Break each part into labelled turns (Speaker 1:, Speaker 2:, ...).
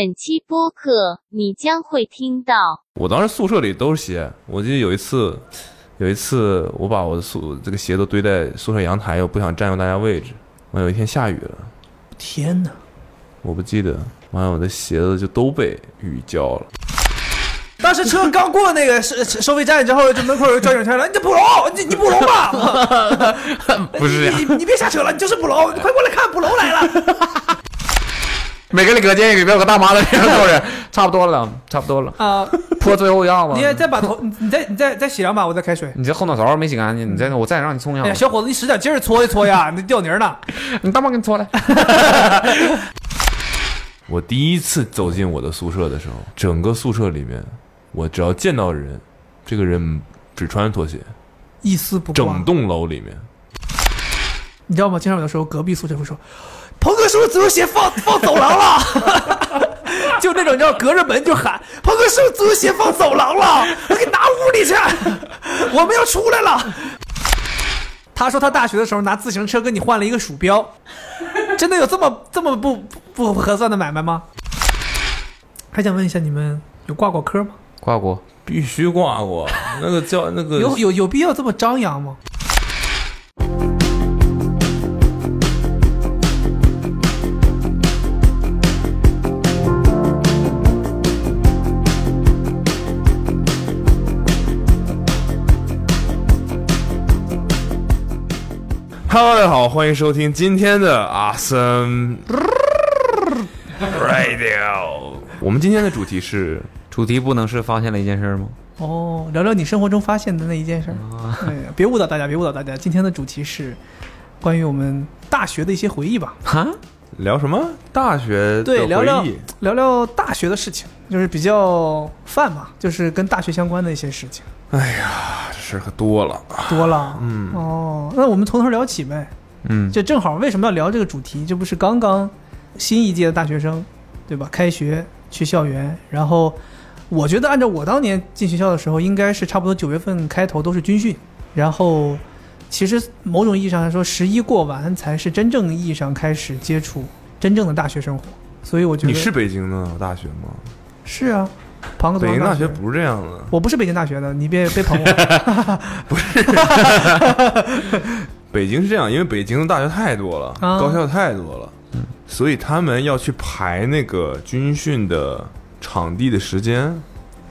Speaker 1: 本期播客你将会听到
Speaker 2: 我当时宿舍里都是鞋，我记得有一次，有一次我把我的宿这个鞋都堆在宿舍阳台，我不想占用大家位置。完有一天下雨了，
Speaker 3: 天哪！
Speaker 2: 我不记得，完了我的鞋子就都被雨浇了。
Speaker 3: 当时车刚过那个收收费站之后，就门口有交警上来，你这捕龙，你你捕龙吧！
Speaker 2: 不是这样
Speaker 3: 你你你别下车了，你就是捕龙，你快过来看，捕龙来了！
Speaker 4: 每个人隔间里边有个大妈的，是不 是？差不多了，差不多了，
Speaker 3: 啊，
Speaker 4: 泼最后一样吧。
Speaker 3: 你再把头，你你再你再再洗两把，我再开水。
Speaker 4: 你这后脑勺没洗干净，你再我再让你冲一
Speaker 3: 哎呀，
Speaker 4: 下，
Speaker 3: 小伙子，你使点劲儿搓一搓呀，你掉泥儿呢。
Speaker 4: 你大妈给你搓 来。
Speaker 2: 我第一次走进我的宿舍的时候，整个宿舍里面，我只要见到人，这个人只穿拖鞋，
Speaker 3: 一丝不挂
Speaker 2: 整。栋楼里面。
Speaker 3: 你知道吗？经常有的时候隔壁宿舍会说：“鹏哥叔叔足球鞋放 放走廊了。” 就那种，你知道，隔着门就喊：“鹏哥叔叔足球鞋放走廊了， 我给你拿屋里去， 我们要出来了。”他说他大学的时候拿自行车跟你换了一个鼠标， 真的有这么这么不不不合算的买卖吗？还想问一下，你们有挂过科吗？
Speaker 4: 挂过，
Speaker 2: 必须挂过，那个叫那个
Speaker 3: 有有有必要这么张扬吗？
Speaker 2: Hello，大家好，欢迎收听今天的阿森 Radio。我们今天的主题是
Speaker 4: 主题不能是发现了一件事 吗？
Speaker 3: 哦，聊聊你生活中发现的那一件事儿。
Speaker 2: 哦
Speaker 3: 哎呀，别误导大家，别误导大家。今天的主题是关于我们大学的一些回忆吧。
Speaker 4: 哈，
Speaker 2: 聊什么？大学的
Speaker 3: 对，聊
Speaker 2: 回
Speaker 3: 聊
Speaker 2: 忆
Speaker 3: 聊聊大学的事情，就是比较泛嘛，就是跟大学相关的一些事情
Speaker 2: 这事儿可多了。
Speaker 3: 多了。
Speaker 2: 嗯
Speaker 3: 哦，那我们从头聊起呗。
Speaker 4: 嗯，
Speaker 3: 就正好为什么要聊这个主题？这不是刚刚新一届的大学生，对吧？开学去校园，然后我觉得按照我当年进学校的时候，应该是差不多九月份开头都是军训，然后其实某种意义上来说，十一过完才是真正意义上开始接触真正的大学生活。所以我觉得
Speaker 2: 你是北京的大学吗？
Speaker 3: 是啊，庞哥
Speaker 2: 北京
Speaker 3: 大
Speaker 2: 大学不是这样的。
Speaker 3: 我不是北京大学的，你别别捧我。
Speaker 2: 北京是这样，因为北京的大学太多了，
Speaker 3: 啊
Speaker 2: 高校太多了，所以他们要去排那个军训的场地的时间。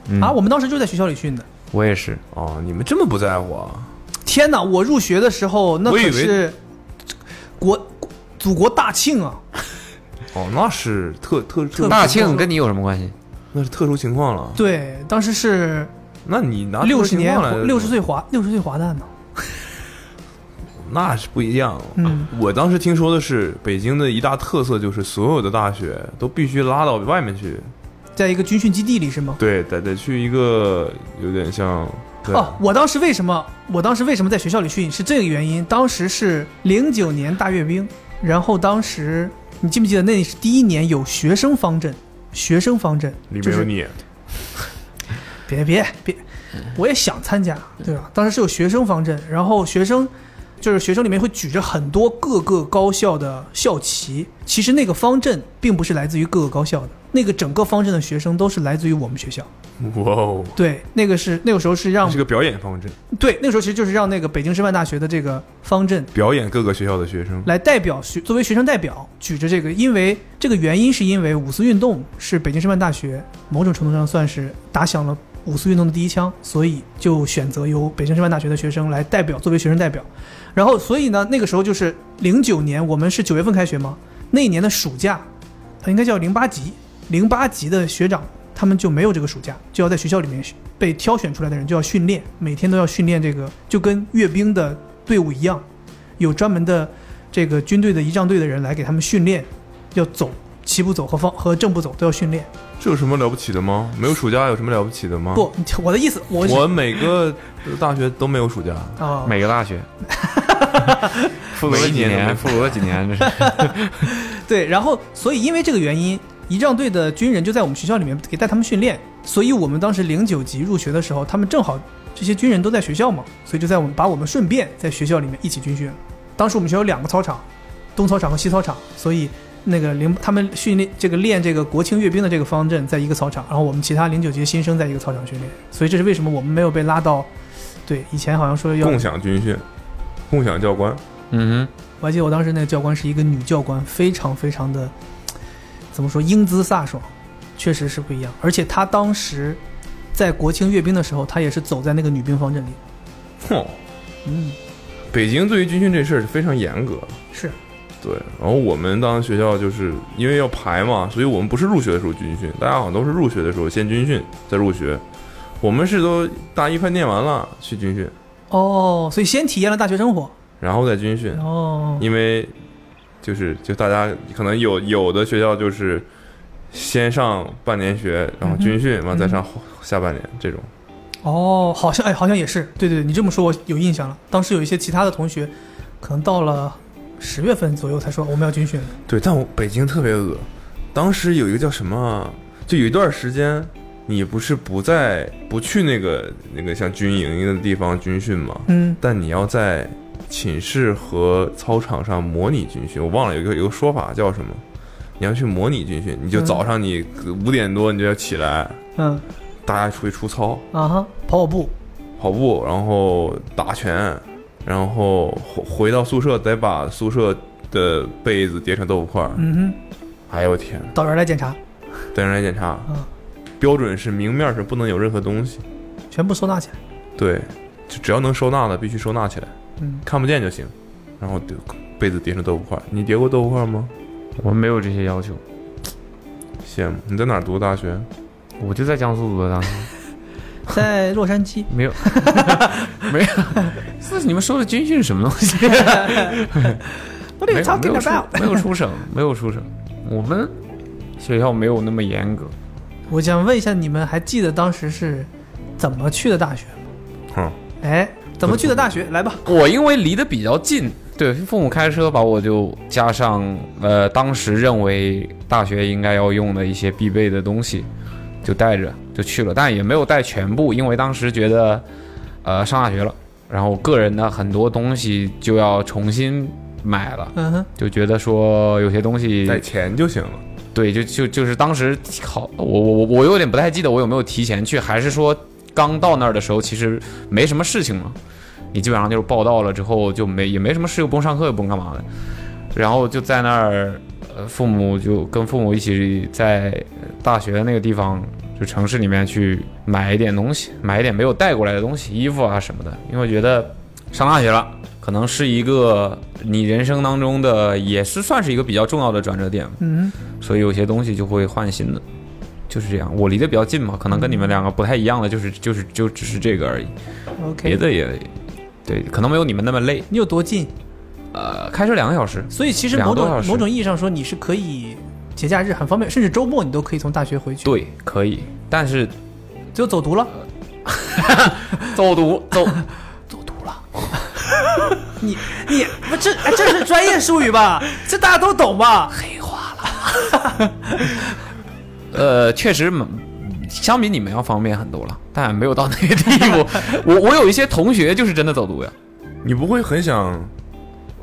Speaker 4: 嗯
Speaker 3: 啊！我们当时就在学校里训的。
Speaker 4: 我也是，
Speaker 2: 哦，你们这么不在乎啊？
Speaker 3: 天哪！我入学的时候，那
Speaker 2: 我以
Speaker 3: 可
Speaker 2: 为
Speaker 3: 是国祖国大庆啊！
Speaker 2: 哦，那是特特特，
Speaker 4: 大庆跟你有什么 关系？
Speaker 2: 那是特殊情况了。
Speaker 3: 对，当时是
Speaker 2: 那你拿特
Speaker 3: 六
Speaker 2: 殊
Speaker 3: 十
Speaker 2: 情
Speaker 3: 年
Speaker 2: 况来，
Speaker 3: 六十岁华六十岁华诞呢。
Speaker 2: 那是不一样。
Speaker 3: 嗯，
Speaker 2: 我当时听说的是，北京的一大特色就是所有的大学都必须拉到外面去，
Speaker 3: 在一个军训基地里是吗？
Speaker 2: 对，得得去一个有点像，对
Speaker 3: 哦，我当时为什么？我当时为什么在学校里训？是这个原因。当时是零九年大阅兵，然后当时你记不记得那是第一年有学生方阵？学生方阵
Speaker 2: 里面
Speaker 3: 就
Speaker 2: 有
Speaker 3: 是
Speaker 2: 你，
Speaker 3: 别别别，我也想参加，对吧？当时是有学生方阵，然后学生就是学生里面会举着很多各个高校的校旗。其实那个方阵并不是来自于各个高校的，那个整个方阵的学生都是来自于我们学校。
Speaker 2: 哇哦，
Speaker 3: 对，那个是那个时候是让
Speaker 2: 这是个表演方阵，
Speaker 3: 对那个时候其实就是让那个北京师范大学的这个方阵
Speaker 2: 表演各个学校的学生。
Speaker 3: 来代表学作为学生代表举着这个，因为这个原因是因为五四运动是北京师范大学某种程度上算是打响了五四运动的第一枪，所以就选择由北京师范大学的学生来代表作为学生代表。然后，所以呢，那个时候就是零九年，我们是九月份开学吗？那一年的暑假，呃应该叫零八级，零八级的学长他们就没有这个暑假，就要在学校里面被挑选出来的人就要训练，每天都要训练这个，就跟阅兵的队伍一样，有专门的这个军队的仪仗队的人来给他们训练，要走齐步走和方和正步走都要训练。
Speaker 2: 这有什么了不起的吗？没有暑假有什么了不起的吗？，
Speaker 3: 不，你听我的意思，我
Speaker 2: 啊我每个大学都没有暑假，
Speaker 3: 啊，
Speaker 4: 每个大学，
Speaker 2: 复读了
Speaker 4: 每几
Speaker 2: 年都没有
Speaker 4: 年， 复读了几年，这是
Speaker 3: 对，然后所以因为这个原因，仪仗队的军人就在我们学校里面给带他们训练，所以我们当时零九级入学的时候，他们正好这些军人都在学校嘛，所以就在我们把我们顺便在学校里面一起军训。当时我们学校有两个操场，东操场和西操场，所以那个零他们训练这个练这个国庆阅兵的这个方阵在一个操场，然后我们其他零九级新生在一个操场训练，所以这是为什么我们没有被拉到。对，以前好像说 要
Speaker 2: 共享军训，共享教官，
Speaker 4: 嗯
Speaker 3: 我还记得我当时那个教官是一个女教官，非常非常的怎么说英姿飒爽，确实是不一样。而且她当时在国庆阅兵的时候，她也是走在那个女兵方阵里。
Speaker 2: 哼，
Speaker 3: 嗯，
Speaker 2: 北京对于军训这事儿是非常严格的。
Speaker 3: 是
Speaker 2: 对，然后我们当时学校就是因为要排嘛，所以我们不是入学的时候军训，大家好像都是入学的时候先军训再入学。我们是都大一饭店完了去军训，
Speaker 3: 哦，所以先体验了大学生活。
Speaker 2: 然后再军训，
Speaker 3: 哦，
Speaker 2: 因为就是就大家可能有有的学校就是先上半年学，然后军训，完、再上后下半年这种。
Speaker 3: 哦，好像哎，好像也是。对对对，你这么说我有印象了。当时有一些其他的同学，可能到了十月份左右才说我们要军训。
Speaker 2: 对，但我北京特别恶，当时有一个叫什么啊，就有一段时间，你不是不在不去那个那个像军营的地方军训吗？
Speaker 3: 嗯，
Speaker 2: 但你要在寝室和操场上模拟军训，我忘了有一个有个说法叫什么，你要去模拟军训，你就
Speaker 3: 嗯
Speaker 2: 早上你五点多你就要起来，
Speaker 3: 嗯
Speaker 2: 大家出去出操，
Speaker 3: 啊哈，跑跑步。
Speaker 2: 跑步，然后打拳，然后回回到宿舍得把宿舍的被子叠成豆腐块儿。
Speaker 3: 嗯哼，
Speaker 2: 哎呦我天！
Speaker 3: 导员来检查，
Speaker 2: 等人来检查
Speaker 3: 嗯，
Speaker 2: 标准是明面是不能有任何东西，
Speaker 3: 全部收纳 起来。
Speaker 2: 对，就只要能收纳的必须收纳起来，
Speaker 3: 嗯，
Speaker 2: 看不见就行。然后叠被子叠成豆腐块儿，你叠过豆腐块儿吗？
Speaker 4: 哼，我没有这些要求，
Speaker 2: 羡慕你在哪儿读大学？
Speaker 4: 我就在江苏读的大学，
Speaker 3: 在洛杉矶。
Speaker 4: 没有，没 有。是你们说的军训是什么东西？
Speaker 3: What are you
Speaker 4: 没有没
Speaker 3: talking
Speaker 4: 有出
Speaker 3: about？
Speaker 4: 没有出省，没有出省。我们学校没有那么严格，
Speaker 3: 我想问一下，你们还记得当时是怎么去的大学
Speaker 2: 哼
Speaker 3: 吗？哎，怎么去的大学？来吧，
Speaker 4: 我因为离得比较近，对父母开车把我就加上呃，当时认为大学应该要用的一些必备的东西，就带着就去了，但也没有带全部，因为当时觉得呃上大学了，然后个人的很多东西就要重新买了，
Speaker 3: 嗯哼，
Speaker 4: 就觉得说有些东西
Speaker 2: 带钱就行了。
Speaker 4: 对，就就就是当时考我我我我有点不太记得我有没有提前去，还是说刚到那儿的时候其实没什么事情嘛，你基本上就是报到了之后就没也没什么事，又不用上课，又不用干嘛的，然后就在那儿，呃，父母就跟父母一起在大学的那个地方，就城市里面去买一点东西，买一点没有带过来的东西，衣服啊什么的，因为我觉得上大学了。可能是一个你人生当中的，也是算是一个比较重要的转折点吧
Speaker 3: 嗯，
Speaker 4: 所以有些东西就会换新的，就是这样。我离得比较近嘛，可能跟你们两个不太一样
Speaker 2: 嗯
Speaker 4: 的，就是就是就只是这个而已，别
Speaker 3: OK。
Speaker 4: 的也对，可能没有你们那么累。
Speaker 3: 你有多近？
Speaker 4: 呃，开车两个小时，
Speaker 3: 所以其实
Speaker 4: 两
Speaker 3: 某
Speaker 4: 个多小
Speaker 3: 种
Speaker 4: 时
Speaker 3: 某种意义上说，你是可以节假日很方便，甚至周末你都可以从大学回去。，
Speaker 4: 对，可以。但是
Speaker 3: 就走读了。
Speaker 4: 走读走，
Speaker 3: 你
Speaker 4: 呃
Speaker 3: 你不这哎这是专业术语吧？这大家都懂 吧？黑化了。
Speaker 4: 呃，确实蛮相比你们要方便很多了，但没有到那个地 步。我我有一些同学就是真的走读呀，
Speaker 2: 你不会很想？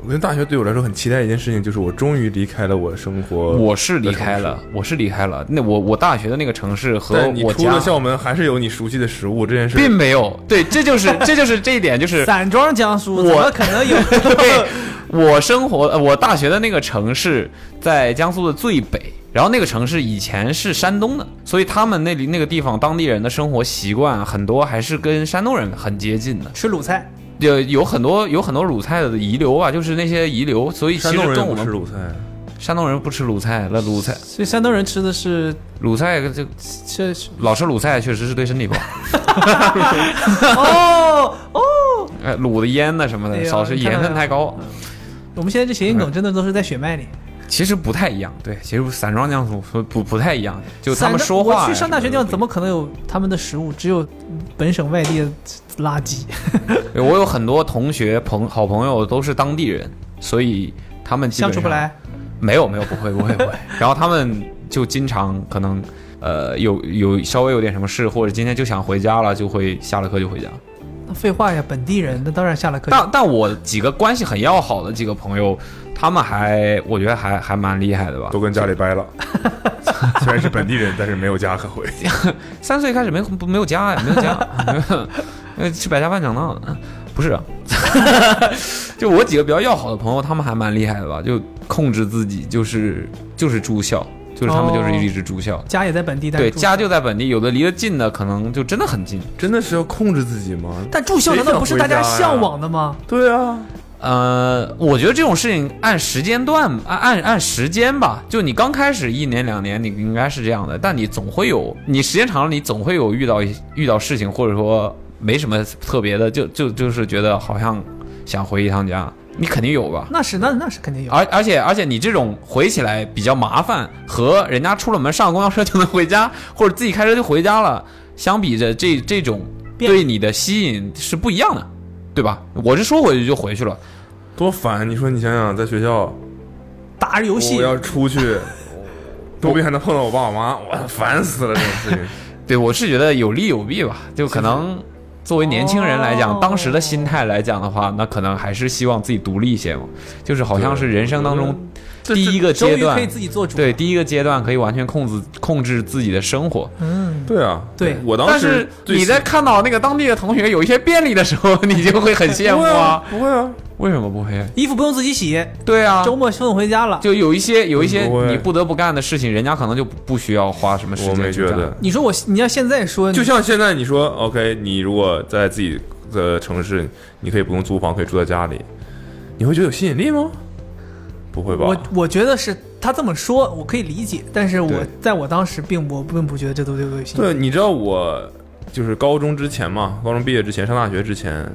Speaker 2: 我觉得大学对我来说很期待一件事情，就是我终于离开了我的生活。
Speaker 4: 我是离开了，我是离开了。那我我大学的那个城市和
Speaker 2: 但你
Speaker 4: 我
Speaker 2: 出
Speaker 4: 家
Speaker 2: 了校门还是有你熟悉的食物这件事，
Speaker 4: 并没有，对，这就是这就是这一点就是
Speaker 3: 散装江苏
Speaker 4: 我
Speaker 3: 怎么可能 有？
Speaker 4: 对，我生活，呃我大学的那个城市在江苏的最北，然后那个城市以前是山东的，所以他们那里那个地方当地人的生活习惯啊很多还是跟山东人很接近的，
Speaker 3: 吃卤菜，
Speaker 4: 有有很多有很多鲁菜的遗留吧，啊就是那些遗留，所以其
Speaker 2: 山
Speaker 4: 实
Speaker 2: 东人
Speaker 4: 跟
Speaker 2: 不
Speaker 4: 我
Speaker 2: 吃
Speaker 4: 们
Speaker 2: 鲁菜，
Speaker 4: 山东人不吃鲁菜，那鲁菜
Speaker 3: 所以山东人吃的是
Speaker 4: 鲁菜就
Speaker 3: 这是
Speaker 4: 老吃鲁菜确实是对身体不好，
Speaker 3: 哦哦。
Speaker 4: 呃，鲁的腌的什么
Speaker 3: 哎
Speaker 4: 的，
Speaker 3: 呀
Speaker 4: 少吃
Speaker 3: 你看
Speaker 4: 盐分太高。
Speaker 3: 我们现在这谐音
Speaker 4: 嗯
Speaker 3: 梗真的都是在血脉里。
Speaker 4: 其实不太一样，对，其实散装江苏不不不太一样，就他们
Speaker 3: 散
Speaker 4: 说话呀
Speaker 3: 我去上大学
Speaker 4: 什
Speaker 3: 地方
Speaker 4: 么的都不一样
Speaker 3: 怎么可能有他们的食物？只有本省外地的垃圾。
Speaker 4: 对我有很多同学朋好朋友都是当地人，所以他们基本
Speaker 3: 相处
Speaker 4: 上
Speaker 3: 不。来。
Speaker 4: 没有没有，不会不会不会。然后他们就经常可能呃有有稍微有点什么事，或者今天就想回家了，就会下了课就回家。
Speaker 3: 那废话呀，本地人那当然下了课。
Speaker 4: 但但我几个关系很要好的几个朋友，他们还我觉得还还蛮厉害的吧
Speaker 5: 都。跟家里 掰了。虽然是本地人，但是没有家可 回。
Speaker 4: 三岁开始没不没有家呀，没有家，呃，吃百家饭长大的，不是、啊。就我几个比较要好的朋友，他们还蛮厉害的吧？就控制自己，就是就是住校，就是他们就是一直住校。
Speaker 3: 家也在本地，但
Speaker 4: 对，
Speaker 3: 是住
Speaker 4: 家就在本地，有的离得近的可能就真的很近。
Speaker 2: 真的是要控制自己吗？
Speaker 3: 但住校难道不是大家
Speaker 4: 啊
Speaker 3: 向往的吗？
Speaker 2: 对啊，
Speaker 4: 呃，我觉得这种事情按时间段，按按按时间吧。就你刚开始一年两年，你应该是这样的，但你总会有，你时间长了，你总会有遇到一遇到事情，或者说没什么特别的，就就就是觉得好像想回一趟家，你肯定有吧。
Speaker 3: 那是那那是肯定有。
Speaker 4: 而而且而且你这种回起来比较麻烦，和人家出了门上公交车就能回家，或者自己开车就回家了，相比着这这种
Speaker 3: 便
Speaker 4: 对你的吸引是不一样的，对吧？我是说回去就回去了。
Speaker 2: 多烦！你说你想想，在学校
Speaker 3: 打着游戏
Speaker 2: 我，要出去，多不还能碰到我爸我妈，我烦死了这种事情。
Speaker 4: 对，我是觉得有利有弊吧，就可能作为年轻人来讲，
Speaker 3: 哦
Speaker 4: 当时的心态来讲的话，那可能还是希望自己独立一些嘛，就是好像是人生当中第一个
Speaker 3: 终
Speaker 4: 阶
Speaker 3: 于可以
Speaker 4: 段，
Speaker 3: 自己做主。
Speaker 4: 对，第一个阶段可以完全控制控制自己的生活。
Speaker 3: 嗯，
Speaker 2: 对啊，
Speaker 3: 对
Speaker 2: 我当
Speaker 4: 但
Speaker 2: 时
Speaker 4: 是你在看到那个当地的同学有一些便利的时候，你就会很羡
Speaker 2: 不
Speaker 4: 慕
Speaker 2: 会啊
Speaker 4: 啊，。
Speaker 2: 不会啊，
Speaker 4: 为什么不会？
Speaker 3: 衣服不用自己洗，
Speaker 4: 对啊，
Speaker 3: 周末送回家了。
Speaker 4: 就有一些有一些
Speaker 2: 不会
Speaker 4: 你不得不干的事情，人家可能就不不需要花什么时
Speaker 2: 我
Speaker 4: 间去干。
Speaker 2: 没觉得。
Speaker 3: 你说我，你要现在说，
Speaker 2: 就像现在你说，OK，你如果在自己的城市，你可以不用租房，可以住在家里，你会觉得有吸引力吗？不会吧？
Speaker 3: 我我觉得是他这么说，我可以理解，但是我
Speaker 2: 对
Speaker 3: 在我当时并不并不觉得这都对我有兴趣。
Speaker 2: 对，你知道我就是高中之前嘛，高中毕业之前，上大学之前，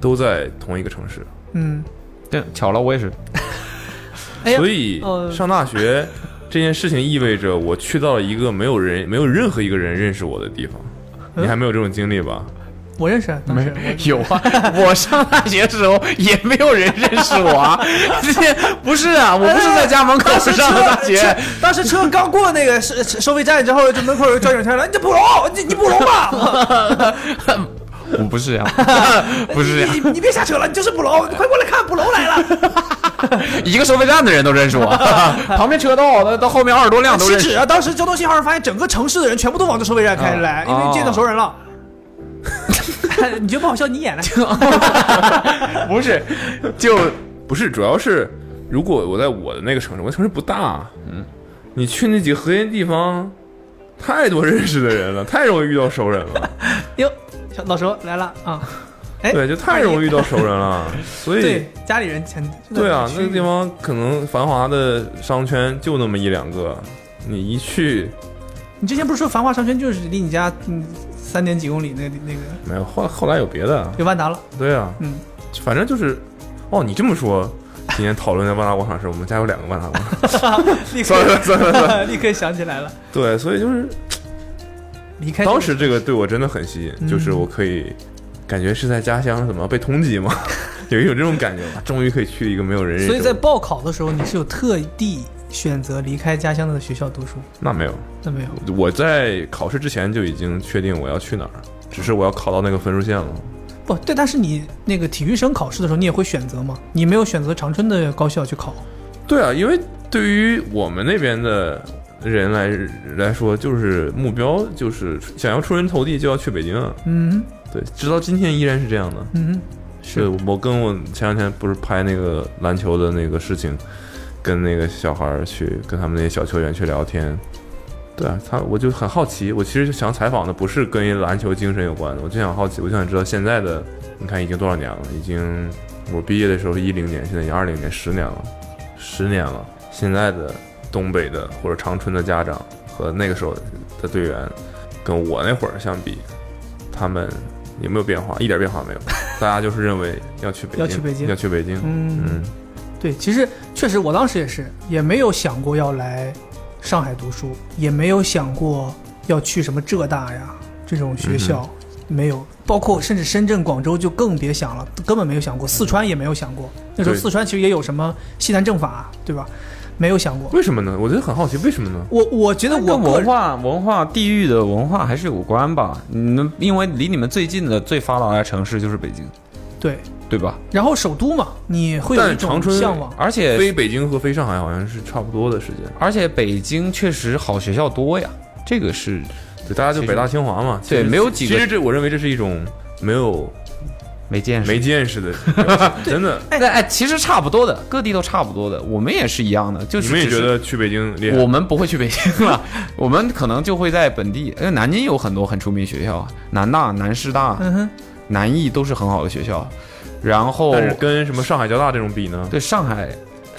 Speaker 2: 都在同一个城市，
Speaker 3: 嗯，
Speaker 4: 对，巧了，我也是。
Speaker 3: 哎呀
Speaker 2: 所，以
Speaker 3: 呃
Speaker 2: 上大学这件事情意味着我去到了一个没有人、没有任何一个人认识我的地方。
Speaker 3: 嗯
Speaker 2: 你还没有这种经历吧？
Speaker 3: 我认识啊，当时我
Speaker 4: 有啊，我上大学的时候也没有人认识我啊。这不是啊，我不是在家门口
Speaker 3: 当时车
Speaker 4: 上的大学
Speaker 3: 车。当时车刚过那个收收费站之后，就门口有交警上来，你这捕龙，你你捕龙 吧，
Speaker 4: 我不是啊， 不是啊
Speaker 3: 你，你你别瞎扯了，你就是捕龙，你快过来看，捕龙 来了，
Speaker 4: 一个收费站的人都认识 我，旁边车道到到后面二十多辆都
Speaker 3: 岂
Speaker 4: 认识
Speaker 3: 止。啊！当时交通信号上发现整个城市的人全部都往这收费站开始来，因
Speaker 4: 啊
Speaker 3: 为见到熟人了。 你觉得不好笑？你 演了，
Speaker 4: 不是，就
Speaker 2: 不是，主要是如果我在我的那个城市，我的城市不大，嗯，你去那几个核心地方，太多认识的人了，太容易遇到熟人了，
Speaker 3: 哟，小老熟来了啊！哎
Speaker 2: 对，就太容易遇到熟人了，所以
Speaker 3: 对，家里人前
Speaker 2: 对啊，那个地方可能繁华的商圈就那么一两个，你一去
Speaker 3: 你之前不是说繁华商圈就是离你家嗯三点几公里那个那个
Speaker 2: 没有，后后来有别的，
Speaker 3: 有万达了？
Speaker 2: 对啊，
Speaker 3: 嗯，
Speaker 2: 反正就是，哦，你这么说，今天讨论的万达广场是我们家有两个万达广 场，
Speaker 3: 立 刻
Speaker 2: 算了算了算了，
Speaker 3: 立刻想起来了，
Speaker 2: 对，所以就是
Speaker 3: 离开这个
Speaker 2: 当时这个对我真的很吸
Speaker 3: 嗯
Speaker 2: 引，就是我可以感觉是在家乡怎么被通缉 嘛，有一种这种感觉吧，终于可以去一个没有人认识
Speaker 3: 所以
Speaker 2: 我的，
Speaker 3: 在报考的时候，你是有特地选择离开家乡的学校读书？
Speaker 2: 那没有，
Speaker 3: 那没有，
Speaker 2: 我在考试之前就已经确定我要去哪儿，只是我要考到那个分数线了。
Speaker 3: 不对，但是你那个体育生考试的时候，你也会选择吗？你没有选择长春的高校去考，
Speaker 2: 对啊，因为对于我们那边的人来来说，就是目标就是想要出人头地，就要去北京啊。
Speaker 3: 嗯
Speaker 2: 对，直到今天依然是这样的。
Speaker 3: 嗯，
Speaker 2: 对，我跟我前两天不是拍那个篮球的那个事情，跟那个小孩儿去跟他们那些小球员去聊天。对啊，他我就很好奇，我其实就想采访的不是跟一篮球精神有关的，我就想好奇，我就想知道现在的，你看已经多少年了？已经我毕业的时候是一零年，现在已经二零年，十年了，十年了。现在的东北的或者长春的家长和那个时候的队员，跟我那会儿相比，他们有没有变化？一点变化没 有。大家就是认为要去北京，
Speaker 3: 要去北京
Speaker 2: 要去北京。
Speaker 3: 嗯
Speaker 2: 嗯，
Speaker 3: 对，其实确实，我当时也是，也没有想过要来上海读书，也没有想过要去什么浙大呀这种学校，没有。包括甚至深圳、广州就更别想了，根本没有想过。四川也没有想过，那时候
Speaker 2: 对
Speaker 3: 四川其实也有什么西南政法，啊对吧？没有想过。
Speaker 2: 为什么呢？我觉得很好奇，为什么呢？
Speaker 3: 我我觉得我
Speaker 4: 跟
Speaker 3: 个
Speaker 4: 文
Speaker 3: 人
Speaker 4: 化、文化、地域嗯的文化还是有关吧。你们因为离你们最近的最发达的城市就是北京，
Speaker 3: 对，
Speaker 4: 对吧？
Speaker 3: 然后首都嘛，你会有一
Speaker 2: 但长
Speaker 3: 种
Speaker 2: 春
Speaker 3: 向往。
Speaker 4: 而且
Speaker 2: 飞北京和飞上海好像是差不多的时间，
Speaker 4: 而且北京确实好学校多呀，这个是
Speaker 2: 对，大家就
Speaker 4: 其实
Speaker 2: 北大清华嘛，
Speaker 4: 对
Speaker 2: 其实
Speaker 4: 没有几个
Speaker 2: 其实这我认为这是一种没有
Speaker 4: 没见识。
Speaker 2: 没见识的表现，真的，
Speaker 4: 哎哎，其实差不多的，各地都差不多的，我们也是一样的，就
Speaker 2: 你
Speaker 4: 是
Speaker 2: 们也
Speaker 4: 只是
Speaker 2: 觉得去北京厉害
Speaker 4: 我？们不会去北京了， 我们可能就会在本地，因为南京有很多很出名的学校啊，南大、南师大、
Speaker 3: 嗯哼，
Speaker 4: 南艺都是很好的学校。啊然后
Speaker 2: 但是跟什么上海交大这种比呢？
Speaker 4: 对上海，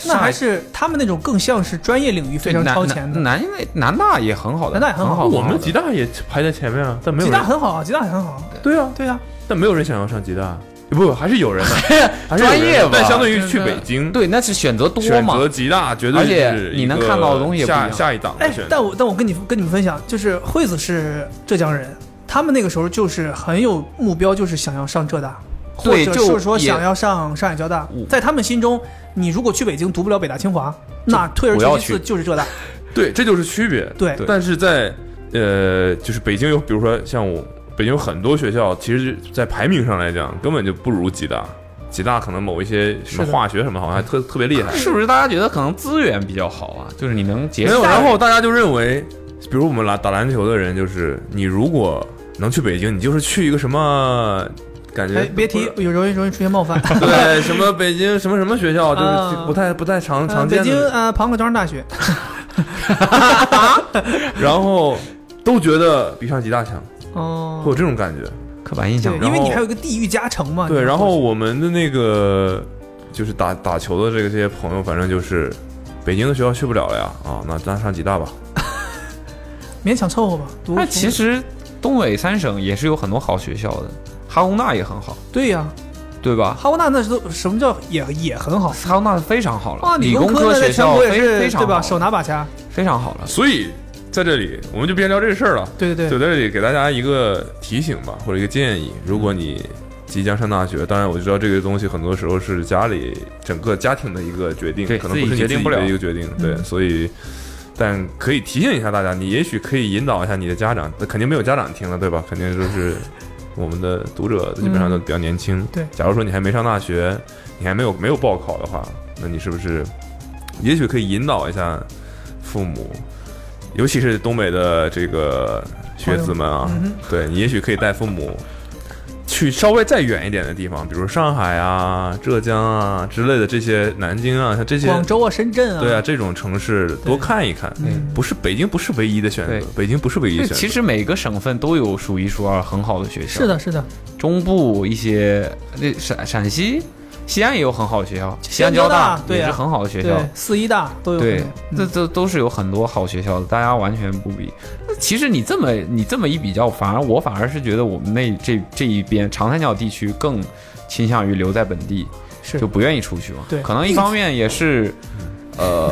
Speaker 3: 那
Speaker 4: 上海
Speaker 3: 还是他们那种更像是专业领域非
Speaker 4: 对
Speaker 3: 常
Speaker 4: 南
Speaker 3: 超前的
Speaker 4: 南。南南大也很好的，
Speaker 3: 南大也很好
Speaker 4: 好，
Speaker 2: 我们吉
Speaker 4: 几
Speaker 2: 大也排在前面啊，但没有
Speaker 3: 吉
Speaker 2: 人
Speaker 3: 大很好啊，吉大也很好啊。
Speaker 2: 对啊，
Speaker 3: 对啊，
Speaker 2: 但没有人想要上吉大，不还是有 人啊的，还是有
Speaker 4: 专
Speaker 2: 人的
Speaker 4: 业吧，
Speaker 2: 但相对于去
Speaker 4: 真的
Speaker 2: 北京，
Speaker 4: 对，那是选择多
Speaker 2: 选
Speaker 4: 嘛，
Speaker 2: 择吉大绝对
Speaker 4: 而且
Speaker 2: 是
Speaker 4: 你
Speaker 2: 一
Speaker 4: 能
Speaker 2: 个
Speaker 4: 看到的东西也不一
Speaker 2: 下
Speaker 4: 样
Speaker 2: 下一档的
Speaker 3: 哎
Speaker 2: 选，择。
Speaker 3: 但我但我跟你跟你们分享，就是惠子是浙江人，他们那个时候就是很有目标，就是想要上浙大，或
Speaker 4: 对
Speaker 3: 者
Speaker 4: 就是
Speaker 3: 说
Speaker 4: 也
Speaker 3: 想要上上海交大。在他们心中，你如果去北京读不了北大清华，那退而
Speaker 4: 不
Speaker 3: 求
Speaker 4: 要
Speaker 3: 其次
Speaker 4: 去
Speaker 3: 就是浙大。
Speaker 2: 对，这就是区别。
Speaker 3: 对
Speaker 2: 但是在呃，就是北京有，比如说像我，北京有很多学校，其实，在排名上来讲，根本就不如吉大。吉大可能某一些什么
Speaker 3: 是的
Speaker 2: 化学什么，好像还特特别厉害。
Speaker 4: 是不是大家觉得可能资源比较好啊？就是你能结
Speaker 2: 没有，
Speaker 4: 下
Speaker 2: 然后大家就认为，比如我们篮打篮球的人，就是你如果能去北京，你就是去一个什么感觉
Speaker 3: 哎，别提有容易容易出现冒 犯。
Speaker 2: 对什么北京什么什么学校，就是
Speaker 3: 啊
Speaker 2: 不太不太常
Speaker 3: 呃
Speaker 2: 常
Speaker 3: 北
Speaker 2: 见
Speaker 3: 京
Speaker 2: 的，
Speaker 3: 呃，庞各交通大学，
Speaker 2: 然后都觉得比上吉大强，
Speaker 3: 哦
Speaker 2: 会有，这种感觉。
Speaker 4: 刻板印象
Speaker 3: 对，
Speaker 2: 然后
Speaker 3: 因为你还有一个地域加成嘛。
Speaker 2: 对，
Speaker 3: 你
Speaker 2: 然后我们的那个就是打打球的这个这些朋友，反正就是北京的学校去不了了呀，啊，那咱上吉大吧。
Speaker 3: 勉强凑合吧。读
Speaker 4: 那其实东北三省也是有很多好学校的，哈工大也很好，
Speaker 3: 对呀，
Speaker 4: 对吧？
Speaker 3: 哈工大那是都什么叫也也很好
Speaker 4: 哈工大非常好了，
Speaker 3: 啊，
Speaker 4: 理
Speaker 3: 工
Speaker 4: 工科
Speaker 3: 呢在
Speaker 4: 学
Speaker 3: 全
Speaker 4: 校
Speaker 3: 国也
Speaker 4: 非
Speaker 3: 是
Speaker 4: 非常
Speaker 3: 对吧？
Speaker 4: 好
Speaker 3: 手拿把掐，
Speaker 4: 非常好了。
Speaker 2: 所以在这里，我们就别聊这事儿了，
Speaker 3: 对对
Speaker 2: 就
Speaker 3: 对，
Speaker 2: 在这里给大家一个提醒吧，或者一个建议。如果你即将上大学，当然我知道这个东西很多时候是家里整个家庭的一个决定
Speaker 4: 对，
Speaker 2: 可能不是
Speaker 4: 自
Speaker 2: 你
Speaker 4: 己决定
Speaker 2: 自己
Speaker 4: 不了嗯
Speaker 2: 的一个决定，对，所以。但可以提醒一下大家，你也许可以引导一下你的家长，那肯定没有家长听了，对吧？肯定就是我们的读者基本
Speaker 4: 嗯
Speaker 2: 上都比较年轻。
Speaker 3: 对
Speaker 2: 假如说你还没上大学，你还没有没有报考的话，那你是不是也许可以引导一下父母，尤其是东北的这个学子们啊，
Speaker 3: 嗯哼
Speaker 2: 对你也许可以带父母去稍微再远一点的地方，比如上海啊、浙江啊之类的这些，南京啊，像这些
Speaker 3: 广州啊，深圳啊，
Speaker 2: 对啊，这种城市多看一看。
Speaker 3: 嗯
Speaker 2: 不是北京不是唯一的选择
Speaker 4: 对，
Speaker 2: 北京不是唯一的
Speaker 4: 对
Speaker 2: 选择。
Speaker 4: 其实每个省份都有数一数二很好的学校，
Speaker 3: 是，的，是的，
Speaker 4: 中部一些那陕陕西、西安也有很好的学校，西安
Speaker 3: 西安交
Speaker 4: 交
Speaker 3: 大对
Speaker 4: 也
Speaker 3: 啊
Speaker 4: 是很好的学校
Speaker 3: 对，，四医大都有可
Speaker 4: 对
Speaker 3: 能，
Speaker 4: 这
Speaker 3: 嗯
Speaker 4: 这都是有很多好学校的，大家完全不比。那其实你这么你这么一比较，反而我反而是觉得我们那这这一边长三角地区更倾向于留在本地，
Speaker 3: 是
Speaker 4: 就不愿意出去嘛。
Speaker 3: 对
Speaker 4: 可能一方面也是，呃，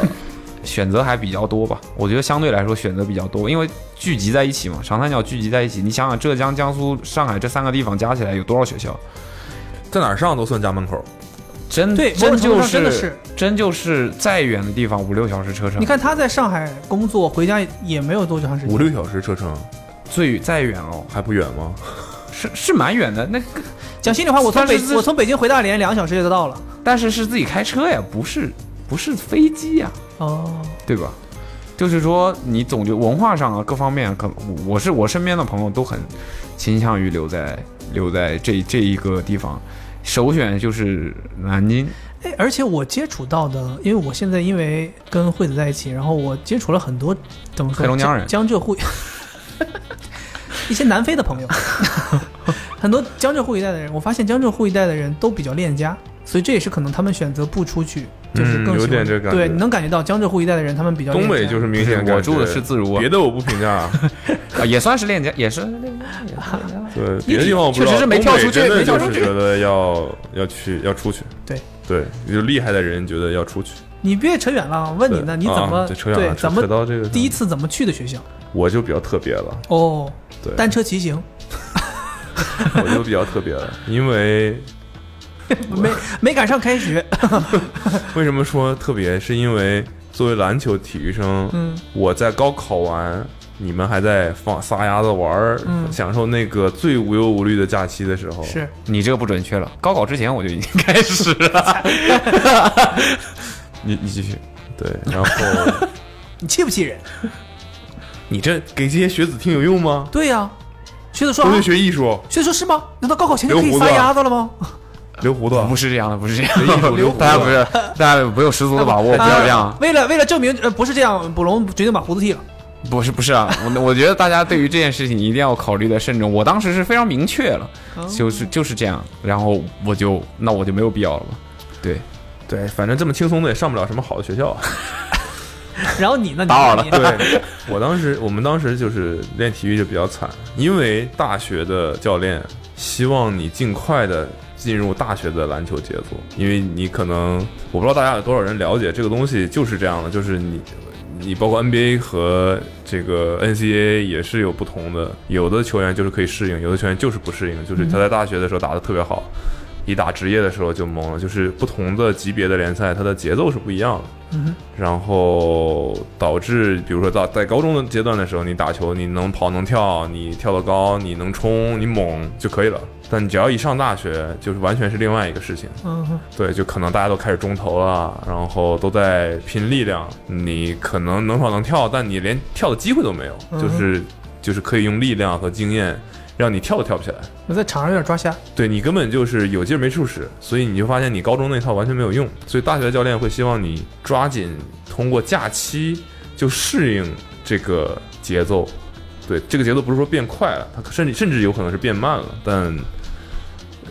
Speaker 4: 选择还比较多吧。我觉得相对来说选择比较多，因为聚集在一起嘛，长三角聚集在一起。你想想，浙江、江苏、上海这三个地方加起来有多少学校？
Speaker 2: 在哪儿上都算家门口。
Speaker 4: 真
Speaker 3: 对，某
Speaker 4: 真
Speaker 3: 种程度
Speaker 4: 就
Speaker 3: 上真的
Speaker 4: 是
Speaker 3: 是。
Speaker 4: 真就是再远的地方五六小时车程
Speaker 3: 你，看他在上海工作，回家也没有多长时
Speaker 2: 五
Speaker 3: 间。
Speaker 2: 六小时车程
Speaker 4: 最再远哦，
Speaker 2: 还不远吗？
Speaker 4: 是是蛮远的，那
Speaker 3: 讲心里话，我从北
Speaker 4: 但是
Speaker 3: 我从北京回大连两个小时也就到了。
Speaker 4: 但是是自己开车呀，不是不是飞机呀，
Speaker 3: 哦，
Speaker 4: 对吧？就是说，你总觉文化上啊，各方面啊可我我是我身边的朋友都很倾向于留在留在这这一个地方，首选就是南京。
Speaker 3: 哎，而且我接触到的，因为我现在因为跟惠子在一起，然后我接触了很多怎么说，
Speaker 4: 黑龙江人
Speaker 3: 江浙沪一些南非的朋友， 很多江浙沪一带的人，我发现江浙沪一带的人都比较恋家，所以这也是可能他们选择不出去，就是
Speaker 2: 嗯
Speaker 3: 更喜欢、
Speaker 2: 有点这感觉
Speaker 3: 对，你能感觉到江浙沪一带的人他们比较
Speaker 2: 东北
Speaker 3: 恋家
Speaker 2: 就是明显
Speaker 4: 不
Speaker 2: 感
Speaker 4: 是
Speaker 2: 觉。
Speaker 4: 我住的是自如啊
Speaker 2: 别的我不评价啊。
Speaker 4: 啊，也算是恋家，也是恋家，也是恋家。
Speaker 2: 对，别的地方我不知道，
Speaker 4: 确实是没跳出去
Speaker 2: 东北
Speaker 4: 没
Speaker 2: 真
Speaker 4: 跳
Speaker 2: 的
Speaker 4: 出
Speaker 2: 就是
Speaker 4: 去
Speaker 2: 觉得要要去要出去。
Speaker 3: 对
Speaker 2: 对，就厉害的人觉得要出去。
Speaker 3: 你别扯远了，问你
Speaker 2: 对
Speaker 3: 呢，你怎么、
Speaker 2: 啊这扯远了
Speaker 3: 对
Speaker 2: 扯
Speaker 3: 怎么
Speaker 2: 扯到这个
Speaker 3: 第一次怎么去的学校？
Speaker 2: 我就比较特别了，
Speaker 3: 哦，
Speaker 2: 对，
Speaker 3: 单车骑行，
Speaker 2: 我就比较特别了，因为
Speaker 3: 没没赶上 开学，
Speaker 2: 为什么说特别，是因为作为篮球体育生，
Speaker 3: 嗯
Speaker 2: 我在高考完你们还在放撒丫子玩儿，
Speaker 3: 嗯
Speaker 2: 享受那个最无忧无虑的假期的时候，
Speaker 3: 是
Speaker 4: 你这个不准确了，高考之前我就已经 开始了。你你继续，
Speaker 2: 对。然后
Speaker 3: 你气不气人？
Speaker 2: 你这给这些学子听有用 吗？
Speaker 3: 对呀、学子说
Speaker 2: 都
Speaker 3: 啊
Speaker 2: 是，学艺术，
Speaker 3: 学子说是吗？难道高考前就可以
Speaker 2: 留胡子
Speaker 3: 撒
Speaker 2: 啊
Speaker 3: 丫子了吗？
Speaker 2: 留胡子，
Speaker 4: 哦不是这样的，不是这样
Speaker 2: 学艺术留
Speaker 4: 的，
Speaker 2: 胡子
Speaker 4: 大家不啊是，大家不有十足的 把 握，不要这样。
Speaker 3: 为了为了证明呃不是这样，捕龙决定把胡子剃了。
Speaker 4: 不是不是啊，我我觉得大家对于这件事情一定要考虑的慎重。我当时是非常明确了，就是就是这样，然后我就那我就没有必要了吧？对，
Speaker 2: 对，反正这么轻松的也上不了什么好的学校。啊
Speaker 3: 然后你 呢？
Speaker 4: 打扰了
Speaker 3: 你呢
Speaker 2: 对，我当时我们当时就是练体育就比较惨，因为大学的教练希望你尽快的进入大学的篮球节奏，因为你可能我不知道大家有多少人了解这个东西就是这样的，就是你。你包括 NBA 和这个 NCAA 也是有不同的，有的球员就是可以适应，有的球员就是不适应，就是他在大学的时候打得特别好，一打职业的时候就懵了，就是不同的级别的联赛，它的节奏是不一样的。然后导致，比如说到在高中的阶段的时候，你打球，你能跑能跳，你跳得高，你能冲，你猛就可以了。但你只要一上大学，就是完全是另外一个事情。
Speaker 3: 嗯哼，
Speaker 2: 对，就可能大家都开始中投了，然后都在拼力量。你可能能跑能跳，但你连跳的机会都没有，就是就是可以用力量和经验让你跳都跳不起来。
Speaker 3: 我嗯在场上有点抓瞎。
Speaker 2: 对你根本就是有劲儿没处使，所以你就发现你高中那套完全没有用。所以大学的教练会希望你抓紧通过假期就适应这个节奏。对，这个节奏不是说变快了，它甚至甚至有可能是变慢了，但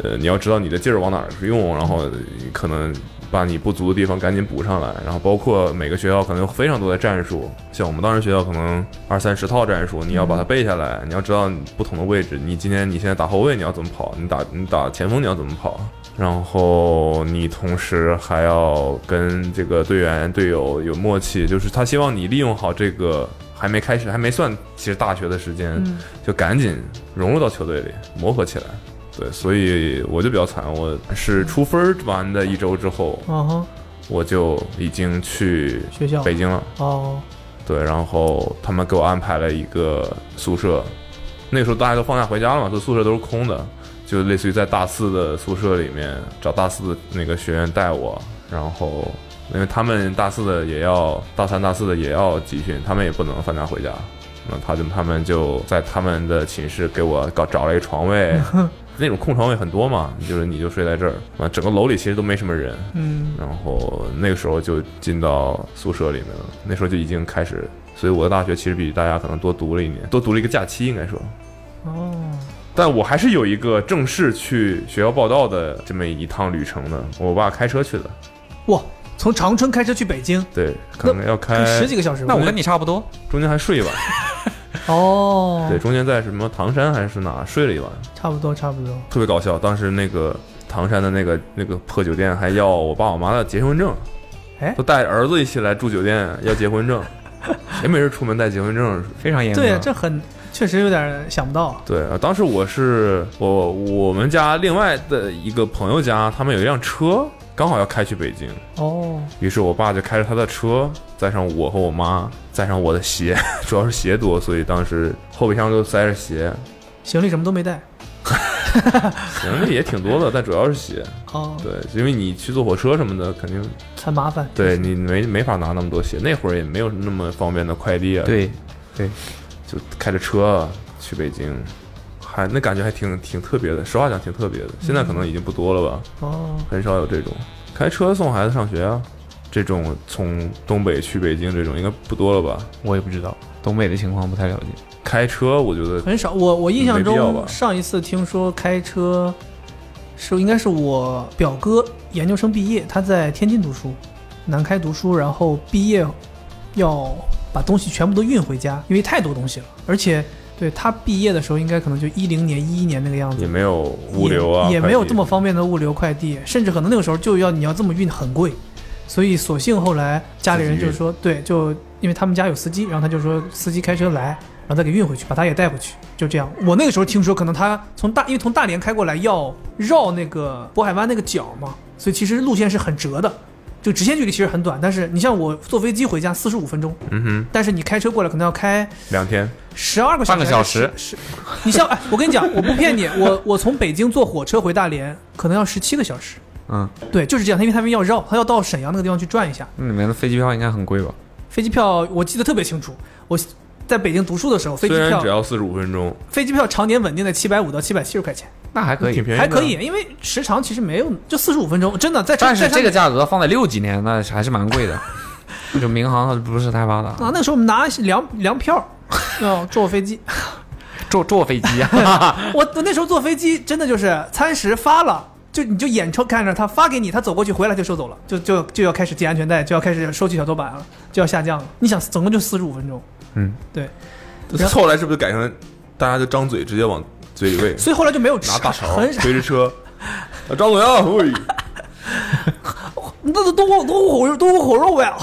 Speaker 2: 呃，你要知道你的劲儿往哪儿去用，然后可能把你不足的地方赶紧补上来。然后包括每个学校可能有非常多的战术，像我们当时学校可能二三十套战术，你要把它背下来，你要知道你不同的位置，你今天你现在打后卫你要怎么跑，你打你打前锋你要怎么跑。然后你同时还要跟这个队员队友有默契，就是他希望你利用好这个还没开始还没算其实大学的时间，就赶紧融入到球队里磨合起来。对，所以我就比较惨，我是出分儿完的一周之后，
Speaker 3: 嗯哼，
Speaker 2: 我就已经去
Speaker 3: 学校
Speaker 2: 北京了。
Speaker 3: 哦，
Speaker 2: 对，然后他们给我安排了一个宿舍，那个时候大家都放假回家了嘛，所以宿舍都是空的，就类似于在大四的宿舍里面找大四的那个学员带我，然后因为他们大四的也要大三大四的也要集训，他们也不能放假回家，那他就他们就在他们的寝室给我搞找了一个床位。那种空床位很多嘛，就是你就睡在这儿啊，整个楼里其实都没什么人，
Speaker 3: 嗯，
Speaker 2: 然后那个时候就进到宿舍里面了，那时候就已经开始，所以我的大学其实比大家可能多读了一年，多读了一个假期应该说，
Speaker 3: 哦，
Speaker 2: 但我还是有一个正式去学校报道的这么一趟旅程的，我爸开车去的，
Speaker 3: 哇，从长春开车去北京，
Speaker 2: 对，可能要
Speaker 4: 呃
Speaker 2: 开
Speaker 3: 十几个小时吧。
Speaker 4: 那我跟你差不多，
Speaker 2: 中间还睡一晚，
Speaker 3: 哦，
Speaker 2: 对，，中间在什么唐山还是哪睡了一晚，
Speaker 3: 差不多，差不多。
Speaker 2: 特别搞笑，当时那个唐山的那个那个破酒店还要我爸我妈的结婚证
Speaker 3: 哎，
Speaker 2: 都带儿子一起来住酒店要结婚证，谁没事出门带结婚证？
Speaker 4: 非常严格。
Speaker 3: 对，这很确实有点想不到。
Speaker 2: 对啊，当时我是我我们家另外的一个朋友家，他们有一辆车，刚好要开去北京，
Speaker 3: 哦，
Speaker 2: 于是我爸就开着他的车，载上我和我妈，载上我的鞋， 主要是鞋多，所以当时后备箱都塞着鞋，
Speaker 3: 行李什么都没带。
Speaker 2: 行李也挺多的，但主要是鞋。
Speaker 3: 哦，
Speaker 2: 对，因为你去坐火车什么的，肯定
Speaker 3: 很麻烦。
Speaker 2: 对你没没法拿那么多鞋，那会儿也没有那么方便的快递啊，，
Speaker 4: 对，
Speaker 2: 就开着车去北京。还那感觉还挺挺特别的，实话讲挺特别的，现在可能已经不多了吧。
Speaker 3: 哦，
Speaker 2: 很少有这种开车送孩子上学啊，这种从东北去北京这种应该不多了吧？
Speaker 4: 我也不知道东北的情况不太了解。
Speaker 2: 开车我觉得
Speaker 3: 很少。我我印象
Speaker 2: 没必要吧
Speaker 3: 中上一次听说开车是应该是我表哥研究生毕业，他在天津读书，南开读书，然后毕业要把东西全部都运回家，因为太多东西了，而且。对他毕业的时候，应该可能就一零年、一一年那个样子
Speaker 2: 也，没有物流啊，
Speaker 3: 也，也没有这么
Speaker 2: 快
Speaker 3: 方便的物流快递，甚至可能那个时候就要你要这么运很贵，所以索性后来家里人就说，对，就因为他们家有司机，然后他就说司机开车来，然后再给运回去，把他也带回去，就这样。我那个时候听说，可能他从大，因为从大连开过来要绕那个渤海湾那个角嘛，所以其实路线是很折的，这个直线距离其实很短，但是你像我坐飞机回家四十五分钟，
Speaker 2: 嗯哼，
Speaker 3: 但是你开车过来可能要开
Speaker 2: 两天，
Speaker 3: 十二个小时，
Speaker 4: 半个小时
Speaker 3: 是。你像哎，我跟你讲，我不骗你，我我从北京坐火车回大连可能要十七个小时。
Speaker 4: 嗯，
Speaker 3: 对，就是这样，因为他们要绕，他要到沈阳那个地方去转一下。
Speaker 4: 那里面的飞机票应该很贵吧？
Speaker 3: 飞机票我记得特别清楚，我在北京读书的时候，飞机
Speaker 2: 虽然只
Speaker 3: 票
Speaker 2: 要四十五分钟，
Speaker 3: 飞机票常年稳定在七百五到七百七十块钱，
Speaker 4: 那还可
Speaker 2: 挺
Speaker 4: 以。
Speaker 2: 便宜，
Speaker 3: 还可以，。因为时长其实没有就四十五分钟，真的在
Speaker 4: 但是
Speaker 3: 在上
Speaker 4: 这个价格放在六几年，那还是蛮贵的。就民航它不是太发
Speaker 3: 啊，
Speaker 4: 达，
Speaker 3: 那个时候我们拿粮粮票， 哦，坐飞机，
Speaker 4: 坐坐飞机啊，
Speaker 3: 我我那时候坐飞机真的就是餐食发了。就你就眼瞅看着他发给你，他走过去回来就收走了，就就就要开始系安全带，就要开始收起小桌板了，就要下降了。你想，总共就四十五分钟，
Speaker 4: 嗯，
Speaker 3: 对，
Speaker 2: 后来是不是改成大家就张嘴直接往嘴里 喂，
Speaker 3: 所以后来就没有吃，
Speaker 2: 拿大勺
Speaker 3: 很
Speaker 2: 推着车，啊张嘴啊，喂，
Speaker 3: 那都都我都我火肉都我火肉呀！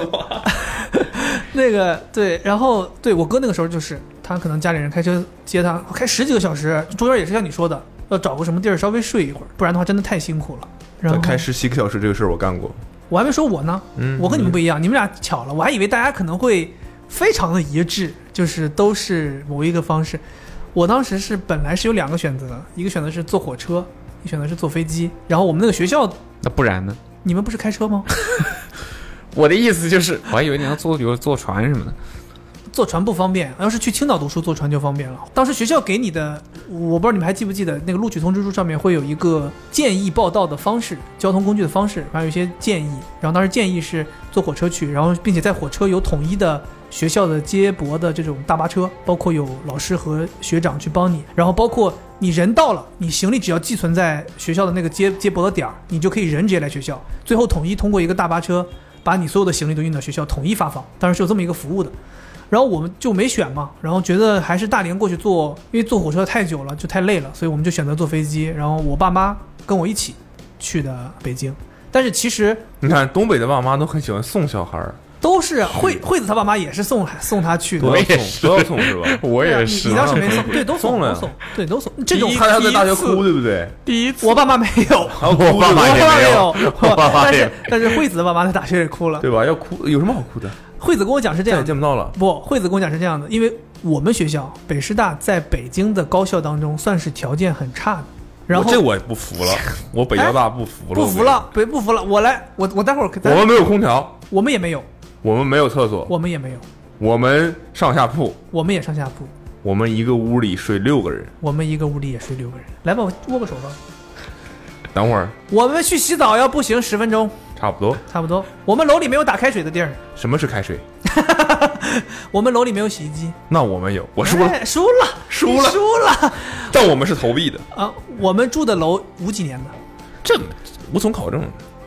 Speaker 3: 那个对，然后对我哥那个时候就是，他可能家里人开车接他，开十几个小时，中间也是像你说的，要找个什么地儿稍微睡一会儿，不然的话真的太辛苦了。然后
Speaker 2: 开十七个小时这个事儿我干过，
Speaker 3: 我还没说我呢，
Speaker 2: 嗯
Speaker 3: 我跟你们不一样，你们俩巧了，我还以为大家可能会非常的一致，就是都是某一个方式。我当时是本来是有两个选择，一个选择是坐火车，一个选择是坐飞机。然后我们那个学校，
Speaker 4: 那不然呢？
Speaker 3: 你们不是开车吗？
Speaker 4: 我的意思就是，我还以为你要坐，比如坐船什么的。
Speaker 3: 坐船不方便，要是去青岛读书坐船就方便了。当时学校给你的，我不知道你们还记不记得那个录取通知书上面会有一个建议报到的方式，交通工具的方式，反正有一些建议。然后当时建议是坐火车去，然后并且在火车有统一的学校的接驳的这种大巴车，包括有老师和学长去帮你，然后包括你人到了，你行李只要寄存在学校的那个接接驳的点儿，你就可以人直接来学校。最后统一通过一个大巴车。把你所有的行李都运到学校，统一发放，当然是有这么一个服务的。然后我们就没选嘛，然后觉得还是大连过去坐，因为坐火车太久了，就太累了，所以我们就选择坐飞机。然后我爸妈跟我一起去的北京，但是其实
Speaker 2: 你看东北的爸妈都很喜欢送小孩儿，
Speaker 3: 都是惠惠子他爸妈也是送送他去的
Speaker 2: 都。要
Speaker 4: 也
Speaker 2: 送，都要送是吧？
Speaker 4: 我
Speaker 3: 对啊你你当 时没送，对，都
Speaker 2: 送
Speaker 3: 送
Speaker 2: 了
Speaker 3: 都送，对，都送。这种
Speaker 2: 看他在大学哭，对不对？
Speaker 4: 第一次，
Speaker 3: 我爸妈没有，
Speaker 2: 然后哭
Speaker 4: 我爸妈
Speaker 3: 我
Speaker 4: 也
Speaker 3: 爸
Speaker 4: 没有
Speaker 3: 有，
Speaker 4: 我爸妈
Speaker 3: 但
Speaker 4: 也
Speaker 3: 是但是惠子的爸妈在大学也哭了。
Speaker 2: 对吧？要哭有什么好哭的？
Speaker 3: 惠子跟我讲是这
Speaker 2: 再
Speaker 3: 样
Speaker 2: 也
Speaker 3: 的
Speaker 2: 见不到了。
Speaker 3: 不，惠子跟我讲是这样的，因为我们学校北师大在北京的高校当中算是条件很差的。然
Speaker 2: 我
Speaker 3: 后
Speaker 2: 这我也不服 了，我北交大不服了，
Speaker 3: 不服了，别不服了，我来，我我待会儿
Speaker 2: 我跟你说。我们没有空调，
Speaker 3: 我们也没有，
Speaker 2: 我们没有厕所，
Speaker 3: 我们也没有，
Speaker 2: 我们上下铺，
Speaker 3: 我们也上下铺，
Speaker 2: 我们一个屋里睡六个人。
Speaker 3: 我们一个屋里也睡六个人。来吧，我握个手吧。
Speaker 2: 等会儿
Speaker 3: 我们去洗澡要步行十分钟，
Speaker 2: 差不多。
Speaker 3: 差不多。我们楼里没有打开水的地儿，
Speaker 2: 什么是开水？
Speaker 3: 我们楼里没有洗衣机。
Speaker 2: 那我们有，我输了，
Speaker 3: 哎输了，
Speaker 2: 输了
Speaker 3: 你输了
Speaker 2: 但我们是投币 的，
Speaker 3: 啊！我们住的楼五几年的，
Speaker 2: 这无从考证。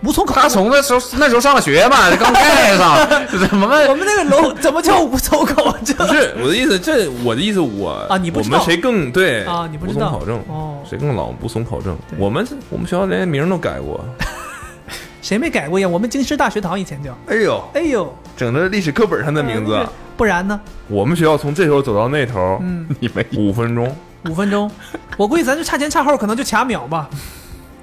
Speaker 3: 无从考
Speaker 4: 他
Speaker 3: 证。
Speaker 4: 从那时候那时候上学嘛，刚盖上， 怎么
Speaker 3: 我
Speaker 4: 办？
Speaker 3: 们那个楼怎么叫无从考证？
Speaker 2: 不是我的意思，这我的意思我
Speaker 3: 啊你不
Speaker 2: 我
Speaker 3: 知道
Speaker 2: 们谁更对
Speaker 3: 啊你不知
Speaker 2: 无从
Speaker 3: 道
Speaker 2: 考证
Speaker 3: 哦
Speaker 2: 谁更老无从考证。
Speaker 3: 对
Speaker 2: 我们我们学校连名儿都改过。
Speaker 3: 谁没改过呀？我们京师大学堂以前叫。
Speaker 2: 哎呦，
Speaker 3: 哎呦，
Speaker 2: 整的历史课本上的名字啊
Speaker 3: 呃。不然呢？
Speaker 2: 我们学校从这头走到那头，
Speaker 3: 嗯，
Speaker 2: 你没五分钟，
Speaker 3: 五分钟，我估计咱就差前差后，可能就卡秒吧。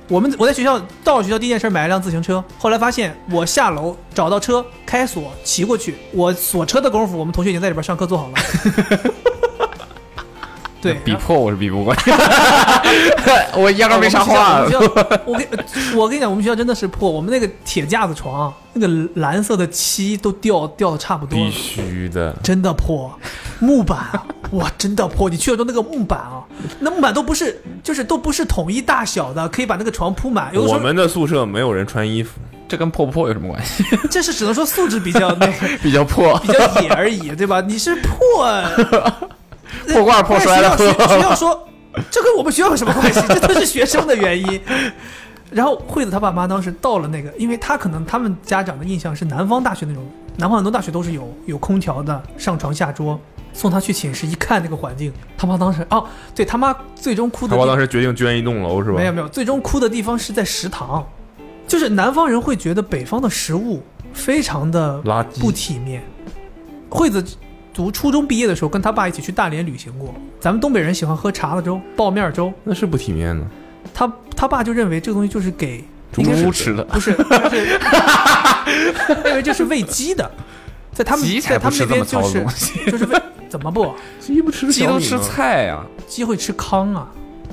Speaker 3: 我们我在学校到了学校第一件事买了辆自行车，后来发现我下楼找到车开锁骑过去，我锁车的功夫，我们同学已经在里边上课做好了。对，
Speaker 4: 逼迫我是逼不过， 我压根儿没啥话
Speaker 3: 我们。学校我们学校我跟我跟你讲，我们学校真的是破，我们那个铁架子床，那个蓝色的漆都掉掉的差不多了
Speaker 2: 必。须的。
Speaker 3: 真的破，木板啊，哇，真的破！你去了之后那个木板啊，那木板都不是，就是都不是统一大小的，可以把那个床铺满。有的时
Speaker 2: 我
Speaker 3: 候
Speaker 2: 们的宿舍没有人穿衣服，
Speaker 4: 这跟破不破有什么关系？
Speaker 3: 这是只能说素质比较那个
Speaker 4: 比较破，
Speaker 3: 比较野而已，对吧？你是破
Speaker 4: 破罐儿破摔的
Speaker 3: 学校学学校
Speaker 4: 破。
Speaker 3: 说这跟我们学校有什么关系？这都是学生的原因。然后惠子他爸妈当时到了那个，因为他可能他们家长的印象是南方大学那种，南方很多大学都是有有空调的，上床下桌。送他去寝室一看那个环境，他妈当时哦，对他妈最终哭的
Speaker 2: 他
Speaker 3: 地
Speaker 2: 爸
Speaker 3: 方
Speaker 2: 当时决定捐一栋楼是吧？
Speaker 3: 没有没有，最终哭的地方是在食堂，就是南方人会觉得北方的食物非常的
Speaker 2: 垃圾
Speaker 3: 不体面。惠子读初中毕业的时候，跟他爸一起去大连旅行过。咱们东北人喜欢喝碴子粥、爆面粥，
Speaker 2: 那是不体面的。
Speaker 3: 他他爸就认为这个东西就是给应该是
Speaker 4: 猪吃的，
Speaker 3: 不是，但是 因为这是喂鸡的，在他们
Speaker 4: 鸡
Speaker 3: 在
Speaker 4: 才
Speaker 3: 他
Speaker 4: 不
Speaker 3: 们那
Speaker 4: 吃这
Speaker 3: 边
Speaker 4: 么糙
Speaker 3: 就是
Speaker 4: 的东西
Speaker 3: 就是喂，怎么不
Speaker 2: 鸡不吃
Speaker 4: 鸡
Speaker 2: 小
Speaker 4: 都
Speaker 2: 米
Speaker 4: 吃
Speaker 2: 吗
Speaker 4: 菜呀、
Speaker 3: 鸡会吃糠啊？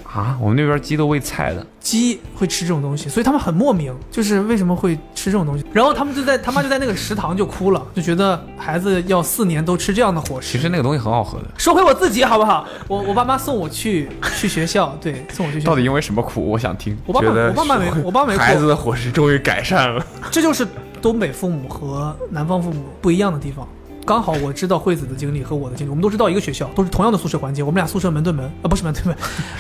Speaker 4: 啊！我们那边鸡都喂菜的，
Speaker 3: 鸡会吃这种东西，所以他们很莫名，就是为什么会吃这种东西。然后他们就在他妈就在那个食堂就哭了，就觉得孩子要四年都吃这样的伙食
Speaker 4: 其。实那个东西很好喝的。
Speaker 3: 说回我自己好不好？我我爸妈送我去去学校，对，送我去学 校。
Speaker 4: 到底因为什么苦？我想听。
Speaker 3: 我爸妈
Speaker 2: 觉得
Speaker 3: 我爸妈没我爸妈没
Speaker 2: 孩
Speaker 3: 哭
Speaker 2: 子，的伙食终于改善了。
Speaker 3: 这就是东北父母和南方父母不一样的地方。刚好我知道惠子的经历和我的经历，我们都是到一个学校，都是同样的宿舍环境，我们俩宿舍门对门啊，不是门对门，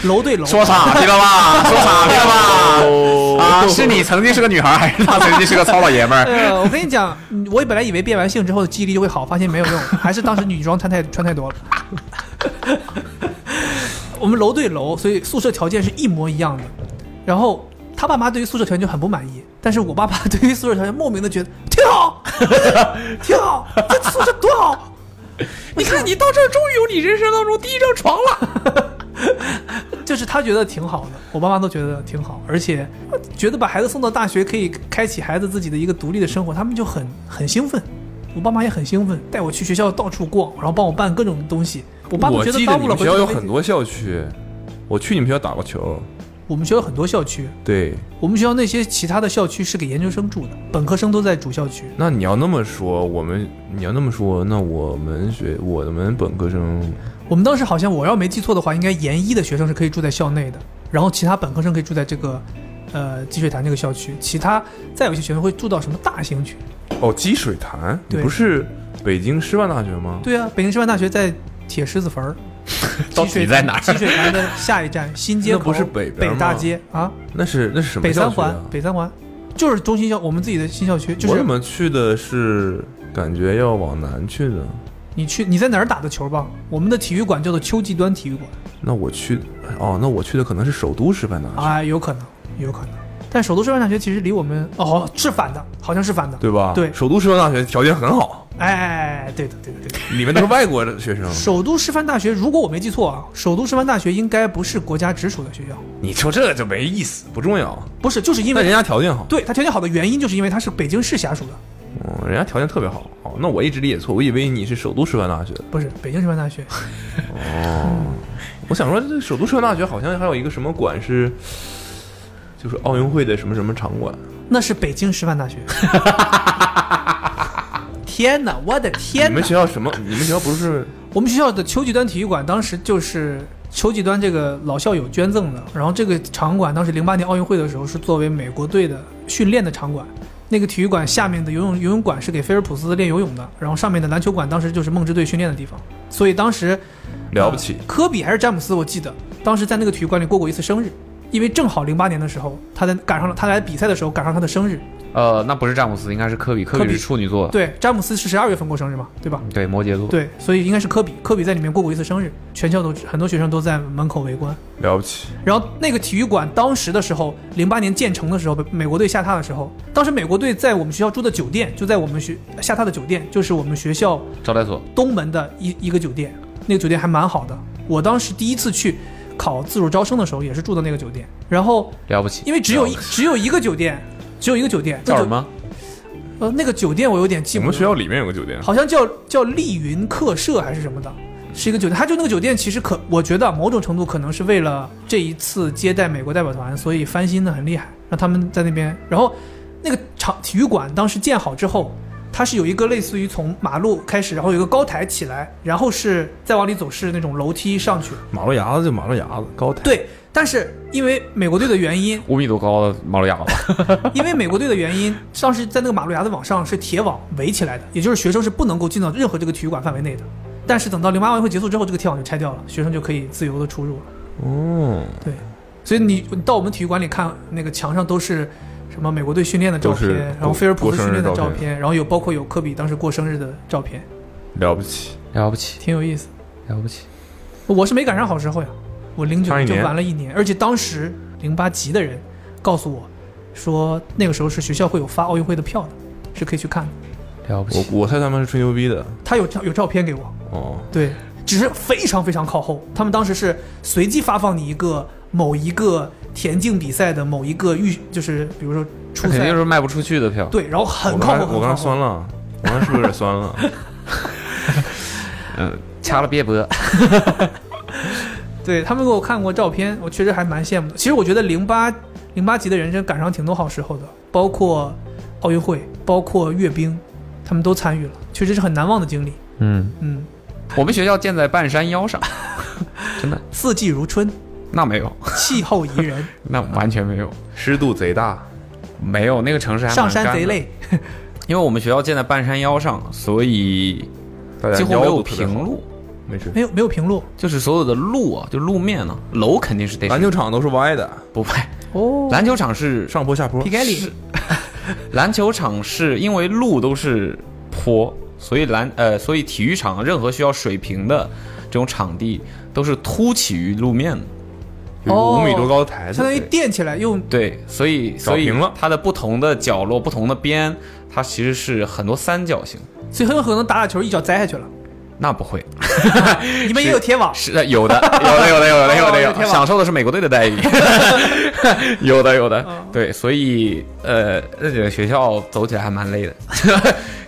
Speaker 3: 楼对楼。
Speaker 4: 说傻逼了吧？说傻逼了吧？
Speaker 2: 哦，
Speaker 4: 啊，是你曾经是个女孩，还是他曾经是个糙老爷们 儿？
Speaker 3: 呃，我跟你讲，嗯我本来以为变完性之后的记忆力就会好，发现没有用，还是当时女装穿太穿太多了。 我们楼对楼，所以宿舍条件是一模一样的。然后他爸妈对于宿舍条件就很不满意，但是我爸爸对于宿舍条件莫名的觉得挺好， 挺好，这宿舍多 好。
Speaker 4: 你看，你到这儿终于有你人生当中第一张床了。
Speaker 3: 就是他觉得挺好的，我爸妈都觉得挺好，而且觉得把孩子送到大学可以开启孩子自己的一个独立的生活，他们就很很兴奋。我爸妈也很兴奋，带我去学校到处逛，然后帮我办各种东西。我爸都
Speaker 2: 我
Speaker 3: 觉
Speaker 2: 记得
Speaker 3: 耽
Speaker 2: 你
Speaker 3: 误了
Speaker 2: 们学
Speaker 3: 回去
Speaker 2: 校有
Speaker 3: 飞机
Speaker 2: 很，多校区，我去你们学校打过球。
Speaker 3: 我们学校有很多校区，
Speaker 2: 对，
Speaker 3: 我们学校那些其他的校区是给研究生住的，本科生都在主校区。
Speaker 2: 那你要那么说，我们你要那么说，那我们学我们本科生
Speaker 3: 我们当时好像我要没记错的话，应该研一的学生是可以住在校内的，然后其他本科生可以住在这个，呃积水潭这个校区，其他再有一些学生会住到什么大型区。
Speaker 2: 哦，积水潭，你
Speaker 3: 对
Speaker 2: 不是北京师范大学吗？
Speaker 3: 对啊，北京师范大学在铁狮子坟 儿，
Speaker 4: 到
Speaker 3: 积水
Speaker 4: 底在哪儿
Speaker 3: 积水潭的下一站新街
Speaker 2: 那
Speaker 3: 口，
Speaker 2: 不是北边
Speaker 3: 北
Speaker 2: 吗
Speaker 3: 大街啊，
Speaker 2: 那是那是什么
Speaker 3: 北
Speaker 2: 校
Speaker 3: 三
Speaker 2: 区
Speaker 3: 环
Speaker 2: 啊，？
Speaker 3: 北三环，就是中心校，我们自己的新校区，就
Speaker 2: 我
Speaker 3: 是
Speaker 2: 怎么去的是感觉要往南去的？
Speaker 3: 你去你在哪儿打的球吧？我们的体育馆叫做秋季端体育馆
Speaker 2: 那我去哦，那我去的可能是首都师范大学，
Speaker 3: 啊，有可能，有可能。但首都师范大学其实离我们哦是反的，好像是反的。
Speaker 2: 对吧？
Speaker 3: 对
Speaker 2: 首都师范大学条件很好，
Speaker 3: 哎哎，哎对的，对的，对的。。
Speaker 2: 里面都是外国的学 生
Speaker 3: 首都师范大学，如果我没记错啊，首都师范大学应该不是国家直属的学校，
Speaker 2: 你说这就没意思，不重要。
Speaker 3: 不是，就是因
Speaker 2: 但人
Speaker 3: 为
Speaker 2: 家条件好，
Speaker 3: 对它条件好的原因，就是因为它是北京市辖属的。
Speaker 2: 嗯，人家条件特别好。哦，那我一直理解错，我以为你是首都师范大学的。
Speaker 3: 不是北京师范 大学，
Speaker 2: 我想说，这首都师范大学好像还有一个什么馆是，就是奥运会的什么什么场馆。
Speaker 3: 那是北京师范 大学。天哪，我的天
Speaker 2: 你
Speaker 3: 哪
Speaker 2: 们！学校 什么？你们学校不是
Speaker 3: 我们学校的秋季端体育馆当时就是秋季端这个老校友捐赠的，然后这个场馆当时零八年奥运会的时候是作为美国队的训练的场馆。那个体育馆下面的游泳游泳馆是给菲尔普斯练游泳的，然后上面的篮球馆当时就是梦之队训练的地方，所以当时
Speaker 2: 了不起
Speaker 3: 呃？科比还是詹姆斯，我记得当时在那个体育馆里过过一次生日，因为正好零八年的时候，他在赶上了他来比赛的时候赶上他的生日，
Speaker 4: 呃，那不是詹姆斯，应该是科比。科
Speaker 3: 科
Speaker 4: 比
Speaker 3: 比
Speaker 4: 是处女座，
Speaker 3: 对，詹姆斯是十二月份过生日嘛，对吧？
Speaker 4: 对，摩羯座。
Speaker 3: 对，所以应该是科比。科比在里面过过一次生日，全校都很多学生都在门口围观。
Speaker 2: 了不起！
Speaker 3: 然后那个体育馆当时的时候，零八年建成的时候，美国队下榻的时候，当时美国队在我们学校住的酒店，就在我们学下榻的酒店，就是我们学校
Speaker 4: 招待所，
Speaker 3: 东门的一一个酒店，那个酒店还蛮好的。我当时第一次去考自主招生的时候，也是住的那个酒店。然后
Speaker 4: 了不起。
Speaker 3: 因为只有一只有一个酒店，只有一个酒店，那
Speaker 4: 叫
Speaker 3: 就
Speaker 4: 什？么？
Speaker 3: 呃，那个酒店我有点记
Speaker 2: 我
Speaker 3: 不
Speaker 2: 们
Speaker 3: 得
Speaker 2: 学校里面有个酒店，
Speaker 3: 好像叫叫丽云客舍还是什么的，是一个酒店。它就那个酒店，其实可我觉得某种程度可能是为了这一次接待美国代表团，所以翻新的很厉害，让他们在那边。然后那个场体育馆当时建好之后，它是有一个类似于从马路开始，然后有一个高台起来，然后是再往里走是那种楼梯上去。
Speaker 2: 马路牙子就马路牙子，高台。
Speaker 3: 对，但是因为美国队的原因，
Speaker 4: 五米多高的马路牙子，
Speaker 3: 因为美国队的原因，当时在那个马路牙子往上是铁网围起来的，也就是学生是不能够进到任何这个体育馆范围内的。但是等到零八奥运会结束之后，这个铁网就拆掉了，学生就可以自由的出入了。
Speaker 2: 哦，
Speaker 3: 对，所以你你到我们体育馆里看，那个墙上都是什么美国队训练的照
Speaker 2: 都
Speaker 3: 片
Speaker 2: 是，
Speaker 3: 然后菲尔普斯
Speaker 2: 过
Speaker 3: 训练的
Speaker 2: 过生日
Speaker 3: 照
Speaker 2: 照片
Speaker 3: 片，然后有包括有科比当时过生日的照片，
Speaker 2: 了不起！
Speaker 4: 了不起，
Speaker 3: 挺有意思。
Speaker 4: 了不起。
Speaker 3: 我是没赶上好时候呀，我零九
Speaker 2: 差一
Speaker 3: 就
Speaker 2: 年
Speaker 3: 玩了一年，而且当时零八级的人告诉我说，那个时候是学校会有发奥运会的票的，是可以去看的。
Speaker 4: 了不
Speaker 2: 我
Speaker 4: 起，
Speaker 2: 我猜他们是吹牛逼的
Speaker 3: 他有照有照片给我，
Speaker 2: 哦。
Speaker 3: 对，只是非常非常靠后。他们当时是随机发放你一个某一个田径比赛的某一个预，就是比如说初
Speaker 4: 这肯
Speaker 3: 赛
Speaker 4: 定，是卖不出去的票。
Speaker 3: 对，然后很
Speaker 2: 我
Speaker 3: 靠
Speaker 2: 刚才
Speaker 3: 谱，
Speaker 2: 我刚才
Speaker 3: 很靠
Speaker 2: 酸
Speaker 3: 谱
Speaker 2: 了，我刚才是不是有点酸了？
Speaker 4: 嗯，掐了别播。
Speaker 3: 对他们给我看过照片，我确实还蛮羡慕的。其实我觉得零八零八级的人真赶上挺多好时候的，包括奥运会，包括阅兵，他们都参与了，确实是很难忘的经历。
Speaker 4: 嗯，
Speaker 3: 嗯，
Speaker 4: 我们学校建在半山腰上，
Speaker 3: 四季如春，
Speaker 4: 那没有，
Speaker 3: 气候宜人，
Speaker 4: 那完全没有，
Speaker 2: 湿度贼大，
Speaker 4: 没有那个城市还蛮
Speaker 3: 上山
Speaker 4: 干
Speaker 3: 贼
Speaker 4: 的，
Speaker 3: 累。
Speaker 4: 因为我们学校建在半山腰上，所以
Speaker 2: 大家
Speaker 4: 几乎
Speaker 2: 腰
Speaker 4: 没
Speaker 2: 都
Speaker 4: 有
Speaker 2: 特别
Speaker 4: 平
Speaker 2: 好，
Speaker 4: 路，
Speaker 2: 没事。
Speaker 3: 没有没有平路
Speaker 4: 就是所有的路啊，就路面呢、楼肯定是得
Speaker 2: 篮球场都是歪的，
Speaker 4: 不拍，
Speaker 3: 哦
Speaker 4: 篮球场是
Speaker 2: 上坡下坡
Speaker 3: 皮。盖里
Speaker 4: 篮球场是因为路都是坡，所以篮呃，所以体育场任何需要水平的这种场地都是凸起于路面的。
Speaker 2: 有一个
Speaker 3: 哦
Speaker 2: 五米多高的台子，
Speaker 3: 相当于
Speaker 2: 对
Speaker 3: 垫起来用
Speaker 4: 对，所以所以
Speaker 2: 平了
Speaker 4: 它的不同的角落、不同的边，它其实是很多三角形。
Speaker 3: 所以很有可能打打球一脚栽下去了。
Speaker 4: 那不会
Speaker 3: 你们也有铁网，
Speaker 4: 是的有的，有的，有的，有的，有
Speaker 3: 哦
Speaker 4: 的，
Speaker 3: 有
Speaker 4: 有
Speaker 3: 天
Speaker 4: 的，
Speaker 3: 网
Speaker 4: 享受的是美国队的待遇。有的，有的
Speaker 3: 哦，
Speaker 4: 对，所以呃，那几个学校走起来还蛮累的，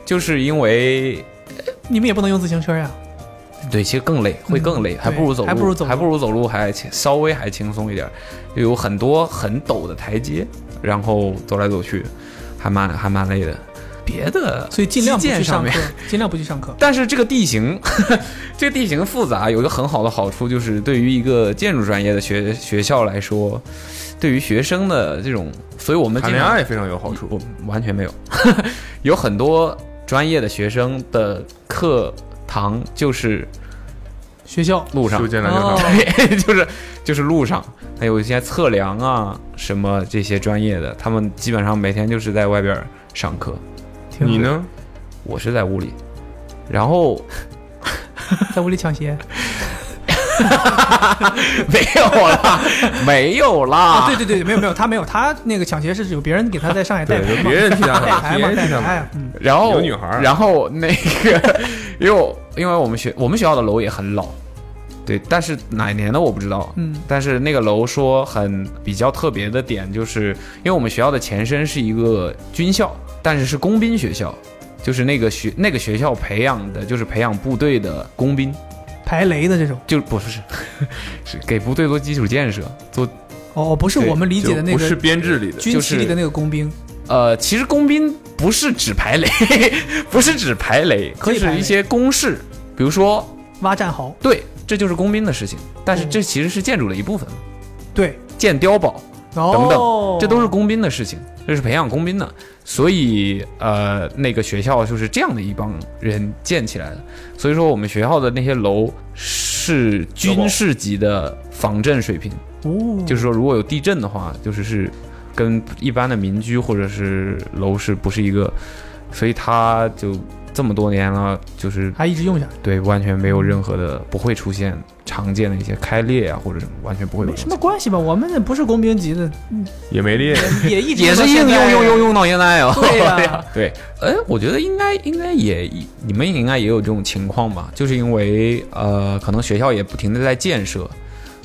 Speaker 4: 就是因为
Speaker 3: 你们也不能用自行车呀。
Speaker 4: 对，其实更累，会更累，还不如走路，
Speaker 3: 嗯还不如走路
Speaker 4: 还不如走路还轻稍微还轻松一点儿，就有很多很陡的台阶，然后走来走去，还蛮还蛮累的。别的，
Speaker 3: 所以尽量不
Speaker 4: 基
Speaker 3: 去
Speaker 4: 建上
Speaker 3: 上
Speaker 4: 面
Speaker 3: 课，尽量不去上课。
Speaker 4: 但是这个地形， 这个地形复杂，有一个很好的好处就是，对于一个建筑专业的学学校来说，对于学生的这种，所以我们
Speaker 2: 谈
Speaker 4: 经
Speaker 2: 恋
Speaker 4: 常
Speaker 2: 爱非常有好
Speaker 4: 不
Speaker 2: 处。
Speaker 4: 完全没有， 有很多专业的学生的课堂就是
Speaker 3: 学校
Speaker 4: 路上
Speaker 2: 修建篮球
Speaker 3: 哦
Speaker 2: 场，
Speaker 4: 对，就是就是路上还有一些测量啊什么这些专业的，他们基本上每天就是在外边上课，
Speaker 3: 挺好
Speaker 2: 你？呢？
Speaker 4: 我是在屋里，然后
Speaker 3: 在屋里抢鞋
Speaker 4: 没有啦，没有啦，
Speaker 3: 啊？对对对，没有没有，他没有，他那个抢鞋是有别人给他在上海带
Speaker 2: 对，
Speaker 3: 牌
Speaker 2: 有
Speaker 3: 嘛
Speaker 2: 别，人替
Speaker 3: 带
Speaker 2: 他，
Speaker 3: 牌
Speaker 2: 别
Speaker 3: 嘛，
Speaker 2: 人
Speaker 3: 带
Speaker 2: 替他
Speaker 3: 牌
Speaker 2: 买。
Speaker 3: 啊。嗯，
Speaker 4: 然后
Speaker 2: 有女孩儿啊
Speaker 4: 然后那个，因为我因为我们学我们学校的楼也很老，对，但是哪年的我不知道，
Speaker 3: 嗯
Speaker 4: 但是那个楼说很比较特别的点，就是因为我们学校的前身是一个军校，但是是工兵学校，就是那个学那个学校培养的就是培养部队的工兵，
Speaker 3: 排雷的这种。
Speaker 4: 就不是是 是给部队做基础建设，做
Speaker 3: 哦，不是
Speaker 4: 对
Speaker 3: 我们理解的那
Speaker 2: 就不是
Speaker 3: 个
Speaker 2: 编制里的，
Speaker 3: 军旗
Speaker 4: 就是
Speaker 3: 里的那个工兵，
Speaker 4: 呃，其实工兵不是只排雷， 不是只排雷，
Speaker 3: 可以
Speaker 4: 就
Speaker 3: 排
Speaker 4: 是
Speaker 3: 雷
Speaker 4: 一些公式，比如说。
Speaker 3: 挖战壕。
Speaker 4: 对，这就是工兵的事情。但是
Speaker 3: 嗯
Speaker 4: 这其实是建筑的一部分，
Speaker 3: 对，
Speaker 4: 建碉堡等等，
Speaker 3: 哦
Speaker 4: 这都是工兵的事情，这是培养工兵的。所以呃，那个学校就是这样的一帮人建起来的。所以说我们学校的那些楼是军事级的防震水平，
Speaker 3: 哦，
Speaker 4: 就是说如果有地震的话，就是是跟一般的民居或者是楼是不是一个，所以它就这么多年了，就是
Speaker 3: 还一直用下来，
Speaker 4: 对，完全没有任何的，不会出现常见的一些开裂啊，或者什么，完全不会有
Speaker 3: 没什么关系吧？我们那不是工兵级的，
Speaker 2: 也没列。
Speaker 3: 也一直
Speaker 4: 也是
Speaker 3: 到
Speaker 4: 硬
Speaker 3: 现
Speaker 4: 用
Speaker 3: 在
Speaker 4: 用用。用到现在啊。
Speaker 3: 对呀、
Speaker 4: 对，哎，我觉得应该应该也，你们应该也有这种情况吧？就是因为呃，可能学校也不停的在建设，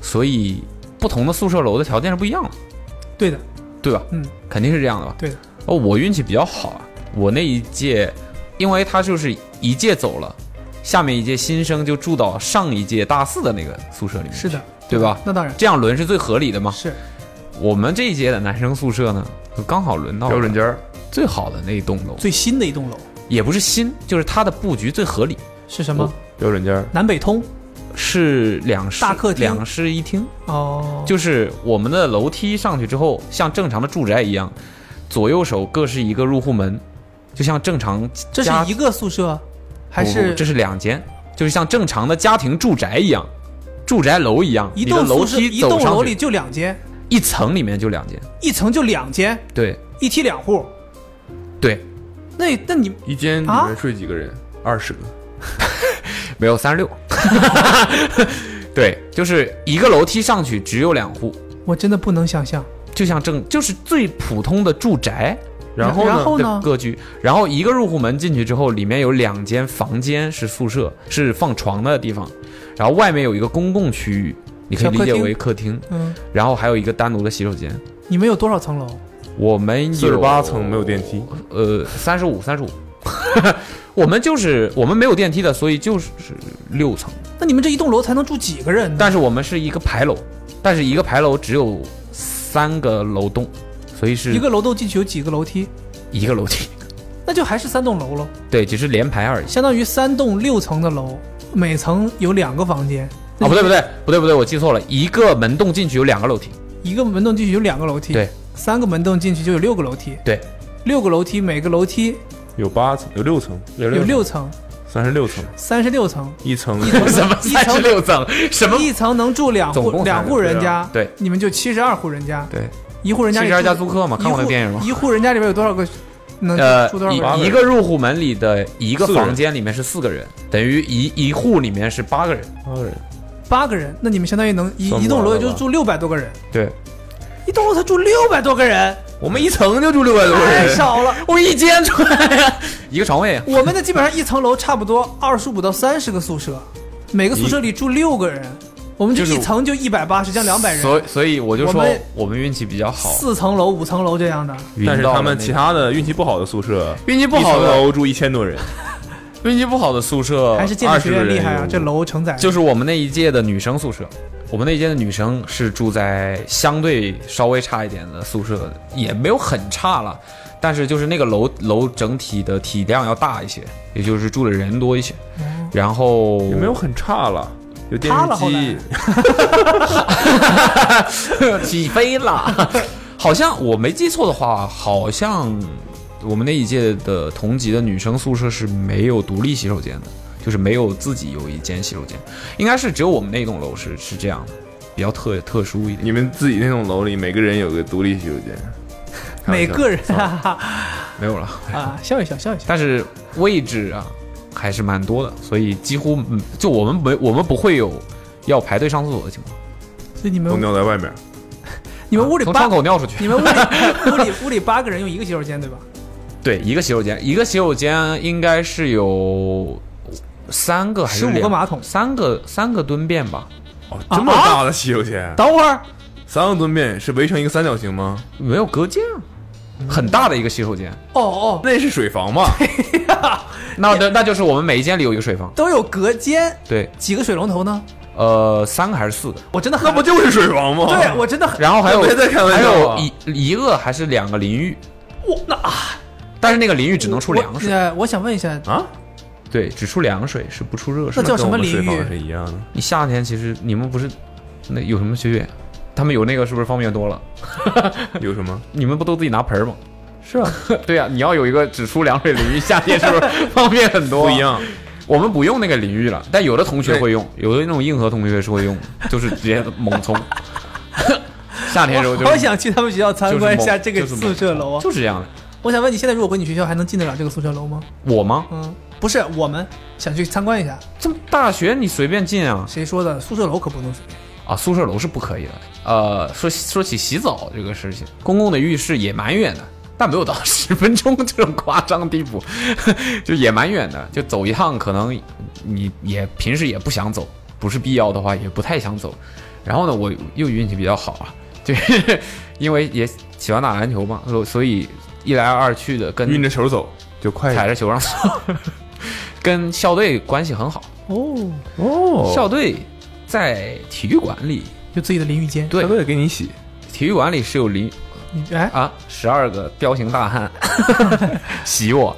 Speaker 4: 所以不同的宿舍楼的条件是不一样的，
Speaker 3: 对的，
Speaker 4: 对吧？
Speaker 3: 嗯，
Speaker 4: 肯定是这样的吧？
Speaker 3: 对的。
Speaker 4: 哦，我运气比较好啊，我那一届，因为他就是一届走了，下面一届新生就住到上一届大四的那个宿舍里面，
Speaker 3: 是的，
Speaker 4: 对吧？啊
Speaker 3: 那当然
Speaker 4: 这样轮是最合理的嘛。
Speaker 3: 是
Speaker 4: 我们这一届的男生宿舍呢，刚好轮到
Speaker 2: 标准间儿，
Speaker 4: 最好的那一栋楼，
Speaker 3: 最新的一栋楼
Speaker 4: 也不是新，就是它的布局最合理，
Speaker 3: 是什么？
Speaker 2: 标准间儿，
Speaker 3: 南北通
Speaker 4: 是两室
Speaker 3: 大客厅
Speaker 4: 两室一厅，
Speaker 3: 哦，
Speaker 4: 就是我们的楼梯上去之后，像正常的住宅一样，左右手各是一个入户门，就像正常
Speaker 3: 这是
Speaker 4: 家
Speaker 3: 一个宿舍，还
Speaker 4: 不不
Speaker 3: 是
Speaker 4: 这是两间，就是像正常的家庭住宅一样，住宅楼一样，
Speaker 3: 一
Speaker 4: 你的
Speaker 3: 栋
Speaker 4: 楼
Speaker 3: 宿舍？
Speaker 4: 梯
Speaker 3: 一
Speaker 4: 走
Speaker 3: 栋
Speaker 4: 上
Speaker 3: 楼
Speaker 4: 去
Speaker 3: 里就两间，
Speaker 4: 一层里面就两间，
Speaker 3: 一层就两间，
Speaker 4: 对
Speaker 3: 一梯两户。
Speaker 4: 对，
Speaker 3: 那那你
Speaker 2: 一间里
Speaker 3: 啊
Speaker 2: 面睡几个人？二十个。
Speaker 4: 没有三十六。 对，就是一个楼梯上去只有两户，
Speaker 3: 我真的不能想象。
Speaker 4: 就像正就是最普通的住宅
Speaker 2: 然后
Speaker 3: 然
Speaker 2: 呢？
Speaker 3: 后
Speaker 4: 的
Speaker 3: 呢？
Speaker 4: 格局。然后一个入户门进去之后，里面有两间房间是宿舍，是放床的地方，然后外面有一个公共区域，你可以
Speaker 3: 小客
Speaker 4: 理解
Speaker 3: 厅
Speaker 4: 为客厅，
Speaker 3: 嗯，
Speaker 4: 然后还有一个单独的洗手间。
Speaker 3: 你们有多少层楼？
Speaker 4: 我们
Speaker 2: 四十八层没有电梯，
Speaker 4: 呃，三十五，三十五。 我们就是我们没有电梯的，所以就是六层。
Speaker 3: 那你们这一栋楼才能住几个人呢？
Speaker 4: 但是我们是一个牌楼，但是一个牌楼只有三个楼栋，所以是
Speaker 3: 一个楼栋进去有几个楼梯？
Speaker 4: 一个楼梯。
Speaker 3: 那就还是三栋楼喽，
Speaker 4: 对，只是连排而已。
Speaker 3: 相当于三栋六层的楼，每层有两个房间。
Speaker 4: 啊，不对不对不对不对，我记错了，一个门洞进去有两个楼梯。
Speaker 3: 一个门洞进去有两个楼梯，
Speaker 4: 对，
Speaker 3: 三个门洞进去就有六个楼梯，
Speaker 4: 对，
Speaker 3: 六个楼梯每个楼梯
Speaker 2: 有八层，有六层，有
Speaker 3: 有六层，
Speaker 2: 三十六层，
Speaker 3: 三十六层，
Speaker 2: 一层
Speaker 4: 什么
Speaker 3: 一
Speaker 4: 三
Speaker 3: 层
Speaker 4: 十六层？什么？
Speaker 3: 一层能住两
Speaker 4: 总
Speaker 3: 户
Speaker 4: 共
Speaker 3: 两户人家，
Speaker 4: 对啊对
Speaker 3: 你们就七十二户人家，
Speaker 4: 对，
Speaker 3: 一户人家里
Speaker 4: 七
Speaker 3: 住
Speaker 4: 十二家租客嘛，看过那
Speaker 3: 一户
Speaker 4: 电影吗？
Speaker 3: 一户人家里面有多少 个能
Speaker 4: 呃
Speaker 3: 住多，少个人？
Speaker 4: 一一个入户门里的一个房间里面是四个人，等于一一户里面是八个人。
Speaker 2: 八个人，
Speaker 3: 八个人，那你们相当于能一
Speaker 2: 算不完
Speaker 3: 一栋楼也
Speaker 2: 了吧
Speaker 3: 就住六百多个人，
Speaker 4: 对，
Speaker 3: 一栋楼才住六百多个人，
Speaker 2: 我们一层就住六百多个
Speaker 3: 太
Speaker 2: 人，
Speaker 3: 少了。
Speaker 4: 哎我一间出来一个床位啊。
Speaker 3: 我们的基本上一层楼差不多二十五到三十个宿舍，每个宿舍里住六个人，我们就
Speaker 4: 就是
Speaker 3: 一层就一百八十将两百人，
Speaker 4: 所以所以我就
Speaker 3: 我
Speaker 4: 说
Speaker 3: 们
Speaker 4: 我们运气比较好，
Speaker 3: 四层楼、五层楼这样的，
Speaker 4: 晕
Speaker 2: 但是
Speaker 4: 到了
Speaker 2: 他们
Speaker 4: 那
Speaker 2: 其他的运气不好的宿舍，
Speaker 4: 运气不
Speaker 2: 一
Speaker 4: 好
Speaker 2: 层
Speaker 4: 的
Speaker 2: 楼住一千多人，
Speaker 4: 运气不好的宿舍
Speaker 3: 还是建筑学院厉害
Speaker 2: 20个
Speaker 3: 啊！
Speaker 2: 人
Speaker 3: 这楼承载
Speaker 4: 就是我们那一届的女生宿舍，我们那一届的女生是住在相对稍微差一点的宿舍，也没有很差了，但是就是那个楼楼整体的体量要大一些，也就是住的人多一些。
Speaker 3: 嗯
Speaker 4: 然后
Speaker 2: 也没有很差了，有电
Speaker 3: 塌了
Speaker 2: 视
Speaker 3: 后来
Speaker 2: 机，
Speaker 4: 起飞了，好像我没记错的话，好像我们那一届的同级的女生宿舍是没有独立洗手间的，就是没有自己有一间洗手间，应该是只有我们那栋楼是是这样的，比较特特殊一点。
Speaker 2: 你们自己那栋楼里每个人有个独立洗手间，开玩
Speaker 3: 每
Speaker 2: 笑
Speaker 3: 个人啊，
Speaker 4: 没有了。
Speaker 3: 啊笑一笑，笑一笑。
Speaker 4: 但是位置啊还是蛮多的，所以几乎嗯就我们没我们不会有要排队上厕所的情况，
Speaker 3: 所以你
Speaker 2: 都
Speaker 3: 们
Speaker 2: 尿在外面，哦
Speaker 3: 你们屋里
Speaker 4: 从
Speaker 3: 八
Speaker 4: 窗，口尿出去。
Speaker 3: 你们屋里屋里屋里八个人用一个洗手间对吧？
Speaker 4: 对，一个洗手间，一个洗手间应该是有三个还是
Speaker 3: 15
Speaker 4: 两
Speaker 3: 个马桶
Speaker 4: 三个三个蹲便吧？
Speaker 2: 哦，
Speaker 3: 啊
Speaker 2: 这么大的洗手间，
Speaker 3: 等会儿
Speaker 2: 三个蹲便是围成一个三角形吗？
Speaker 4: 没有隔间啊，很大的一个洗手间。
Speaker 3: 哦哦，
Speaker 2: 那是水房吧？
Speaker 4: 那那那就是我们每一间里有一个水房。
Speaker 3: 都有隔间，
Speaker 4: 对，
Speaker 3: 几个水龙头呢？
Speaker 4: 呃，三个还是四个？
Speaker 3: 我真的很
Speaker 2: 那不就是水房吗？
Speaker 3: 对我真的很
Speaker 4: 然后还有
Speaker 2: 别再开玩
Speaker 4: 还
Speaker 2: 笑啊
Speaker 4: 有
Speaker 2: 了
Speaker 4: 一一个还是两个淋浴，
Speaker 3: 我啊那啊
Speaker 4: 但是那个淋 浴只能出凉
Speaker 3: 我
Speaker 4: 水，
Speaker 3: 呃，我想问一 下，
Speaker 2: 啊，
Speaker 4: 对，只出凉水是不出热水
Speaker 3: 那
Speaker 4: 的。
Speaker 3: 叫什么
Speaker 2: 跟我们
Speaker 3: 淋
Speaker 2: 水
Speaker 3: 浴
Speaker 2: 房？是一样的。
Speaker 4: 你夏天其实你们不是那有什么学院，他们有那个是不是方便多了？
Speaker 2: 有什么？
Speaker 4: 你们不都自己拿盆儿吗？
Speaker 3: 是啊，
Speaker 4: 对呀、你要有一个只出凉水淋浴，夏天是不是方便 很多？啊
Speaker 2: 不一，样，
Speaker 4: 我们不用那个淋浴了，但有的同学会用，有的那种硬核同学是会用，就是直接 猛冲。夏天的时候就
Speaker 3: 好
Speaker 4: 是
Speaker 3: 想去他们学校参观一下这个
Speaker 4: 就是猛
Speaker 3: 宿舍楼啊！
Speaker 4: 就是这样的。
Speaker 3: 我想问你，现在如果回你学校，还能进得了这个宿舍楼吗？
Speaker 4: 我吗？
Speaker 3: 嗯，不是，我们想去参观一下。
Speaker 4: 这大学你随便进啊
Speaker 3: 谁说的？宿舍楼可不能随便。
Speaker 4: 啊！宿舍楼是不可以的。呃，说说起洗澡这个事情，公共的浴室也蛮远的，但没有到十分钟这种夸张的地步， 就也蛮远的。就走一趟，可能你也平时也不想走，不是必要的话也不太想走。然后呢，我又运气比较好啊，就是 因为也喜欢打篮球嘛，所所以一来二去的跟
Speaker 2: 运着球走就快一
Speaker 4: 踩
Speaker 2: 点
Speaker 4: 着球上走，跟校队关系很好。
Speaker 3: 哦，
Speaker 2: 哦
Speaker 4: 校队在体育馆里，
Speaker 3: 有自己的淋浴间。
Speaker 4: 对
Speaker 2: 他，都得给你洗，
Speaker 4: 体育馆里是有淋
Speaker 3: 你哎，
Speaker 4: 啊，十二个彪形大汉 洗我。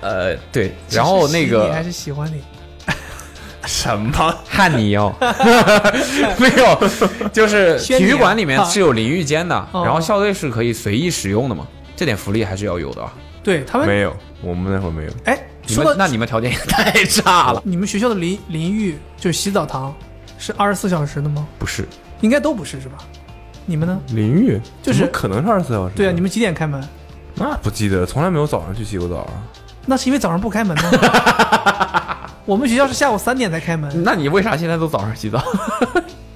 Speaker 4: 呃，对，然后那
Speaker 3: 其实你还
Speaker 4: 个
Speaker 3: 是喜欢你。
Speaker 2: 什么？
Speaker 4: 汉尼 哦，没有，就是
Speaker 3: 宣
Speaker 4: 体
Speaker 3: 你啊
Speaker 4: 育馆里面是有淋浴间的，
Speaker 3: 哦
Speaker 4: 然后校队是可以随意使用的嘛，这点福利还是要有的啊。
Speaker 3: 对他们，
Speaker 2: 没有，我们那会儿没有。
Speaker 3: 哎，
Speaker 4: 你
Speaker 3: 说
Speaker 4: 们
Speaker 3: 到
Speaker 4: 那你们条件也 太差了，
Speaker 3: 你们学校的淋淋浴，就是洗澡堂，是二十四小时的吗？
Speaker 4: 不是？
Speaker 3: 应该都不是是吧？你们呢？
Speaker 2: 淋浴
Speaker 3: 就是
Speaker 2: 怎么可能是二十四小时？
Speaker 4: 嗯
Speaker 3: 对啊，你们几点开门？
Speaker 2: 那不记得，从来没有早上去洗过澡啊。
Speaker 3: 那是因为早上不开门吗？ 我们学校是下午三点才开门。
Speaker 4: 那你为啥现在都早上洗澡？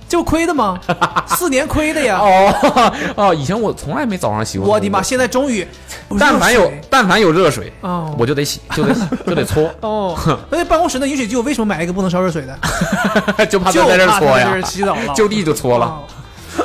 Speaker 3: 这不亏的吗？四年亏的呀！
Speaker 4: 哦哦，以前我从来没早上洗过。
Speaker 3: 我的妈！！现在终于，不
Speaker 4: 但凡有
Speaker 3: 热水
Speaker 4: 但凡有热水，
Speaker 3: 哦
Speaker 4: 我就得洗，就得洗就得搓，
Speaker 3: 哦，那办公室那饮水机，我为什么买一个不能烧热水的？
Speaker 4: 就怕
Speaker 3: 哦就
Speaker 4: 他在这儿
Speaker 3: 怕
Speaker 4: 搓
Speaker 3: 在
Speaker 4: 呀
Speaker 3: 这儿，洗澡了，
Speaker 4: 就地就搓了。
Speaker 3: 哦。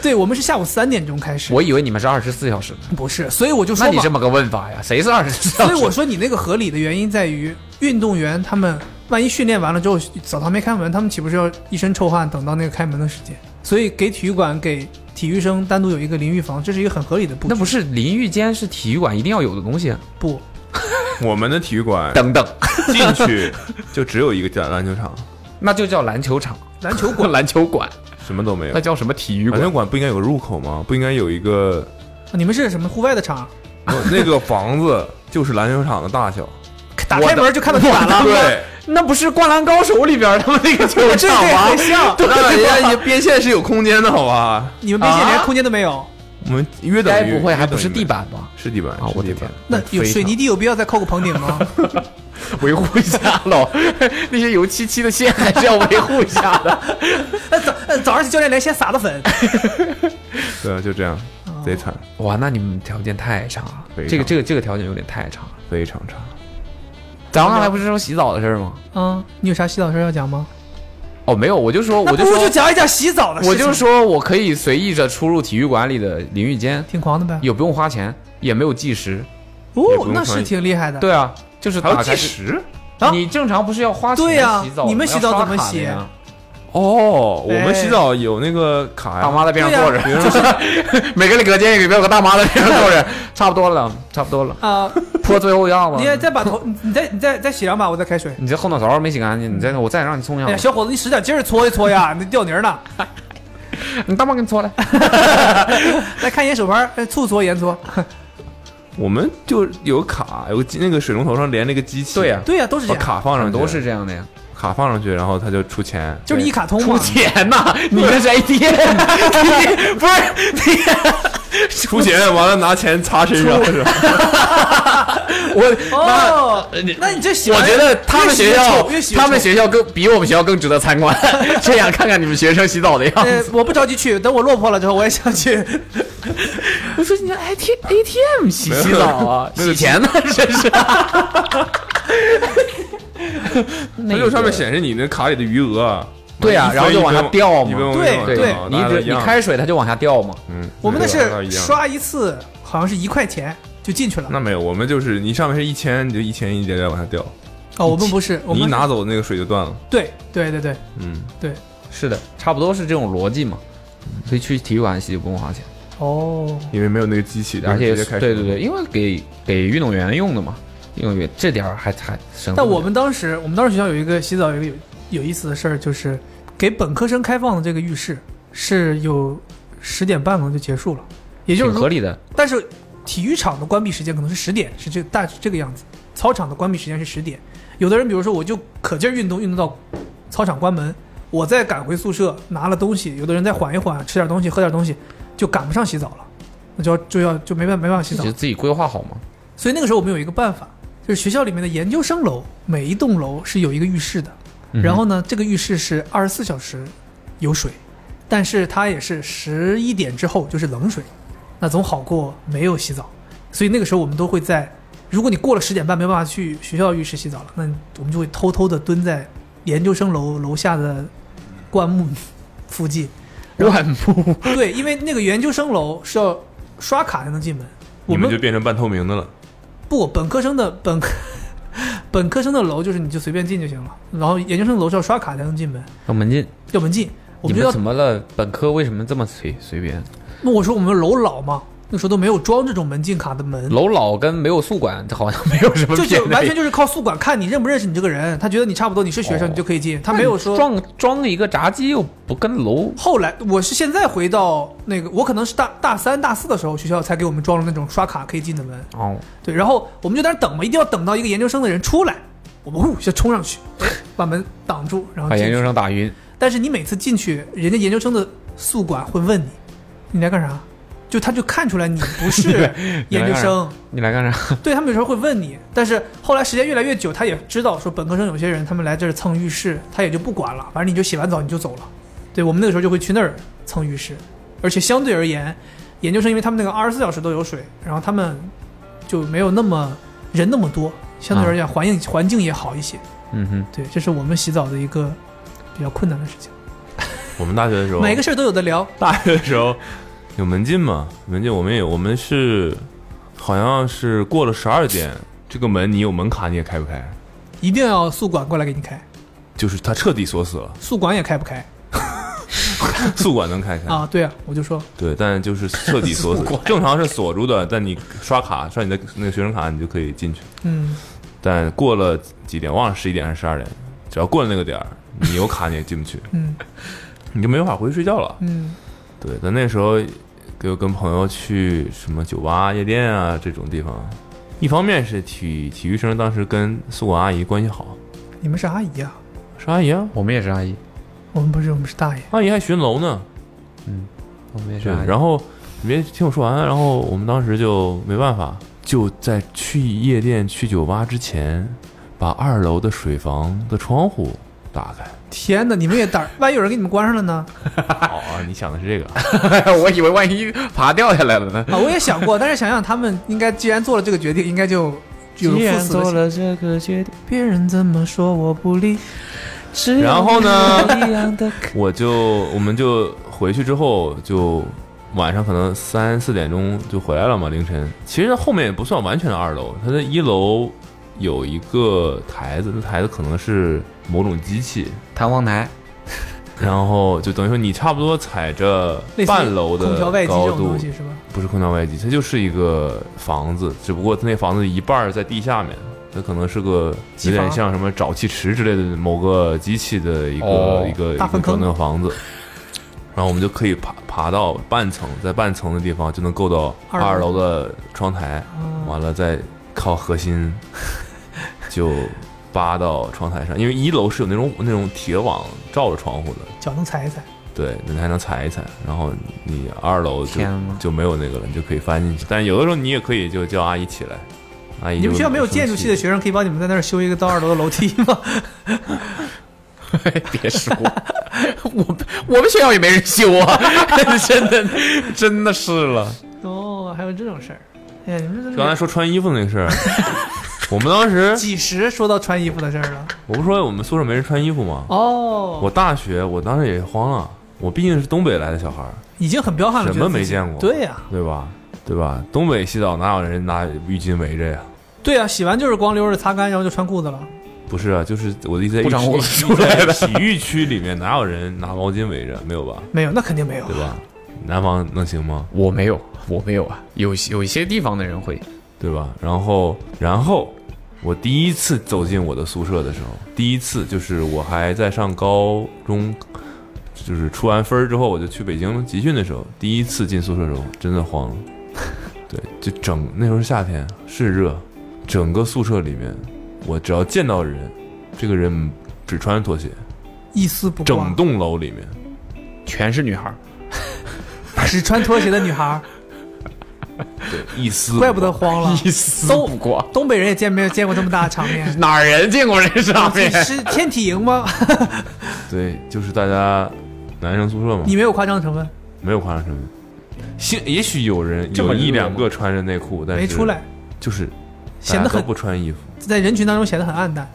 Speaker 3: 对，我们是下午三点钟开始，
Speaker 4: 我以为你们是二十四小时的，
Speaker 3: 不是，所以我就说
Speaker 4: 那你
Speaker 3: 嘛
Speaker 4: 这么个问法呀？谁是二十四小
Speaker 3: 所
Speaker 4: 时？
Speaker 3: 以我说你那个合理的原因在于，运动员他们万一训练完了之后澡堂没开门，他们岂不是要一身臭汗等到那个开门的时间？所以给体育馆给体育生单独有一个淋浴房，这是一个很合理的布
Speaker 4: 那
Speaker 3: 置。
Speaker 4: 不是淋浴间，是体育馆一定要有的东西啊。
Speaker 3: 不
Speaker 2: 我们的体育 馆
Speaker 4: 等等，
Speaker 2: 进去就只有一个篮球场，
Speaker 4: 那就叫篮球场、
Speaker 3: 篮球馆，
Speaker 4: 滚 篮球馆，
Speaker 2: 什么都没有
Speaker 4: 那。叫什么体育
Speaker 2: 篮
Speaker 4: 馆
Speaker 2: 球？馆不应该有个入口吗？不应该有一个
Speaker 3: 你们是什么户外的场？
Speaker 2: 不那个房子就是篮球场的大小。
Speaker 3: 打开门就看到地板 了。
Speaker 2: 对，
Speaker 4: 那不是《灌篮高手》里边他们那个球
Speaker 3: 这
Speaker 4: 场
Speaker 3: 这
Speaker 4: 吗
Speaker 3: 很？ 像，
Speaker 2: 那人家边线是有空间的，好吧？
Speaker 3: 你们边界连
Speaker 4: 啊
Speaker 3: 空间都没有，
Speaker 2: 我们约等
Speaker 4: 该
Speaker 2: 于
Speaker 4: 不会还
Speaker 2: 约等于
Speaker 4: 不是地板吧？
Speaker 2: 是地板
Speaker 4: 啊
Speaker 2: 是
Speaker 4: 我的
Speaker 2: 地板
Speaker 4: 天
Speaker 3: 那有
Speaker 4: 非常
Speaker 3: 水泥地有必要再扣个棚顶吗？
Speaker 4: 维护一下喽， 那些油漆漆的线还是要维护一下的。
Speaker 3: 那早 那早上起教练来先撒的粉，
Speaker 2: 对，啊就这样，
Speaker 4: 哦
Speaker 2: 贼惨，
Speaker 4: 哇，那你们条件太差了
Speaker 2: 非，常
Speaker 4: 这个这个这个条件有点太差了。
Speaker 2: 非常差。
Speaker 4: 咱们刚才不是说洗澡的事儿吗？
Speaker 3: 啊，你有啥洗澡事儿要讲吗？
Speaker 4: 哦，没有，我就说，我
Speaker 3: 那
Speaker 4: 就
Speaker 3: 不如就
Speaker 4: 说，
Speaker 3: 讲一讲洗澡的事情。
Speaker 4: 我就说我可以随意着出入体育馆里的淋浴间，
Speaker 3: 挺狂的呗。
Speaker 4: 也不用花钱，也没有计时。
Speaker 2: 也不
Speaker 3: 哦，
Speaker 2: 用
Speaker 3: 那
Speaker 2: 穿
Speaker 3: 是挺厉害的。
Speaker 4: 对啊，就是
Speaker 2: 还有
Speaker 4: 打开
Speaker 2: 计时
Speaker 3: 啊
Speaker 4: 你正常不是要花钱
Speaker 3: 对呀
Speaker 4: 洗澡的吗？
Speaker 3: 你们洗澡
Speaker 4: 要刷
Speaker 3: 怎么
Speaker 4: 卡的
Speaker 3: 洗
Speaker 4: 呀
Speaker 2: 哦，我
Speaker 3: 哎
Speaker 2: 们洗澡有那个卡
Speaker 4: 大
Speaker 2: 呀，
Speaker 4: 妈在边上坐
Speaker 3: 对呀
Speaker 4: 着， 每个隔间里边有个大妈在边上坐着，差不多了，差不多 了，
Speaker 3: 啊，
Speaker 4: 泼最后一样吧。
Speaker 3: 你也再把头，你你再你再再洗两把，我再开水。
Speaker 4: 你这后脑勺没洗干净，你再我再让你冲一
Speaker 3: 哎呀，
Speaker 4: 下，
Speaker 3: 小伙子，你使点劲儿搓一搓呀， 你掉泥儿了。
Speaker 4: 你大妈给你 搓来。
Speaker 3: 来看一眼手牌，哎醋搓盐搓。
Speaker 2: 我们就有个卡，有个机那个水龙头上连那个机器，
Speaker 4: 对呀
Speaker 3: 对呀，都是这
Speaker 2: 把
Speaker 3: 样，
Speaker 2: 卡放上去，
Speaker 4: 都是这样的呀，
Speaker 2: 卡放上去，然后他就出钱，
Speaker 3: 就是一卡通嘛
Speaker 4: 出。钱呐！ 你这 是 ATM，你不是你？
Speaker 2: 出钱完了拿钱擦身上是吧？
Speaker 4: 我
Speaker 3: 哦，那你这洗完
Speaker 4: 呃我觉得他们学
Speaker 3: 越洗
Speaker 4: 校
Speaker 3: 越臭越洗越臭
Speaker 4: 他们学校更比我们学校更值得参 观，这样看看你们学生洗澡的样子。
Speaker 3: 呃，我不着急去，等我落魄了之后，我也想 去。
Speaker 4: 我说你这 AT ATM 洗洗澡啊，
Speaker 2: 没有
Speaker 4: 洗钱呢，真是。
Speaker 2: 它
Speaker 4: 那
Speaker 2: 就上面
Speaker 4: 个
Speaker 2: 显示你那卡里的余额啊，
Speaker 4: 对啊
Speaker 2: 一分
Speaker 4: 然后就往下掉嘛
Speaker 2: 一分一分
Speaker 3: 对
Speaker 2: 往下
Speaker 4: 对
Speaker 2: 掉
Speaker 4: 你
Speaker 2: 大家都
Speaker 4: 只
Speaker 2: 一
Speaker 4: 你
Speaker 2: 样
Speaker 4: 开水它就往下掉嘛，
Speaker 2: 嗯
Speaker 3: 我们那
Speaker 2: 对大家都
Speaker 3: 是
Speaker 2: 一样
Speaker 3: 刷一次，好像是一块钱就进去了。
Speaker 2: 那没有，我们就是你上面是一千，你就一千一点点往下掉，
Speaker 3: 哦，我们不是，我
Speaker 2: 你一
Speaker 3: 们
Speaker 2: 拿走那个水就断了。
Speaker 3: 对对对对
Speaker 2: 嗯，
Speaker 3: 对。
Speaker 4: 是的，差不多是这种逻辑嘛。所以去体育馆洗就不用花钱，
Speaker 3: 哦，
Speaker 2: 因为没有那个机器，
Speaker 4: 而且
Speaker 2: 就直接开
Speaker 4: 对
Speaker 2: 始
Speaker 4: 对对，，因为给给运动员用的嘛，运动员这点儿还还省。
Speaker 3: 但我们当时，我们当时学校有一个洗澡有一个有有意思的事儿，就是给本科生开放的这个浴室是有十点半可能就结束了，也就是
Speaker 4: 挺合
Speaker 3: 说，
Speaker 4: 理的，
Speaker 3: 但是体育场的关闭时间可能是十点，是这大致这个样子。操场的关闭时间是十点，有的人比如说我就可劲儿运动，运动到操场关门，我再赶回宿舍拿了东西，有的人再缓一缓，吃点东西，喝点东西，就赶不上洗澡了，那就要就要就没办没办法洗澡
Speaker 4: 就。自己规划好嘛。
Speaker 3: 所以那个时候我们有一个办法，就是学校里面的研究生楼每一栋楼是有一个浴室的，
Speaker 4: 嗯哼
Speaker 3: 然后呢，这个浴室是二十四小时有水，但是它也是十一点之后就是冷水，那总好过没有洗澡。所以那个时候我们都会在，如果你过了十点半没办法去学校浴室洗澡了，那我们就会偷偷的蹲在研究生楼楼下的灌木附近，
Speaker 4: 乱步，
Speaker 3: 对，因为那个研究生楼是要刷卡才能进门，我
Speaker 2: 你
Speaker 3: 们
Speaker 2: 们就变成半透明的了。
Speaker 3: 不，本科生的本科本科生的楼就是你就随便进就行了，然后研究生楼是要刷卡才能进门，
Speaker 4: 让门禁。
Speaker 3: 要门禁。我
Speaker 4: 你
Speaker 3: 们就
Speaker 4: 们
Speaker 3: 要
Speaker 4: 怎，么了？本科为什么这么随随便？
Speaker 3: 那我说我们楼老嘛，那时候都没有装这种门禁卡的门，
Speaker 4: 楼老跟没有宿管好像没有什么
Speaker 3: 就
Speaker 4: 偏
Speaker 3: 就
Speaker 4: 的
Speaker 3: 完全就是靠宿管看你认不认识你这个人，他觉得你差不多你是学生，
Speaker 4: 哦
Speaker 3: 你就可以进，他没有说。
Speaker 4: 装装一个闸机又不跟楼
Speaker 3: 后来我是现在回到那个，我可能是大大三大四的时候，学校才给我们装了那种刷卡可以进的门，
Speaker 4: 哦，
Speaker 3: 对，然后我们就在那儿等嘛，一定要等到一个研究生的人出来，我们呼先冲上去，哎把门挡住，然后
Speaker 4: 把
Speaker 3: 进
Speaker 4: 研
Speaker 3: 去
Speaker 4: 究生打晕。
Speaker 3: 但是你每次进去，人家研究生的宿管会问你，你来干啥？就他就看出来你不是研究生，
Speaker 4: 你来干啥？
Speaker 3: 对他们有时候会问你。但是后来时间越来越久，他也知道说本科生有些人他们来这儿蹭浴室，他也就不管了，反正你就洗完澡你就走了。对我们那个时候就会去那儿蹭浴室，而且相对而言，研究生因为他们那个二十四小时都有水，然后他们就没有那么人那么多，相对而言环境、环境也好一些。
Speaker 4: 嗯哼，
Speaker 3: 对，这是我们洗澡的一个比较困难的事情，
Speaker 2: 我们大学的时候，
Speaker 3: 每个事儿都有的聊。
Speaker 2: 大学的时候 有门禁吗？门禁我们也有，我们是好像是过了十二点，这个门你有门卡你也开不开，
Speaker 3: 一定要宿管过来给你开，
Speaker 2: 就是它彻底锁死了。
Speaker 3: 宿管也开不开
Speaker 2: 宿管能开开，
Speaker 3: 啊？对啊，我就说
Speaker 2: 对，但就是彻底锁死。正常是锁住的，但你刷卡刷你的那个学生卡，你就可以进去。
Speaker 3: 嗯，
Speaker 2: 但过了几点，忘了十一点还是十二点，只要过了那个点儿，你有卡你也进不去，
Speaker 3: 嗯
Speaker 2: 你就没法回去睡觉了。
Speaker 3: 嗯，
Speaker 2: 对，但那时候就跟朋友去什么酒吧、夜店啊这种地方，一方面是体体育生当时跟宿管阿姨关系好，
Speaker 3: 你们是阿姨啊，
Speaker 2: 是阿姨啊，
Speaker 4: 我们也是阿姨，
Speaker 3: 我们不是，我们是大爷。
Speaker 2: 阿姨还巡楼呢。
Speaker 4: 我们也是
Speaker 2: 对
Speaker 4: 阿，姨。
Speaker 2: 然后你别听我说完，然后我们当时就没办法，就在去夜店、去酒吧之前，把二楼的水房的窗户打开。
Speaker 3: 天哪，你们也胆儿，万一有人给你们关上了呢？
Speaker 2: 哦，你想的是这个啊？
Speaker 4: 我以为万一爬掉下来了呢。
Speaker 3: 啊，我也 想过，但是想想他们应该既然做了这个决定，应该就有
Speaker 4: 既
Speaker 3: 赴
Speaker 4: 然
Speaker 3: 死
Speaker 4: 做
Speaker 3: 的心。
Speaker 4: 了这个决定，
Speaker 3: 别人怎么说我不理，
Speaker 4: 只有
Speaker 2: 然后呢
Speaker 4: 一样的可
Speaker 2: 我就我们就回去之后就。晚上可能三四点钟就回来了嘛，凌晨。其实后面也不算完全的二楼，它的一楼有一个台子，那台子可能是某种机器，
Speaker 4: 弹簧台，
Speaker 2: 然后就等于说你差不多踩着
Speaker 3: 类似于
Speaker 2: 半楼的
Speaker 3: 空调外机这
Speaker 2: 高
Speaker 3: 种
Speaker 2: 度
Speaker 3: 东，西是吧？
Speaker 2: 不是空调外机，它就是一个房子，只不过它那房子一半儿在地下面，它可能是个
Speaker 3: 机
Speaker 2: 有点
Speaker 3: 房
Speaker 2: 像什么沼气池之类的某个机器的一个、
Speaker 4: 哦
Speaker 2: 一个一
Speaker 3: 大
Speaker 2: 个
Speaker 3: 粪坑
Speaker 2: 整个房子。然后我们就可以爬爬到半层，在半层的地方就能够到
Speaker 3: 二楼
Speaker 2: 二楼的窗台，
Speaker 3: 啊，
Speaker 2: 完了再靠核心 就扒到窗台上，因为一楼是有那种那种铁网罩着窗户的，
Speaker 3: 脚能踩一踩。
Speaker 2: 对，你还能踩一踩，然后你二楼就
Speaker 4: 天哪
Speaker 2: 就没有那个了，你就可以翻进去。但是有的时候你也可以就叫阿姨起来，阿姨
Speaker 3: 你们学校没有
Speaker 2: 生气
Speaker 3: 建筑系的学生可以帮你们在那儿修一个到二楼的楼梯 吗？
Speaker 4: 别说， 我们我们学校也没人修啊， 真的真的是了。
Speaker 3: 哦，还有这种事儿。哎呀，你们这
Speaker 2: 刚才说穿衣服那个事 儿，我们当时
Speaker 3: 几时说到穿衣服的事儿了？
Speaker 2: 我不是说我们宿舍没人穿衣服吗？
Speaker 3: 哦，
Speaker 2: 我大学我当时也慌了，我毕竟是东北来的小孩儿，
Speaker 3: 已经很彪悍了，
Speaker 2: 什么
Speaker 3: 觉啊得自己
Speaker 2: 没见过
Speaker 3: 对呀、
Speaker 2: 对吧？对吧？东北洗澡哪有人拿浴巾围着呀？
Speaker 3: 对呀、洗完就是光溜着擦干，然后就穿裤子了。
Speaker 2: 不是啊，就是我的意思在
Speaker 4: 不
Speaker 2: 浴
Speaker 4: 长胡子
Speaker 2: 池，
Speaker 4: 出来
Speaker 2: 在 洗浴区里面哪有人拿毛巾围着？没有吧？
Speaker 3: 没有，那肯定没有
Speaker 2: 对。吧？南方能行吗？
Speaker 4: 我没有，我没有啊，有有一些地方的人会，
Speaker 2: 对吧？然后，然后我第一次走进我的宿舍的时候，第一次就是我还在上高中，就是出完分儿之后，我就去北京集训的时候，第一次进宿舍的时候，真的 慌了。对，就整那时候是夏天，是热，整个宿舍里面，我只要见到人，这个人只穿拖鞋，
Speaker 3: 一丝不挂
Speaker 2: 整，栋楼里面
Speaker 4: 全是女孩儿。
Speaker 3: 只穿拖鞋的女孩 儿，
Speaker 2: 一丝
Speaker 3: 怪不得慌 了。
Speaker 4: 一丝不挂。。
Speaker 3: 东北人也见没有见过这么大的场面
Speaker 4: 哪儿人进过这上面？
Speaker 3: 是天体营吗？
Speaker 2: 对，就是大家男生宿舍嘛，
Speaker 3: 你没有夸张成分，
Speaker 2: 没有夸张成分。性也许有人
Speaker 4: 这么
Speaker 2: 有一
Speaker 4: 热
Speaker 2: 两
Speaker 4: 吗
Speaker 2: 个穿着内裤，但是
Speaker 3: 没出来，
Speaker 2: 就是
Speaker 3: 显
Speaker 2: 大
Speaker 3: 得
Speaker 2: 家都
Speaker 3: 很
Speaker 2: 不穿衣服。
Speaker 3: 在人群当中显得很暗淡。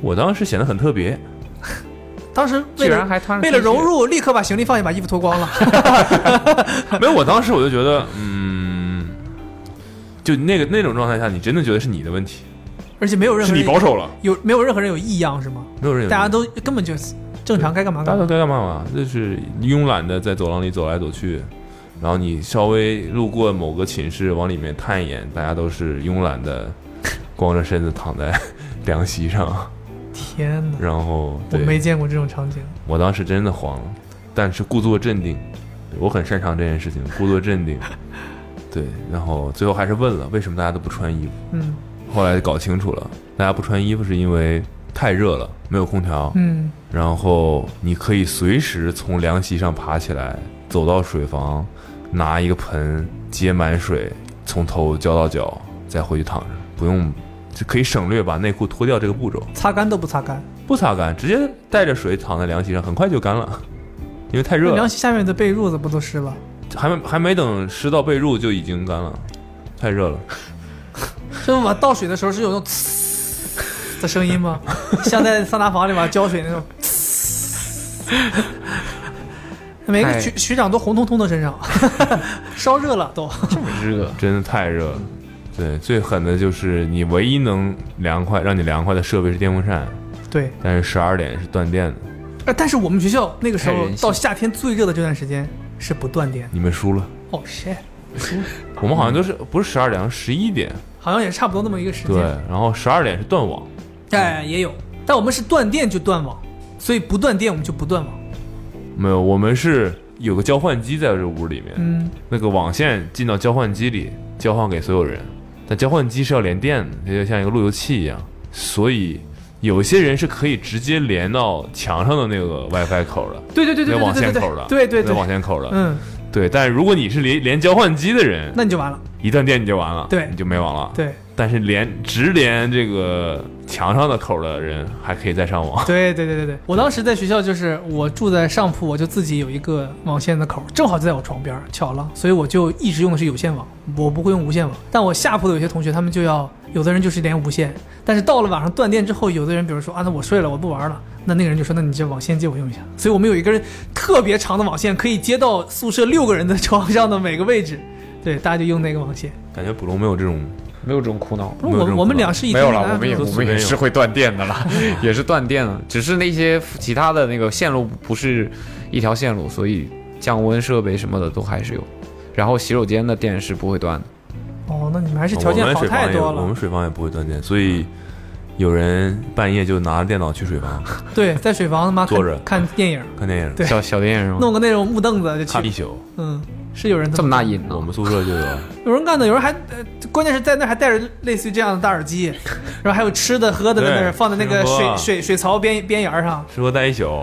Speaker 2: 我当时显得很特别，
Speaker 3: 当时
Speaker 4: 居
Speaker 3: 为
Speaker 4: 然
Speaker 3: 了
Speaker 4: 还穿着
Speaker 3: 为了融入，立刻把行李放下，把衣服脱光了。
Speaker 2: 没有，我当时我就觉得，嗯，就那个那种状态下，你真的觉得是你的问题，
Speaker 3: 而且没有任
Speaker 2: 是
Speaker 3: 何
Speaker 2: 你
Speaker 3: 人
Speaker 2: 保守了，
Speaker 3: 有没有任何人有异样是吗？
Speaker 2: 没有人有
Speaker 3: 大家都根本就正常该干嘛
Speaker 2: 大
Speaker 3: 干
Speaker 2: 家都
Speaker 3: 嘛。
Speaker 2: 该干嘛嘛，就是慵懒的在走廊里走来走去，然后你稍微路过某个寝室往里面探一眼，大家都是慵懒的，光着身子躺在凉席上，
Speaker 3: 天哪，
Speaker 2: 然后
Speaker 3: 我
Speaker 2: 对
Speaker 3: 没见过这种场景。
Speaker 2: 我当时真的慌了，但是故作镇定，我很擅长这件事情，故作镇定。对，然后最后还是问了为什么大家都不穿衣服，
Speaker 3: 嗯
Speaker 2: 后来搞清楚了，大家不穿衣服是因为太热了，没有空调，
Speaker 3: 嗯，
Speaker 2: 然后你可以随时从凉席上爬起来，走到水房，拿一个盆接满水，从头浇到脚，再回去躺着，不用就可以省略把内裤脱掉这个步骤，
Speaker 3: 擦干都不擦干。
Speaker 2: 不擦干，直接带着水躺在凉席上，很快就干了。 因为太热
Speaker 3: 凉
Speaker 2: 了，
Speaker 3: 下面的被褥子不都湿了？
Speaker 2: 还没还没等湿到被褥就已经干了，太热了。
Speaker 3: 这我倒水的时候是有那种呲的声音吗？像在桑拿房里边浇水那种呲。每个
Speaker 4: 哎
Speaker 3: 学学长都红彤彤的身 上，烧热了都。
Speaker 4: 热。
Speaker 2: 真的太热了。对，最狠的就是你唯一能凉快让你凉快的设备是电风扇，
Speaker 3: 对，
Speaker 2: 但是十二点是断电的，
Speaker 3: 呃但是我们学校那个时
Speaker 4: 太
Speaker 3: 候
Speaker 4: 人性
Speaker 3: 到夏天最热的这段时间是不断电的。
Speaker 2: 你们输了。
Speaker 3: 哦、shit，
Speaker 2: 我们好像都是不是十二点，十一点，
Speaker 3: 好像也差不多那么一个时
Speaker 2: 对
Speaker 3: 间。，
Speaker 2: 然后十二点是断网，
Speaker 3: 哎，也有，但我们是断电就断网，所以不断电我们就不断网。
Speaker 2: 没有，我们是有个交换机在这屋里面，
Speaker 3: 嗯，
Speaker 2: 那个网线进到交换机里，交换给所有人。但交换机是要连电的，它就像一个路由器一样，所以有些人是可以直接连到墙上的那个 WiFi 口的，
Speaker 3: 对对对对
Speaker 2: 那
Speaker 3: 对
Speaker 2: 网
Speaker 3: 对
Speaker 2: 线
Speaker 3: 对
Speaker 2: 口的，
Speaker 3: 对对
Speaker 2: 那网
Speaker 3: 对，
Speaker 2: 线口的，
Speaker 3: 嗯，
Speaker 2: 对。但如果你是连连交换机的人，
Speaker 3: 那你就完了。
Speaker 2: 一断电你就完了，
Speaker 3: 对
Speaker 2: 你就没网了。
Speaker 3: 对
Speaker 2: 但是连直连这个墙上的口的人，还可以再上网。
Speaker 3: 对对对对对，我当时在学校就是我住在上铺，我就自己有一个网线的口，正好就在我床边儿，巧了，所以我就一直用的是有线网，我不会用无线网。但我下铺的有些同学，他们就要有的人就是连无线，但是到了晚上断电之后，有的人比如说啊，那我睡了，我不玩了，那那个人就说，那你这网线借我用一下。所以我们有一根特别长的网线，可以接到宿舍六个人的 床上的每个位置，对，大家就用那个网线。
Speaker 2: 感觉捕龙没有这种，
Speaker 4: 没有这种苦恼。
Speaker 3: 不
Speaker 2: 没
Speaker 3: 是
Speaker 2: 有
Speaker 3: 我
Speaker 2: 这种
Speaker 3: 我们
Speaker 2: 可能
Speaker 3: 两室一
Speaker 4: 没
Speaker 3: 厅
Speaker 4: 有
Speaker 3: 的
Speaker 4: 了，
Speaker 3: 啊
Speaker 4: 我们也
Speaker 2: 都
Speaker 4: 我们也是会断 电的 了，也是断电的，只是那些其他的那个线路不是一条线路，所以降温设备什么的都还是有。然后洗手间的电是不会断的，
Speaker 3: 哦，那你们还是
Speaker 2: 我
Speaker 3: 条件
Speaker 2: 们
Speaker 3: 好
Speaker 2: 水房
Speaker 3: 太
Speaker 2: 也
Speaker 3: 多
Speaker 2: 我
Speaker 3: 了
Speaker 2: 们。水房也不会断电，所以有人半夜就拿着电脑去水房
Speaker 3: 对，在水房他妈看
Speaker 2: 坐着
Speaker 3: 看电影。
Speaker 2: 看电影，
Speaker 3: 对
Speaker 4: 小小电影是吗？
Speaker 3: 弄个那种木凳子就
Speaker 2: 看一
Speaker 3: 去。
Speaker 2: 宿。
Speaker 3: 嗯，是有人
Speaker 4: 这么
Speaker 3: 大，
Speaker 4: 大瘾呢
Speaker 2: 我？们宿舍就有，
Speaker 3: 有人干的，有人还，呃、关键是在那还戴着类似于这样的大耳机，然后还有吃的喝的在那
Speaker 2: 对
Speaker 3: 儿放在那个
Speaker 2: 吃喝
Speaker 3: 水
Speaker 2: 啊
Speaker 3: 水水槽边边沿儿上，
Speaker 2: 吃喝待一宿，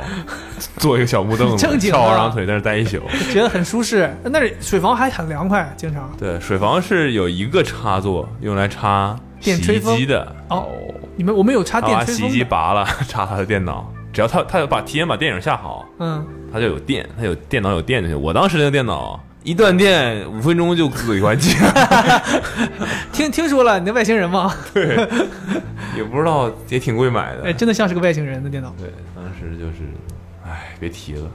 Speaker 2: 坐一个小木凳子，
Speaker 3: 正经的啊
Speaker 2: 翘二郎腿在那待一宿。
Speaker 3: 觉得很舒适。那里水房还很凉快，经常。
Speaker 2: 对，水房是有一个插座用来插洗
Speaker 3: 电吹
Speaker 2: 衣
Speaker 3: 风
Speaker 2: 机的，
Speaker 3: 哦，你们我们有插
Speaker 2: 他
Speaker 3: 电
Speaker 2: 把
Speaker 3: 吹
Speaker 2: 啊洗衣
Speaker 3: 风
Speaker 2: 机
Speaker 3: 的，
Speaker 2: 拔了， 插他的电脑。只要他他把提前把电影下好，
Speaker 3: 嗯，
Speaker 2: 他就有电，他有电脑有电就行。我当时那个电脑一断电，五分钟就嘴关机 了，
Speaker 3: 听听说了你那外星人吗？
Speaker 2: 也不知道也挺贵买的
Speaker 3: 哎，。真的像是个外星人的电脑。
Speaker 2: 对，当时就是，哎，别提了，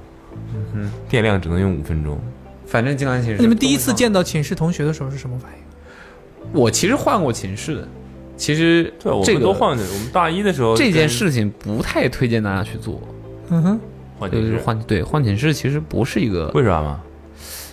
Speaker 2: 嗯，电量只能用五分钟。
Speaker 4: 反正静安寝室。
Speaker 3: 那你们第一次？见到寝室同学的时候是什么反应？
Speaker 4: 我其实换过寝室的，其实
Speaker 2: 对，我
Speaker 4: 这
Speaker 2: 们
Speaker 4: 个
Speaker 2: 都换去，我们大一的时候
Speaker 4: 这件
Speaker 2: 跟
Speaker 4: 事情不太推荐大家去做，
Speaker 3: 嗯哼，
Speaker 2: 换寝
Speaker 4: 就是
Speaker 2: 室，
Speaker 4: 换对换寝室其实不是一个，
Speaker 2: 为啥嘛？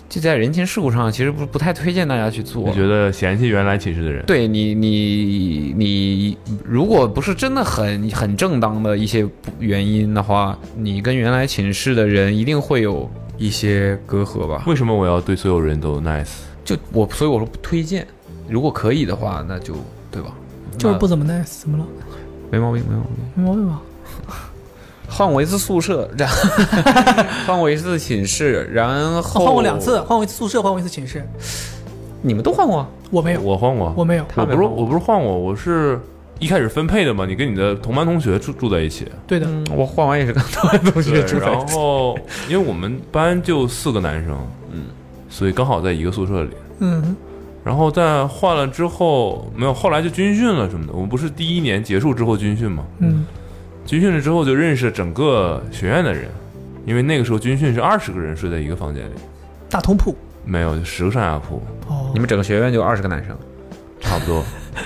Speaker 4: 就在人情世故上其实不不太推荐大家去做。
Speaker 2: 我觉得嫌弃原来寝室的人，
Speaker 4: 对你，你你如果不是真的很很正当的一些不原因的话，你跟原来寝室的人一定会有一些隔阂吧？
Speaker 2: 为什么我要对所有人都 nice？
Speaker 4: 就我，所以我说不推荐。如果可以的话，那就对吧？
Speaker 3: 就是不怎么 nice，怎么了？
Speaker 4: 那没毛病，没毛病。
Speaker 3: 没毛病吧？
Speaker 4: 换过一次宿舍，然 换过一次寝室，然后
Speaker 3: 哦换过两
Speaker 2: 哦
Speaker 3: 次，，换过一次宿舍，换过一次寝室，
Speaker 4: 你们都换过？啊
Speaker 3: 我没有，
Speaker 2: 我换过，
Speaker 3: 我没有。
Speaker 2: 我
Speaker 4: 他
Speaker 2: 不
Speaker 4: 没
Speaker 2: 是
Speaker 4: 换
Speaker 2: 我不是换过，我是一开始分配的嘛，你跟你的同班同学住住在一起，
Speaker 3: 对的，
Speaker 4: 嗯，我换完也是 跟他们同学
Speaker 2: 对
Speaker 4: 住，在一
Speaker 2: 然
Speaker 4: 起。
Speaker 2: 后因为我们班就四个男生，嗯，所以刚好在一个宿舍里。
Speaker 3: 嗯哼。
Speaker 2: 然后但换了之后没有，后来就军训了什么的。我们不是第一年结束之后军训嘛？
Speaker 3: 嗯
Speaker 2: 军训了之后就认识整个学院的人，因为那个时候军训是二十个人睡在一个房间里，，
Speaker 3: 大通铺。
Speaker 2: 没有就十个上下铺，
Speaker 3: 哦
Speaker 4: 你，们整个学院就二十个男生，
Speaker 2: 差不多。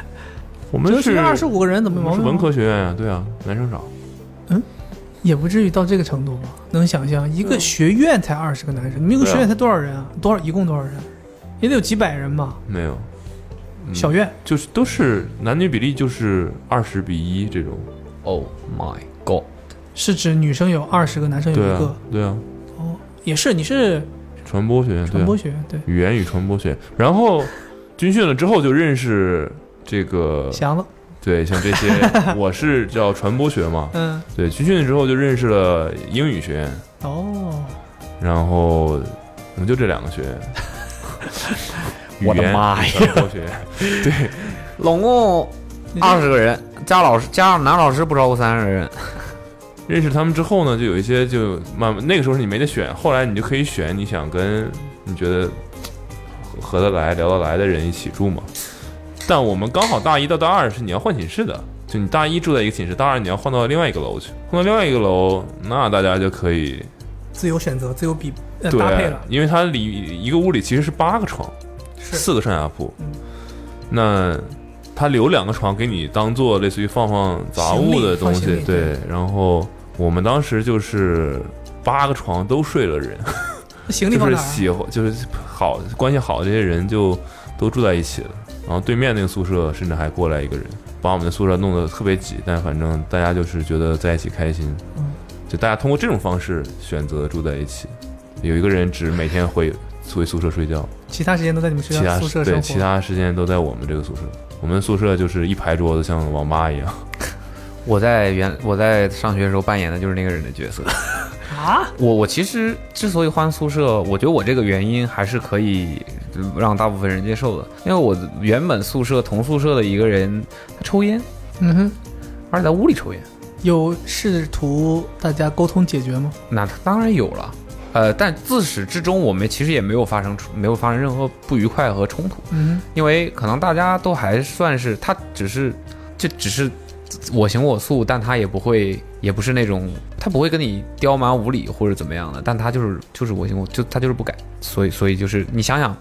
Speaker 2: 我
Speaker 3: 只
Speaker 2: 们
Speaker 3: 有
Speaker 2: 是
Speaker 3: 二十五个人，怎么
Speaker 2: 我们是
Speaker 3: 没毛病啊？
Speaker 2: 文科学院啊，对啊，男生少。
Speaker 3: 也不至于到这个程度吧？能想象一个学院才二十个男生，你们一个
Speaker 2: 对啊
Speaker 3: 学院才多少人啊？多少一共多少人？也得有几百人吧？
Speaker 2: 没有，嗯
Speaker 3: 小院
Speaker 2: 就是都是男女比例就是二十比一这种。
Speaker 4: Oh my god！
Speaker 3: 是指女生有二十个，男生有
Speaker 2: 对
Speaker 3: 一
Speaker 2: 啊
Speaker 3: 个。，
Speaker 2: 对啊，
Speaker 3: 哦，也是，你是
Speaker 2: 传播学院，对
Speaker 3: 传
Speaker 2: 啊
Speaker 3: 播学院对？
Speaker 2: 语言与传播学院。然后军训了之后就认识这个
Speaker 3: 祥子，
Speaker 2: 对，像这 些，我是叫传播学嘛。
Speaker 3: 嗯，
Speaker 2: 对，军训之后就认识了英语学院，
Speaker 3: 哦，
Speaker 2: 然后我们就这两个学 院。语
Speaker 4: 我的
Speaker 2: 言
Speaker 4: 妈呀
Speaker 2: 传播学院，
Speaker 4: 拢共
Speaker 3: 你这
Speaker 4: 二十个人，加老师加上男老师不超过三十个人，
Speaker 2: 认识他们之后呢，就有一些就慢慢那个时候是你没得选，后来你就可以选你想跟你觉得合合得来、聊得来的人一起住嘛。但我们刚好大一到大二是你要换寝室的，就你大一住在一个寝室，大二你要换到另外一个楼去，换到另外一个楼，那大家就可以
Speaker 3: 自由选择，自由比呃搭配
Speaker 2: 对
Speaker 3: 了，，
Speaker 2: 因为它里一个屋里其实是八个床，
Speaker 3: 是
Speaker 2: 四个上下铺，那他留两个床给你当做类似于放放杂物的东
Speaker 3: 行
Speaker 2: 西
Speaker 3: 李放行，李
Speaker 2: 对。然后我们当时就是八个床都睡了人，
Speaker 3: 行 李
Speaker 2: 就
Speaker 3: 放
Speaker 2: 是
Speaker 3: 哪儿啊？
Speaker 2: 喜欢就是好关系好的这些人就都住在一起了。然后对面那个宿舍甚至还过来一个人，把我们的宿舍弄得特别挤，但反正大家就是觉得在一起开心
Speaker 3: 嗯，
Speaker 2: 就大家通过这种方式选择住在一起。有一个人只每天回回宿舍睡觉，
Speaker 3: 其他时间都在你们学
Speaker 2: 其
Speaker 3: 校
Speaker 2: 他
Speaker 3: 宿舍生
Speaker 2: 对
Speaker 3: 活。
Speaker 2: 其他时间都在我们这个宿舍。我们宿舍就是一排桌子，像网吧一样。
Speaker 4: 我在原我在上学的时候扮演的就是那个人的角色。
Speaker 3: 啊，
Speaker 4: 我我其实之所以换宿舍，我觉得我这个原因还是可以让大部分人接受的，因为我原本宿舍同宿舍的一个人他抽烟，
Speaker 3: 嗯哼，
Speaker 4: 而且在屋里抽烟，
Speaker 3: 有试图大家沟通解决吗？
Speaker 4: 那他当然有了。呃，但自始至终，我们其实也没有发生出没有发生任何不愉快和冲突，
Speaker 3: 嗯
Speaker 4: 因为可能大家都还算是他只是就只是我行我素，但他也不会也不是那种他不会跟你刁蛮无理或者怎么样的，但他就是就是我行我就他就是不改，所以所以就是你想想，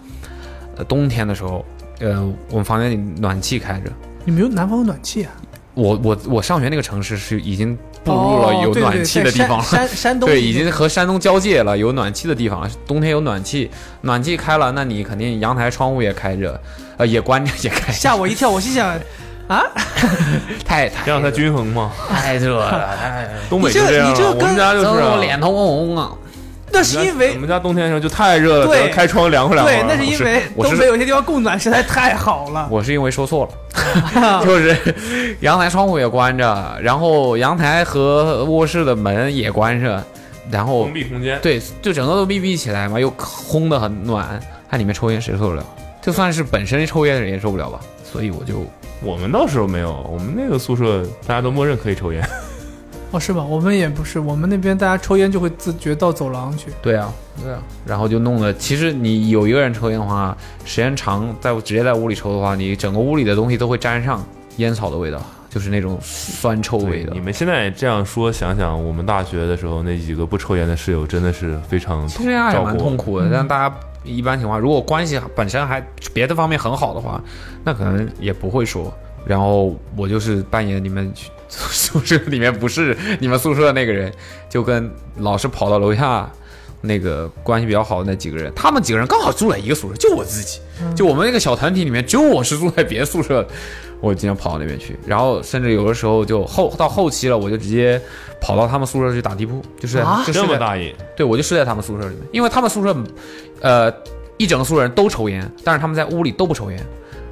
Speaker 4: 呃，冬天的时候，呃，我们房间里暖气开着，
Speaker 3: 哼，你们有南方有暖气啊？
Speaker 4: 我我我上学那个城市是已经步入了有
Speaker 3: 哦对对
Speaker 4: 暖气的
Speaker 3: 在
Speaker 4: 地方 了。
Speaker 3: 山山山东
Speaker 4: 对，已经和山东交界了，有暖气的地方，冬天有暖气，暖气开了，那你肯定阳台、窗户也开着，呃，也关着，也开着，
Speaker 3: 吓我一跳，我心 想
Speaker 4: 太太
Speaker 2: 这样才均衡嘛。
Speaker 4: 太热 了，太
Speaker 2: 东北就
Speaker 3: 你这
Speaker 2: 样
Speaker 3: 你这
Speaker 2: 啊，我
Speaker 3: 跟
Speaker 2: 们家就是啊、
Speaker 4: 我脸头红红啊！
Speaker 3: 那
Speaker 2: 我
Speaker 3: 是
Speaker 2: 们家
Speaker 3: 因为
Speaker 2: 我们家冬天的时候就太热了，
Speaker 3: 对
Speaker 2: 只能开窗凉快凉快。
Speaker 3: 对，那是因为
Speaker 4: 我是
Speaker 3: 东北有些地方供暖实在太好了。
Speaker 4: 我是因为说错 了，就是阳台、窗户也关着，然后阳台和卧室的门也关着，然后
Speaker 2: 封闭空间。
Speaker 4: 对，就整个都密闭起来嘛，又烘得很暖，它里面抽烟谁受得了？就算是本身抽烟的人也受不了吧，所以我就
Speaker 2: 我们倒是没有，我们那个宿舍大家都默认可以抽烟。
Speaker 3: 哦，是吗？我们也不是，我们那边大家抽烟就会自觉到走廊去。
Speaker 4: 对啊，对啊，然后就弄得，其实你有一个人抽烟的话，时间长，在直接在屋里抽的话，你整个屋里的东西都会沾上烟草的味道，就是那种酸臭味的
Speaker 2: 你。们现在这样说，想想我们大学的时候那几个不抽烟的室友，真的是非常
Speaker 4: 其实这样也
Speaker 2: 照
Speaker 4: 蛮
Speaker 2: 顾我嗯
Speaker 4: 痛
Speaker 2: 们。
Speaker 4: 苦的，但大家一般情况，如果关系本身还别的方面很好的话，那可能也不会说。然后我就是扮演你们去 宿舍里面不是你们宿舍那个人，就跟老是跑到楼下那个关系比较好的那几个人，他们几个人刚好住在一个宿舍，就我自己，就我们那个小团体里面，只有我是住在别的宿舍的，我经常跑到那边去，然后甚至有的时候就后到后期了，我就直接跑到他们宿舍去打地铺，就是在、
Speaker 3: 啊
Speaker 4: 就是
Speaker 2: 这
Speaker 4: 在
Speaker 2: 么大瘾，
Speaker 4: 对，我就睡在他们宿舍里面，因为他们宿舍，呃，一整个宿舍人都抽烟，但是他们在屋里都不抽烟，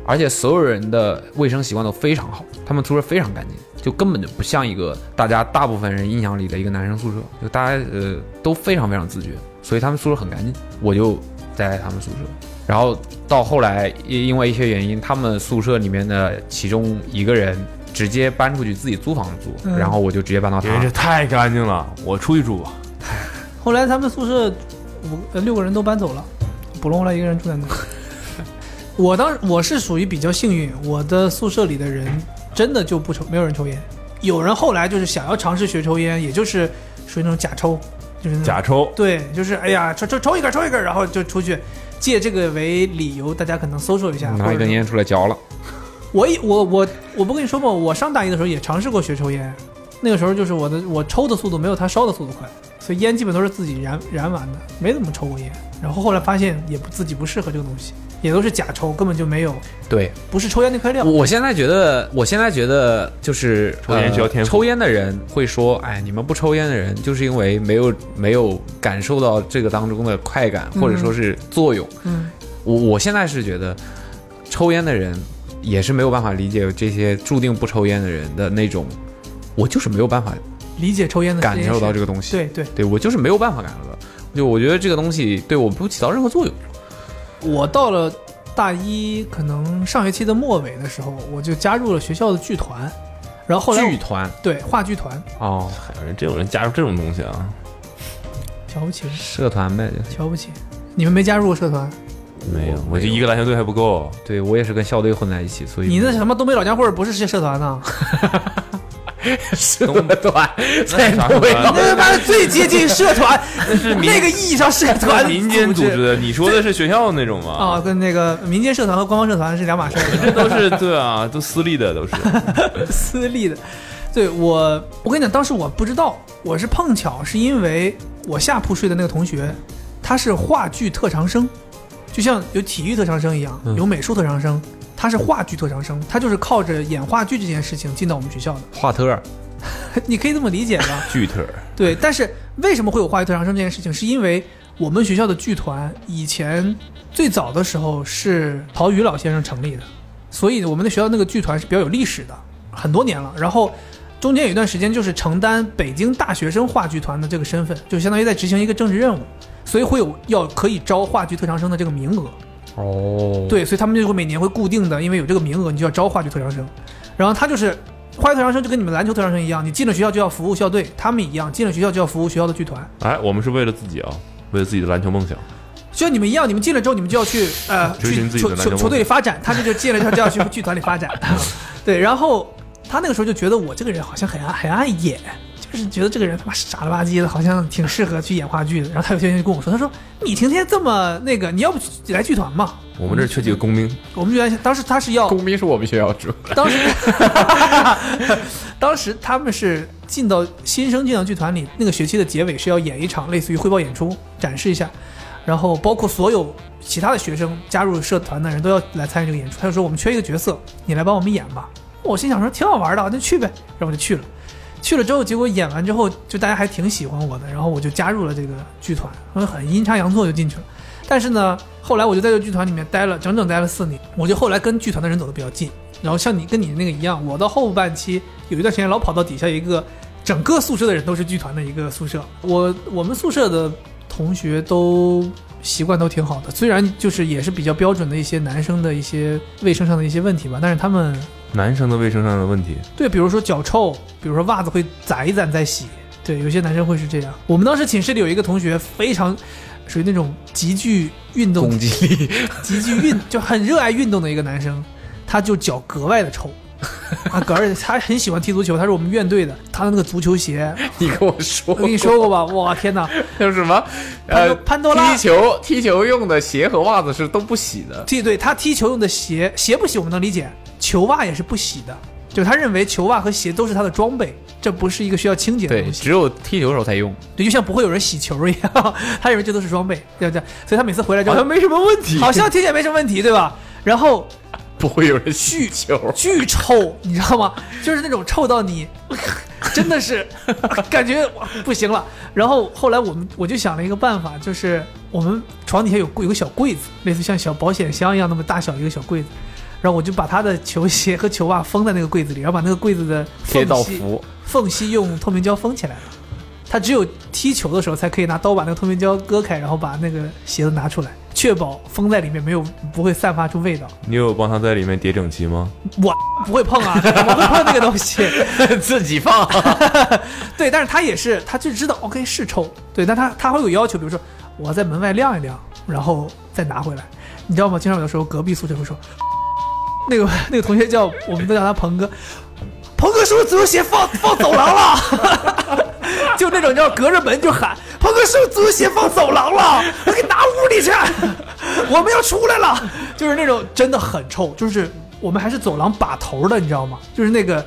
Speaker 4: 而且所有人的卫生习惯都非常好，他们宿舍非常干净，就根本就不像一个大家大部分人印象里的一个男生宿舍，就大家呃都非常非常自觉，所以他们宿舍很干净，我就待在他们宿舍。然后到后来，因因为一些原因，他们宿舍里面的其中一个人直接搬出去自己租房子住，
Speaker 3: 嗯
Speaker 4: 然后我就直接搬到他
Speaker 2: 因为这太干净了。我出去住吧，
Speaker 3: 后来他们宿舍五呃六个人都搬走了，补龙后来一个人住在那 里。我当时我是属于比较幸运，我的宿舍里的人真的就不抽，没有人抽烟。有人后来就是想要尝试学抽烟，也就是属于那种假抽，就是那种
Speaker 2: 假抽。
Speaker 3: 对，就是哎呀抽抽抽一根抽一根，然后就出去，借这个为理由，大家可能搜索一下。
Speaker 4: 拿一根烟出来嚼了。
Speaker 3: 我一我我我不跟你说吗？我上大一的时候也尝试过学抽烟，那个时候就是我的我抽的速度没有他烧的速度快，所以烟基本都是自己燃燃完的，没怎么抽过烟。然后后来发现也不自己不适合这个东西，也都是假抽，根本就没有
Speaker 4: 对，
Speaker 3: 不是抽烟那块料
Speaker 4: 我。我现在觉得，我现在觉得就是呃
Speaker 2: 抽烟需要天赋
Speaker 4: 抽烟的人会说，哎，你们不抽烟的人，就是因为没有没有感受到这个当中的快感，或者说是作用。
Speaker 3: 嗯，
Speaker 4: 我我现在是觉得，抽烟的人也是没有办法理解这些注定不抽烟的人的那种，我就是没有办法
Speaker 3: 理解抽烟的
Speaker 4: 感受到这
Speaker 3: 个
Speaker 4: 个东西。
Speaker 3: 对对，
Speaker 4: 对我就是没有办法感受到，就我觉得这个东西对我不起到任何作用。
Speaker 3: 我到了大一，可能上学期的末尾的时候，我就加入了学校的剧团。然后后来
Speaker 4: 剧团
Speaker 3: 对话剧团
Speaker 4: 哦，
Speaker 2: 还有人真有人加入这种东西啊？
Speaker 3: 瞧不起，
Speaker 4: 社团呗。
Speaker 3: 瞧不起。你们没加入过社团？
Speaker 2: 没有，我就一个篮球队还不够。
Speaker 4: 对我也是跟校队混在一起，所以
Speaker 3: 你那什么东北老家伙儿不是社团呢？
Speaker 4: 社团在
Speaker 2: 啥
Speaker 4: 东北
Speaker 2: 社团
Speaker 4: 搞
Speaker 3: 那他妈的最接近社团， 那个意义上社团
Speaker 2: 民间组
Speaker 3: 织
Speaker 2: 织的，你说的是学校那种吗？
Speaker 3: 啊，跟那个民间社团和官方社团是两码事儿。
Speaker 2: 这都是 对啊，都私立的，都 是。
Speaker 3: 私立的。对我，我跟你讲，当时我不知道，我是碰巧，是因为我下铺睡的那个同学，他是话剧特长生，就像有体育特长生一样，
Speaker 4: 嗯
Speaker 3: 有美术特长生，他是话剧特长生，他就是靠着演话剧这件事情进到我们学校的，
Speaker 4: 华特，
Speaker 3: 你可以这么理解吧？
Speaker 2: 剧特，
Speaker 3: 对，但是为什么会有话剧特长生这件事情？是因为我们学校的剧团以前最早的时候是陶宇老先生成立的，所以我们的学校那个剧团是比较有历史的，很多年了。然后中间有一段时间就是承担北京大学生话剧团的这个身份，就相当于在执行一个政治任务，所以会有要可以招话剧特长生的这个名额。
Speaker 4: 哦，
Speaker 3: 对，所以他们就会每年会固定的，因为有这个名额，你就要招话剧特长生。然后他就是话剧特长生，就跟你们篮球特长生一样，你进了学校就要服务校队，他们一样，进了学校就要服务学校的剧团，
Speaker 2: 哎，我们是为了自己啊，为了自己的篮球梦想。
Speaker 3: 就像你们一样，你们进了之后，你们就要去 呃
Speaker 2: 追寻自
Speaker 3: 去
Speaker 2: 己的
Speaker 3: 球
Speaker 2: 篮球
Speaker 3: 球
Speaker 2: 梦
Speaker 3: 球队里发展，他这就进了之后就要去剧团里发展， 对，然后他那个时候就觉得我这个人好像很爱很爱演。就是觉得这个人他妈傻了吧唧的，好像挺适合去演话剧的。然后他有一天就跟我说：“他说你天天这么那个，你要不来剧团嘛
Speaker 2: 我们这儿缺几个工兵，？”
Speaker 3: 我们原来当时他是要
Speaker 4: 工兵是我们学校住，
Speaker 3: 当时， 当时他们是进到新生进到剧团里，那个学期的结尾是要演一场类似于汇报演出，展示一下，然后包括所有其他的学生加入社团的人都要来参与这个演出。他就说我们缺一个角色，你来帮我们演吧。我心想说挺好玩的，那去呗，然后我就去了。去了之后，结果演完之后，就大家还挺喜欢我的，然后我就加入了这个剧团，我很阴差阳错就进去了。但是呢，后来我就在这个剧团里面待了整整待了四年，我就后来跟剧团的人走的比较近。然后像你跟你那个一样，我到后半期有一段时间老跑到底下一个整个宿舍的人都是剧团的一个宿舍，我我们宿舍的同学都习惯都挺好的，虽然就是也是比较标准的一些男生的一些卫生上的一些问题吧，但是他们
Speaker 2: 男生的卫生上的问题，
Speaker 3: 对，比如说脚臭，比如说袜子会攒一攒再洗。对，有些男生会是这样。我们当时寝室里有一个同学非常属于那种极具运动
Speaker 4: 攻击力，
Speaker 3: 极具运就很热爱运动的一个男生，他就脚格外的臭。啊，格而且他很喜欢踢足球，他是我们院队的。他的那个足球 鞋，
Speaker 4: 你跟我说，
Speaker 3: 我跟你说过 吧？哇，天哪！
Speaker 4: 有什么？
Speaker 3: 潘多
Speaker 4: 呃，
Speaker 3: 潘多拉
Speaker 4: 踢球踢球用的鞋和袜子是都不洗的，
Speaker 3: 踢对他踢球用的鞋，鞋不洗我们能理解，球袜也是不洗的。就他认为球袜和鞋都是他的装备，这不是一个需要清洁的
Speaker 4: 对，
Speaker 3: 东西。
Speaker 4: 只有踢球的时候才用，
Speaker 3: 对，就像不会有人洗球一样， 他以为这都是装备，对不对？所以他每次回来之后，
Speaker 4: 没什么问 题
Speaker 3: 好像听起来没什么问题，对吧？然后
Speaker 4: 不会有人 续球。
Speaker 3: 巨臭，你知道吗？ 就是那种臭到你， 真的 是感觉哇不行了。然后后来我们我就想了一个办法，就是我们床底下有柜有个小柜子，类似像小保险箱一样那么大小一个小柜子，然后我就把他的球鞋和球袜封在那个柜子里，然后把那个柜子的
Speaker 4: 贴到
Speaker 3: 缝隙
Speaker 4: 服，
Speaker 3: 缝隙用透明胶封起来了。他只有踢球的时候才可以拿刀把那个透明胶割开，然后把那个鞋子拿出来，确保封在里面没有不会散发出味道。
Speaker 2: 你有帮他在里面叠整齐 吗？
Speaker 3: 我不会碰啊， 怎么会碰那个东西？
Speaker 4: 自己放。
Speaker 3: 对，但是他也是，他就知道 OK 是臭，对，但他他会有要求，比如说我在门外晾一晾，然后再拿回来，你知道吗？经常有的时候隔壁宿舍会说， 那个那个同学叫我们都叫他鹏哥，鹏哥是不是足球鞋放放走廊了？就那种你知道隔着门就喊，鹏哥是不是足球鞋放走廊了？我给拿屋里去， 我们要出来了，就是那种真的很臭，就是我们还是走廊把头的，你知道吗？就是那个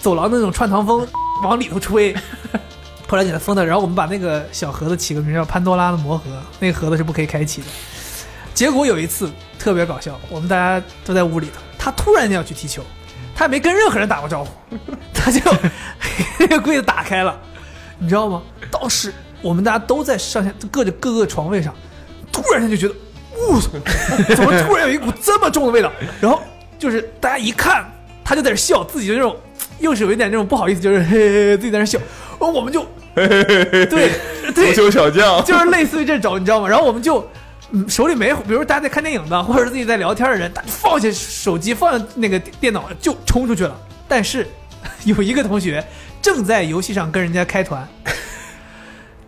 Speaker 3: 走廊那种穿堂风往里头吹。后来给它封的，然后我们把那个小盒子起个名叫潘多拉的魔盒，那个盒子是不可以开启的。结果有一次特别搞笑，我们大家都在屋里头，他突然间要去踢球，他也没跟任何人打过招呼， 他就那个柜子打开了，你知道吗？当时我们大家都在上下各着各个床位上，突然间就觉得，呜， 怎么突然有一股这么重的味道？然后就是大家一看，他就在那笑，自己就那种又是有一点那种不好意思，就是嘿嘿嘿自己在那笑，然后我们就， 对对，
Speaker 2: 小 将，
Speaker 3: 就是类似于这种，你知道吗？然后我们就。嗯手里没，比如大家在看电影的，或者是自己在聊天的人，大家放下手机，放下那个电电脑，就冲出去了。但是有一个同学正在游戏上跟人家开团，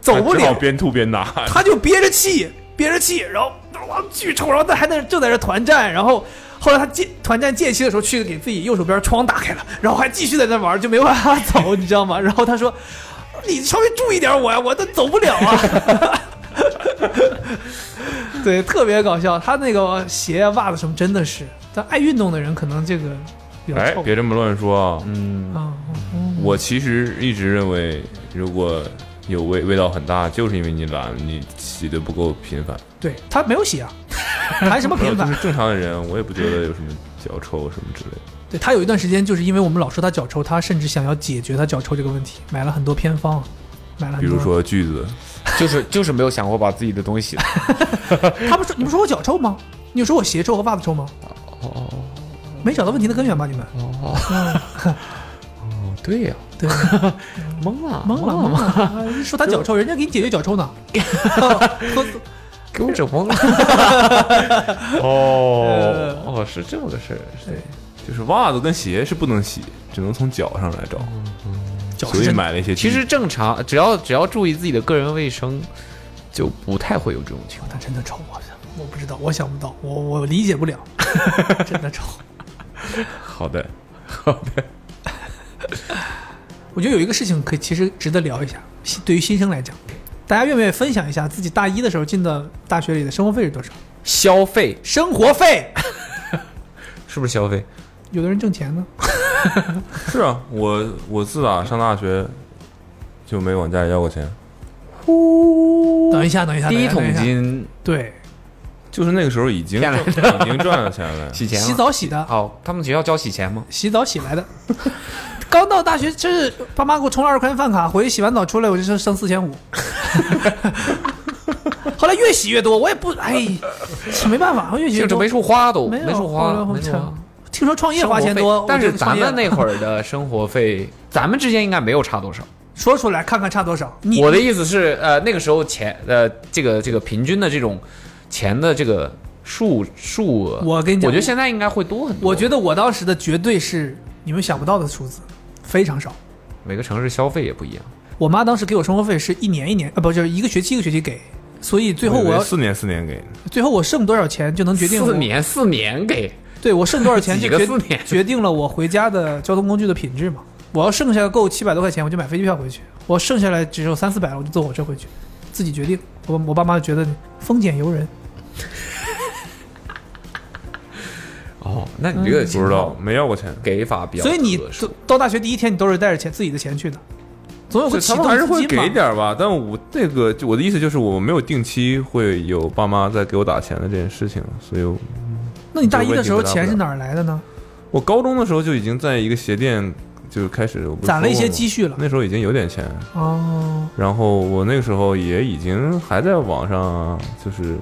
Speaker 3: 走不
Speaker 2: 只好
Speaker 3: 了，
Speaker 2: 边吐边 打。
Speaker 3: 他就憋着气，憋着气，然后哇巨臭，然后他还在正在这团战，然后后来他借团战间隙的时候，去给自己右手边窗打开了，然后还继续在那玩，就没办法走， 你知道吗？然后他说：“你稍微注意点我呀，我都走不了啊。” 对，特别搞笑。他那个鞋啊、袜子什么，真的是，但爱运动的人可能这个比较
Speaker 2: 哎
Speaker 3: 臭，
Speaker 2: 别这么乱说啊！
Speaker 3: 啊。
Speaker 2: 我其实一直认为，如果有味味道很大，就是因为你懒，你洗的不够频繁。
Speaker 3: 对他没有洗啊，还 什么
Speaker 2: 没有
Speaker 3: 频
Speaker 2: 就
Speaker 3: 繁
Speaker 2: 是？正常的人，我也不觉得有什么脚臭什么之类的。
Speaker 3: 对他有一段时间，就是因为我们老说他脚臭，他甚至想要解决他脚臭这个问题，买了很多偏方，买了很
Speaker 2: 比
Speaker 3: 多。
Speaker 2: 如，说锯子，
Speaker 6: 就是就是没有想过把自己的东西，
Speaker 3: 他不说你不说我脚臭吗？你说我鞋臭和袜子臭吗？
Speaker 2: 哦
Speaker 3: 没找到问题的根源吧？你们
Speaker 6: 对呀、
Speaker 3: 对，
Speaker 6: 懵
Speaker 2: 啊
Speaker 6: 了
Speaker 3: 懵
Speaker 2: 哦
Speaker 3: 了懵了， 啊说他脚臭，人家给你解决脚臭呢。喝
Speaker 6: 给我整懵了。哦哦，是这么个事儿，对，
Speaker 2: 就是袜子跟鞋是不能洗，只能从脚上来找，
Speaker 3: 哦脚
Speaker 2: 所
Speaker 3: 是
Speaker 2: 以
Speaker 3: 真的
Speaker 2: 买了一些锯
Speaker 6: 其
Speaker 2: 子。
Speaker 6: 实正常，只要只要注意自己的个人卫生，就不太会有这种情况。
Speaker 3: 他真的臭，我我不知道，我想不到，我我理解不了， 真的臭。
Speaker 2: 好的，
Speaker 3: 我觉得有一个事情可以其实值得聊一下，新对于新生来讲，大家愿不愿意分享一下自己大一的时候进到大学里的生活费是多少？
Speaker 6: 消费
Speaker 3: 生活费，
Speaker 6: 是不是消费？
Speaker 3: 有的人挣钱呢，
Speaker 2: 是啊，我我自打上大学就没管家里要过钱，
Speaker 3: 等一下，等一下，
Speaker 6: 第一
Speaker 3: 等
Speaker 6: 桶
Speaker 3: 下，
Speaker 6: 金
Speaker 3: 对，
Speaker 2: 就是那个时候已经
Speaker 6: 骗来
Speaker 2: 已经赚了钱了。
Speaker 6: 洗钱吗
Speaker 3: 洗澡洗的，
Speaker 6: 好，哦他们学校教洗钱吗？
Speaker 3: 洗澡洗来的。 刚到大学，真是爸妈给我充了二十块钱饭卡，回去洗完澡出来，我就剩剩四千五。 后来越洗越多，我也不哎，是没办法，越洗越
Speaker 6: 就这
Speaker 3: 多
Speaker 6: 没。处花都，
Speaker 3: 没有
Speaker 6: 没处花，
Speaker 3: 我
Speaker 6: 没处花。
Speaker 3: 听说创业
Speaker 6: 生活
Speaker 3: 花钱多
Speaker 6: 费，但
Speaker 3: 我
Speaker 6: 是
Speaker 3: 就
Speaker 6: 咱
Speaker 3: 创业
Speaker 6: 们
Speaker 3: 了
Speaker 6: 那会儿的生活 费，咱们之间应该没有差多少。
Speaker 3: 说出来看看差多少。你
Speaker 6: 我的意思是，呃，那个时候钱，呃，这个这个平均的这种钱的这个数数额，
Speaker 3: 我跟你讲
Speaker 6: 我觉得现在应该会多很多。
Speaker 3: 我觉得我当时的绝对是你们想不到的数字，非常少。
Speaker 6: 每个城市消费也不一样。
Speaker 3: 我妈当时给我生活费是一年一年，啊，不就是一个学期一个学期给，所 以最后我
Speaker 2: 以为
Speaker 3: 要
Speaker 2: 四年四年给，
Speaker 3: 最后我剩多少钱就能决定我
Speaker 6: 四，年四年给，
Speaker 3: 对我剩多少 钱就
Speaker 6: 几个
Speaker 3: 决
Speaker 6: 四年
Speaker 3: 决定了我回家的交通工具的品质嘛。我要剩下够七百多块钱，我就买飞机票回去；我剩下来只有三四百了，我就坐火车回去，自己决定。我我爸妈觉得丰俭由人，
Speaker 6: 哦，那你这个
Speaker 2: 不知道没要过钱，
Speaker 6: 给法比较合
Speaker 3: 嗯所
Speaker 6: 适，
Speaker 3: 以你到到大学第一天，你都是带着钱自己的钱去的，总有个
Speaker 2: 就
Speaker 3: 启
Speaker 2: 他
Speaker 3: 动
Speaker 2: 们还是
Speaker 3: 资
Speaker 2: 会
Speaker 3: 金
Speaker 2: 给
Speaker 3: 嘛。
Speaker 2: 点儿吧，但我那个就我的意思就是我没有定期会有爸妈在给我打钱的这件事情，所以我
Speaker 3: 那你大一的时候
Speaker 2: 这个问题回答不了
Speaker 3: 钱是哪儿来的呢？
Speaker 2: 我高中的时候就已经在一个鞋店就开始我不是
Speaker 3: 攒了一
Speaker 2: 说过
Speaker 3: 些
Speaker 2: 吗
Speaker 3: 积蓄了。
Speaker 2: 那时候已经有点钱，
Speaker 3: 哦，
Speaker 2: 然后我那个时候也已经还在网上，就是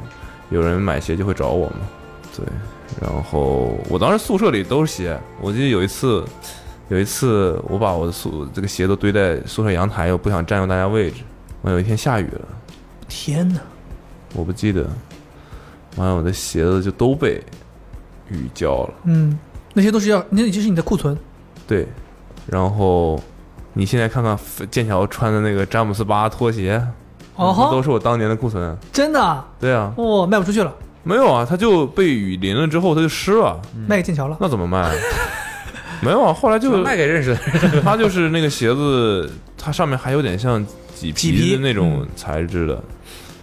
Speaker 2: 有人买鞋就会找我嘛，对。然后我当时宿舍里都是鞋，我记得有一次，有一次我把我的宿这个鞋都堆在宿舍阳台，我不想占用大家位置。我有一天下雨了，
Speaker 3: 天哪！
Speaker 2: 我不记得，完了我的鞋子就都被雨浇了。
Speaker 3: 嗯，那些都是要，那就是你的库
Speaker 2: 嗯
Speaker 3: 存。
Speaker 2: 对，然后你现在看看剑桥穿的那个詹姆斯巴拖鞋，
Speaker 3: 哦
Speaker 2: 那都
Speaker 3: 吼，
Speaker 2: 是我当年的库存。
Speaker 3: 真的啊，
Speaker 2: 对啊，
Speaker 3: 哦，卖不出去了，
Speaker 2: 没有啊，它就被雨淋了之后，它就湿了，
Speaker 3: 卖给剑桥了。
Speaker 2: 那怎么卖啊？ 没有啊，后来就
Speaker 6: 卖给认识的人。
Speaker 2: 它就是那个鞋子，它上面还有点像麂
Speaker 3: 麂皮
Speaker 2: 皮的那种材质的，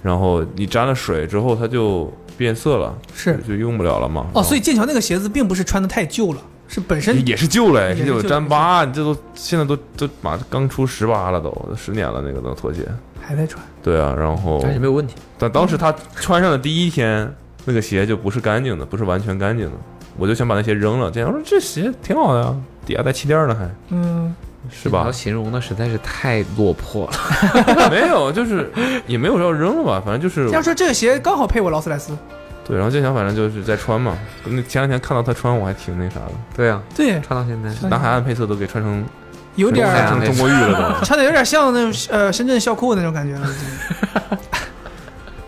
Speaker 2: 然后你沾了水之后，它就变色了，
Speaker 3: 是
Speaker 2: 就用不了了嘛。
Speaker 3: 哦，所
Speaker 2: 以
Speaker 3: 以剑桥那个鞋子并不是穿的太旧了，是本身
Speaker 2: 也是旧了，
Speaker 3: 也是
Speaker 2: 有
Speaker 3: 旧了
Speaker 2: 粘疤，你这都现在都都马刚出十八了都，十年了那个都拖鞋。
Speaker 3: 还在穿。
Speaker 2: 对啊，然后
Speaker 3: 哦
Speaker 6: 但是没有问题，
Speaker 2: 但当时他穿上的第一天，那个鞋就不是干净的，不是完全干净的，我就想把那鞋扔了。这样我说这鞋挺好的呀，底下带气垫呢还，
Speaker 3: 嗯，
Speaker 2: 是
Speaker 6: 你
Speaker 2: 吧
Speaker 6: 要？形容的实在是太落魄了。
Speaker 2: 没有，就是也没有要扔了吧，反正就是
Speaker 3: 要说这个鞋刚好配我劳斯莱斯，
Speaker 2: 对。然后建强反正就是在穿嘛，那前两天看到他穿，我还挺那啥的，
Speaker 6: 对啊，
Speaker 3: 对，
Speaker 6: 穿到现在，
Speaker 2: 南海岸配色都给穿成
Speaker 3: 有点
Speaker 6: 哎
Speaker 3: 儿
Speaker 6: 呀
Speaker 2: 穿成 中国玉了都。
Speaker 3: 穿的有点像那种呃深圳校裤那种感觉了，已经。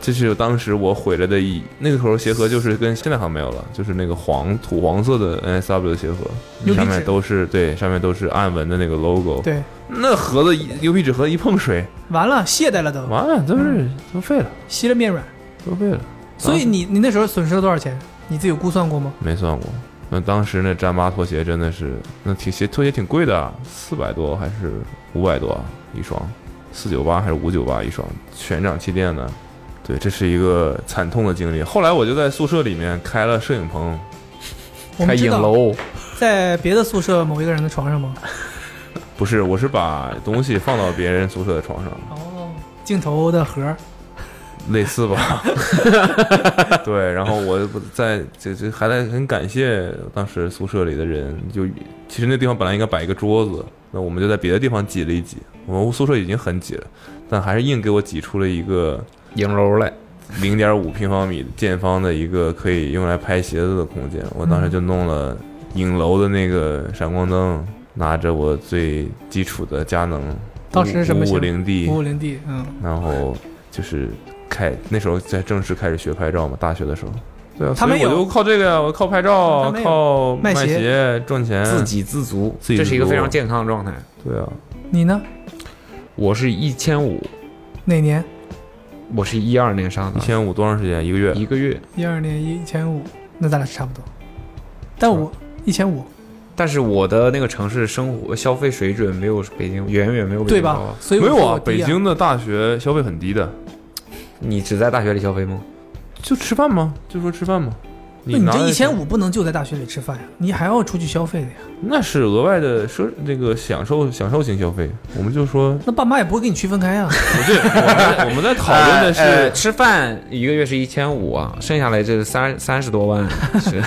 Speaker 2: 这这是当时我毁了的一那个时候鞋盒，就是跟现在好像没有了，就是那个黄土黄色的 NSW 的鞋盒，
Speaker 3: 牛皮
Speaker 2: 上
Speaker 3: 纸
Speaker 2: 面都是对，上面都是暗纹的那个 logo。，
Speaker 3: 对，
Speaker 2: 那盒子一牛皮纸盒一碰水，
Speaker 3: 完了懈怠了都，
Speaker 2: 完了都是都废了，
Speaker 3: 稀了面软。
Speaker 2: 都废了，
Speaker 3: 所以你你那时候损失了多少钱？你自己有估算过吗？
Speaker 2: 没算过。那当时那詹巴拖鞋真的是，那挺鞋拖鞋挺贵的啊，四百多还是五百多啊一双，四九八还是五九八一双，全掌气垫的。对，这是一个惨痛的经历。后来我就在宿舍里面开了摄影棚，
Speaker 3: 我
Speaker 4: 开
Speaker 3: 们知
Speaker 4: 影
Speaker 3: 道
Speaker 4: 楼，
Speaker 3: 在别的宿舍某一个人的床上吗？
Speaker 2: 不是，我是把东西放到别人宿舍的床上，
Speaker 3: 哦，镜头的盒儿，
Speaker 2: 类似吧？对，然后我在这这还得很感谢当时宿舍里的人，就其实那地方本来应该摆一个桌子，那我们就在别的地方挤了一挤。我们宿舍已经很挤了，但还是硬给我挤出了一个
Speaker 4: 影楼来，
Speaker 2: 零点五平方米见方的一个可以用来拍鞋子的空间。我当时就弄了影楼的那个闪光灯，拿着我最基础的佳能。
Speaker 3: 当时是什么
Speaker 2: 五
Speaker 3: 型
Speaker 2: 五零 D，
Speaker 3: 五五零 D，嗯，
Speaker 2: 然后就是开那时候在正式开始学拍照嘛，大学的时候。对啊，
Speaker 3: 他
Speaker 2: 所以
Speaker 3: 没有
Speaker 2: 我就靠这个呀，我靠拍照啊
Speaker 3: 他，没有
Speaker 2: 靠
Speaker 3: 卖鞋
Speaker 2: 鞋赚钱，
Speaker 4: 自给自足，
Speaker 2: 嗯自给
Speaker 4: 这是一个
Speaker 2: 自足
Speaker 4: 非常健康的状态。
Speaker 2: 对啊，
Speaker 3: 你呢？
Speaker 4: 我是一千五，
Speaker 3: 哪年？
Speaker 4: 我是一二年上
Speaker 2: 一
Speaker 4: 的，
Speaker 2: 千五多长时间？一个月？
Speaker 4: 一个月。
Speaker 3: 一二年一千五，那咱俩是差不多。但我一千五，
Speaker 4: 但是我的那个城市生活消费水准没有北京远远没有北
Speaker 3: 对
Speaker 4: 京高
Speaker 3: 吧
Speaker 4: 啊。？
Speaker 3: 所以
Speaker 2: 没
Speaker 3: 我
Speaker 2: 有
Speaker 3: 说我
Speaker 2: 啊，
Speaker 3: 低
Speaker 2: 北京的大学消费很低的，
Speaker 4: 你只在大学里消费吗？
Speaker 2: 就吃饭吗？就说吃饭吗？
Speaker 3: 那你
Speaker 2: 拿
Speaker 3: 这一千
Speaker 2: 五，
Speaker 3: 五不能就在大学里吃饭呀，你还要出去消费的呀。
Speaker 2: 那是额外的奢那个享受享受型消费。我们就说，
Speaker 3: 那爸妈也不会给你区分开啊。
Speaker 2: 不对，我们在我们在讨论 的
Speaker 4: 呃呃
Speaker 2: 是
Speaker 4: 吃饭一个月是一千五啊，剩下来这三三十多万， 是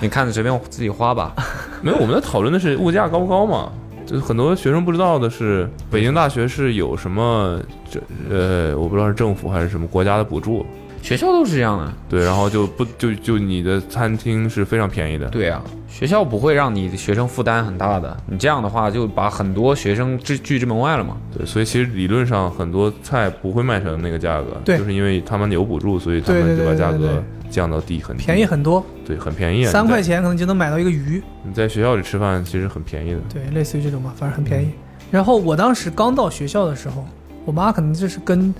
Speaker 4: 你看着随便自己花吧。
Speaker 2: 没有，我们在讨论的是物价高不高嘛？就是很多学生不知道的是，北京大学是有什么这呃，我不知道是政府还是什么国家的补助，
Speaker 4: 学校都是这样的，
Speaker 2: 对，然后就不就就你的餐厅是非常便宜的，
Speaker 4: 对啊，学校不会让你学生负担很大的，你这样的话就把很多学生拒拒之门外了嘛。
Speaker 2: 对，所以其实理论上很多菜不会卖成那个价格，
Speaker 3: 对
Speaker 2: 就是因为他们有补助，所以他
Speaker 3: 对
Speaker 2: 们
Speaker 3: 对
Speaker 2: 就
Speaker 3: 对
Speaker 2: 把价
Speaker 3: 对对
Speaker 2: 格
Speaker 3: 对
Speaker 2: 降到低很低，
Speaker 3: 便宜很多，
Speaker 2: 对，很便宜啊，
Speaker 3: 三
Speaker 2: 你在
Speaker 3: 块，钱可能就能买到一个鱼，
Speaker 2: 你在学校里吃饭其实很便宜的，
Speaker 3: 对，类似于这种吧，反正很便宜。然后我当时刚到学校的时候，我妈可能就是跟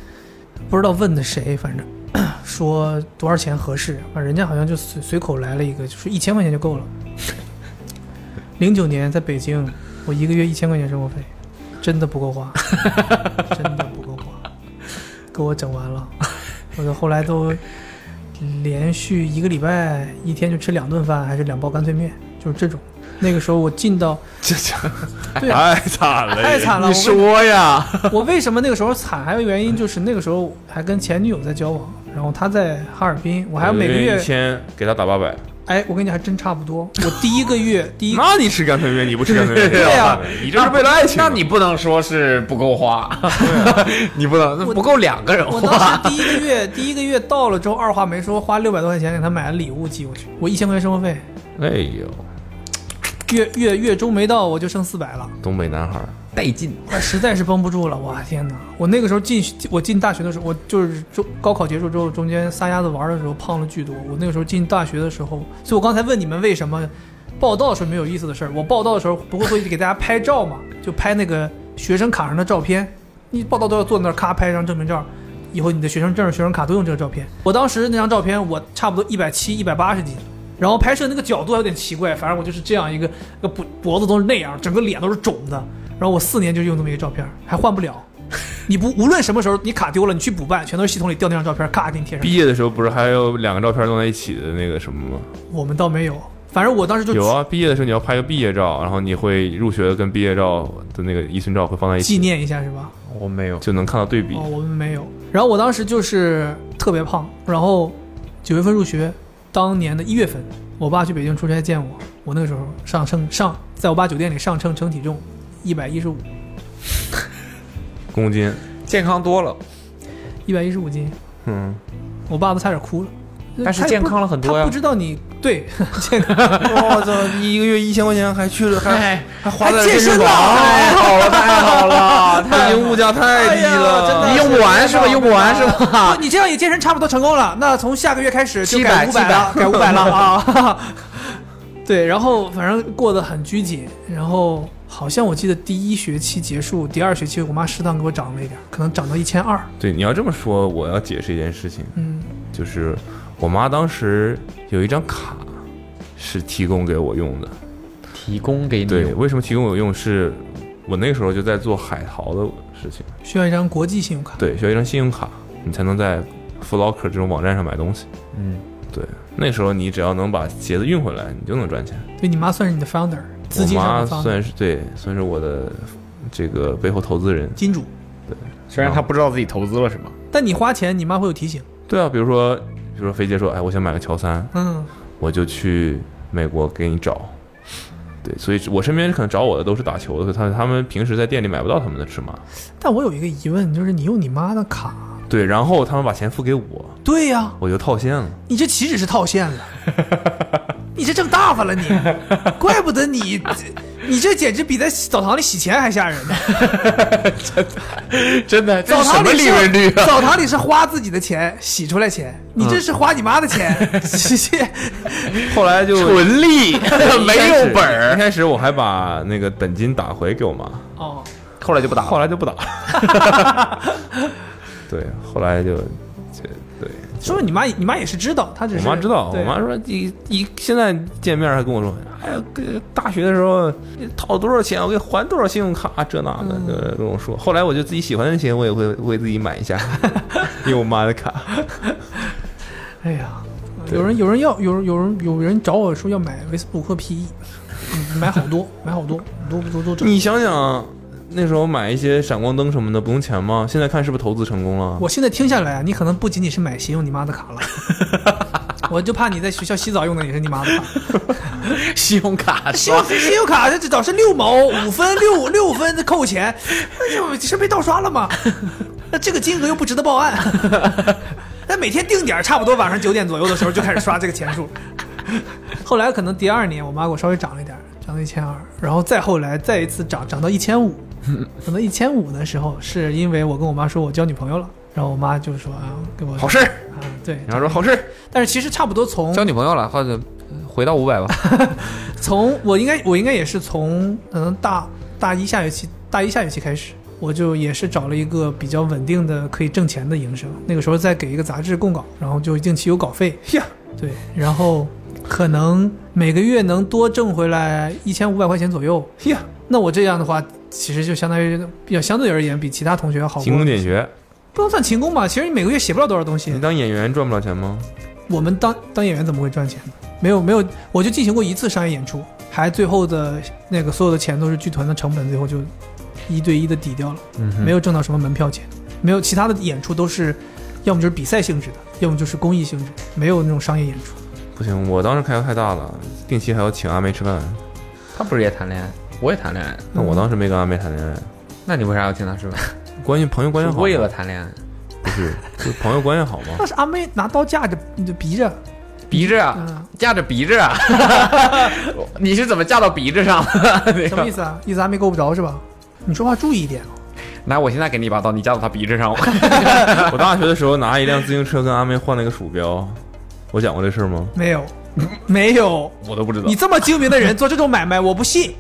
Speaker 3: 不知道问的谁，反正 说多少钱合适，啊，人家好像就随随口来了一个，就是一千块钱就够了。零九年在北京，我一个月一千块钱生活费，真的不够花， 真的不够花，给我整完了。我就后来都连续一个礼拜一天就吃两顿饭，还是两包干脆面，就是这种。那个时候我 进到 对啊
Speaker 2: 太惨了，
Speaker 3: 太惨了，
Speaker 4: 你
Speaker 3: 我为
Speaker 4: 说呀，
Speaker 3: 我为什么那个时候惨？还有原因就是那个时候还跟前女友在交往，然后她在哈尔滨，我还要每个
Speaker 2: 一
Speaker 3: 月，
Speaker 2: 千给他打八百，
Speaker 3: 哎，我跟你还真差不多。我第一个月第一
Speaker 2: 那你吃干脆 面，你 不吃干脆面，
Speaker 3: 对啊
Speaker 2: 你这是为了爱情吗，
Speaker 4: 那你不能说是不够花，你不能那不够两个人
Speaker 3: 我
Speaker 4: 花。
Speaker 3: 当时第一个月第一个月到了之后，二话没说花六百多块钱给她买了礼物寄过去，我一千块钱生活费，
Speaker 2: 哎呦，
Speaker 3: 月月月中没到我就剩四百了，
Speaker 2: 东北男孩儿，
Speaker 4: 带劲，
Speaker 3: 我实在是绷不住了，我天哪！我那个时候进我进大学的时候，我就是中高考结束之后，中间撒丫子玩的时候胖了巨多。我那个时候进大学的时候，所以我刚才问你们为什么报道是没有意思的事儿。我报道的时候不会会给大家拍照嘛，就拍那个学生卡上的照片。你报道都要坐那儿咔拍一张证明照，以后你的学生证、学生卡都用这个照片。我当时那张照片我差不多一百七、一百八十斤，然后拍摄那个角度还有点奇怪，反正我就是这样一个，那个脖脖子都是那样，整个脸都是肿的。然后我四年就用这么一个照片，还换不了。你不无论什么时候你卡丢了，你去补办，全都是系统里掉那张照片，咔给你贴上
Speaker 2: 毕。业的时候不是还有两个照片弄在一起的那个什么 吗？
Speaker 3: 我们倒没有，反正我当时就
Speaker 2: 有啊，毕业的时候你要拍个毕业照，然后你会入学跟毕业照的那个一寸照会放在一
Speaker 3: 纪
Speaker 2: 起，
Speaker 3: 念一下是吧？
Speaker 4: 我没有。
Speaker 2: 就能看到对比
Speaker 3: 哦，。我们没有。然后我当时就是特别胖，然后九月份入学，当年的一月份，我爸去北京出差见我，我那个时候上称上，在我爸酒店里上称称体重，一百一十五，
Speaker 2: 公斤，
Speaker 4: 健康多了，
Speaker 3: 一百一十五斤，
Speaker 2: 嗯，
Speaker 3: 我爸都差点哭了。
Speaker 6: 但是
Speaker 3: 他也
Speaker 6: 健
Speaker 3: 不
Speaker 6: 康了很多
Speaker 3: 他
Speaker 6: 呀
Speaker 3: 不知道你对健康，
Speaker 5: 我操，一个月一千块钱还去 了，还还 花在了健身房，
Speaker 3: 哎
Speaker 6: 太好了，太好了，
Speaker 5: 北京物价太低
Speaker 3: 哎
Speaker 5: 了，
Speaker 6: 你
Speaker 4: 呃
Speaker 6: 用不完是吧？用不 完是吧？
Speaker 3: 不 你这样也健身差不多成功了。那从下个月开始就改
Speaker 6: 700
Speaker 3: 五百了，改五百了啊。 对，然后反正过得很拘谨，然后好像我记得第一学期结束，第二学期我妈适当给我涨了一点，可能涨到一千二。
Speaker 2: 对，你要这么说，我要解释一件事情，
Speaker 3: 嗯，
Speaker 2: 就是我妈当时有一张卡是提供给我用的。
Speaker 6: 提供给
Speaker 2: 对，，为什么提供我用？是我那个时候就在做海淘的事情，
Speaker 3: 需要一张国际信用卡。
Speaker 2: 对，需要一张信用卡，你才能在 Footlocker 这种网站上买东西。
Speaker 6: 嗯，
Speaker 2: 对，那时候你只要能把鞋子运回来，你就能赚钱。
Speaker 3: 对你妈算是你的 founder，资金
Speaker 2: 我
Speaker 3: 上
Speaker 2: 妈
Speaker 3: 的 founder，
Speaker 2: 算是对，算是我的这个背后投资人。
Speaker 3: 金主。
Speaker 6: 虽
Speaker 4: 啊
Speaker 6: 然他不知道自己投资了什么，
Speaker 3: 但你花钱，你妈会有提醒。
Speaker 2: 对啊，比如说，比如说飞姐说，哎，我想买个乔三，
Speaker 3: 嗯，
Speaker 2: 我就去美国给你找。对，所以我身边可能找我的都是打球的，他他们平时在店里买不到他们的尺码。
Speaker 3: 但我有一个疑问，就是你用你妈的卡，
Speaker 2: 对，然后他们把钱付给我，
Speaker 3: 对呀、
Speaker 2: 我就套现了。
Speaker 3: 你这岂止是套现了， 你这挣大发了你，怪不得你，你这简直比在澡堂里洗钱还吓人呢。
Speaker 6: 真的这
Speaker 3: 澡
Speaker 6: 是什
Speaker 3: 堂
Speaker 6: 么
Speaker 3: 里
Speaker 6: 利
Speaker 3: 是
Speaker 6: 润率啊？
Speaker 3: 澡堂里是花自己的钱洗出来钱，你这是花你妈的钱，这这
Speaker 2: 后来就
Speaker 6: 纯利 没有本
Speaker 2: 一
Speaker 6: 儿，
Speaker 2: 开始我还把那个本金打回给我妈，
Speaker 3: 哦，
Speaker 6: 后来就不打了。
Speaker 2: 后来就不打了。 对，后来就，这对
Speaker 3: 说明你妈你妈也是知道，她只
Speaker 2: 我
Speaker 3: 是
Speaker 2: 妈知道，
Speaker 3: 对
Speaker 2: 我妈说一一现在见面还跟我说，哎呀，跟大学的时候套了多少钱，我给还多少信用卡，啊这那的，就跟我说。后来我就自己喜欢的鞋，我也会会自己买一 下，用我妈的卡。
Speaker 3: 哎呀，
Speaker 2: 对
Speaker 3: 有人有人要有人有人有人找我说要买维斯布鲁克 PE，嗯买好多买好多多多多整。
Speaker 2: 你想想，那时候买一些闪光灯什么的不用钱吗？现在看是不是投资成功了？
Speaker 3: 我现在听下来啊，你可能不仅仅是买鞋用你妈的卡了， 我就怕你在学校洗澡用的也是你妈的卡。
Speaker 6: 信用卡
Speaker 3: 信用信用卡这早是六毛五分六六分扣钱，那就是被盗刷了吗？那这个金额又不值得报案。 那每天定点，差不多晚上九点左右的时候就开始刷这个钱数。 后来可能第二年，我妈给我稍微涨了一点，涨到一千二，然后再后来再一次涨，涨到一千五。涨到一千五的时候，是因为我跟我妈说我交女朋友了，然后我妈就说啊，给我
Speaker 6: 好事儿，
Speaker 3: 啊，对。
Speaker 2: 然后说好事，
Speaker 3: 但是其实差不多从
Speaker 6: 交女朋友了，或者
Speaker 4: 呃
Speaker 6: 回到五百吧。
Speaker 3: 从我应该我应该也是从可能大大一下学期大一下学期开始，我就也是找了一个比较稳定的可以挣钱的营生。那个时候在给一个杂志供稿，然后就定期有稿费。
Speaker 2: 呀，
Speaker 3: 对，然后可能每个月能多挣回来一千五百块钱左右。
Speaker 2: 呀，
Speaker 3: 那我这样的话，其实就相当于要相对而言比其他同学要好
Speaker 2: 勤
Speaker 3: 过
Speaker 2: 工。俭学。
Speaker 3: 不能算勤工吧，其实你每个月写不了多少东西
Speaker 2: 你。当演员赚不了钱吗？
Speaker 3: 我们当当演员怎么会赚钱呢？没有没有，我就进行过一次商业演出，还最后的那个所有的钱都是剧团的成本，最后就一对一的抵掉了，
Speaker 6: 嗯
Speaker 3: 没有挣到什么门票钱，没有其他的演出都是，要么就是比赛性质的，要么就是公益性质，没有那种商业演出。
Speaker 2: 不行，我当时开销太大了，定期还要请阿梅吃饭。
Speaker 6: 他不是也谈恋爱？我也谈恋爱，
Speaker 2: 那我当时没跟阿梅谈恋爱，
Speaker 6: 那你为啥要请他吃饭？
Speaker 2: 关系朋友关系好吗，
Speaker 6: 为了谈恋爱，
Speaker 2: 不是，就朋友关系好嘛。
Speaker 3: 但是阿妹拿刀架着，你就逼着，
Speaker 6: 鼻子啊，
Speaker 3: 嗯，
Speaker 6: 架着鼻子啊， 你是怎么架到鼻子上
Speaker 3: 什么
Speaker 6: 的？
Speaker 3: 意思啊？意思阿妹够不着是吧？
Speaker 6: 嗯
Speaker 3: 你说话注意一点哦。
Speaker 6: 来，我现在给你一把刀，你架到他鼻子上，
Speaker 2: 我大学的时候拿一辆自行车跟阿妹换了一个鼠标，我讲过这事儿吗？
Speaker 3: 没有， 没有，
Speaker 6: 我都不知道
Speaker 3: 你。这么精明的人做这种买卖，我不信。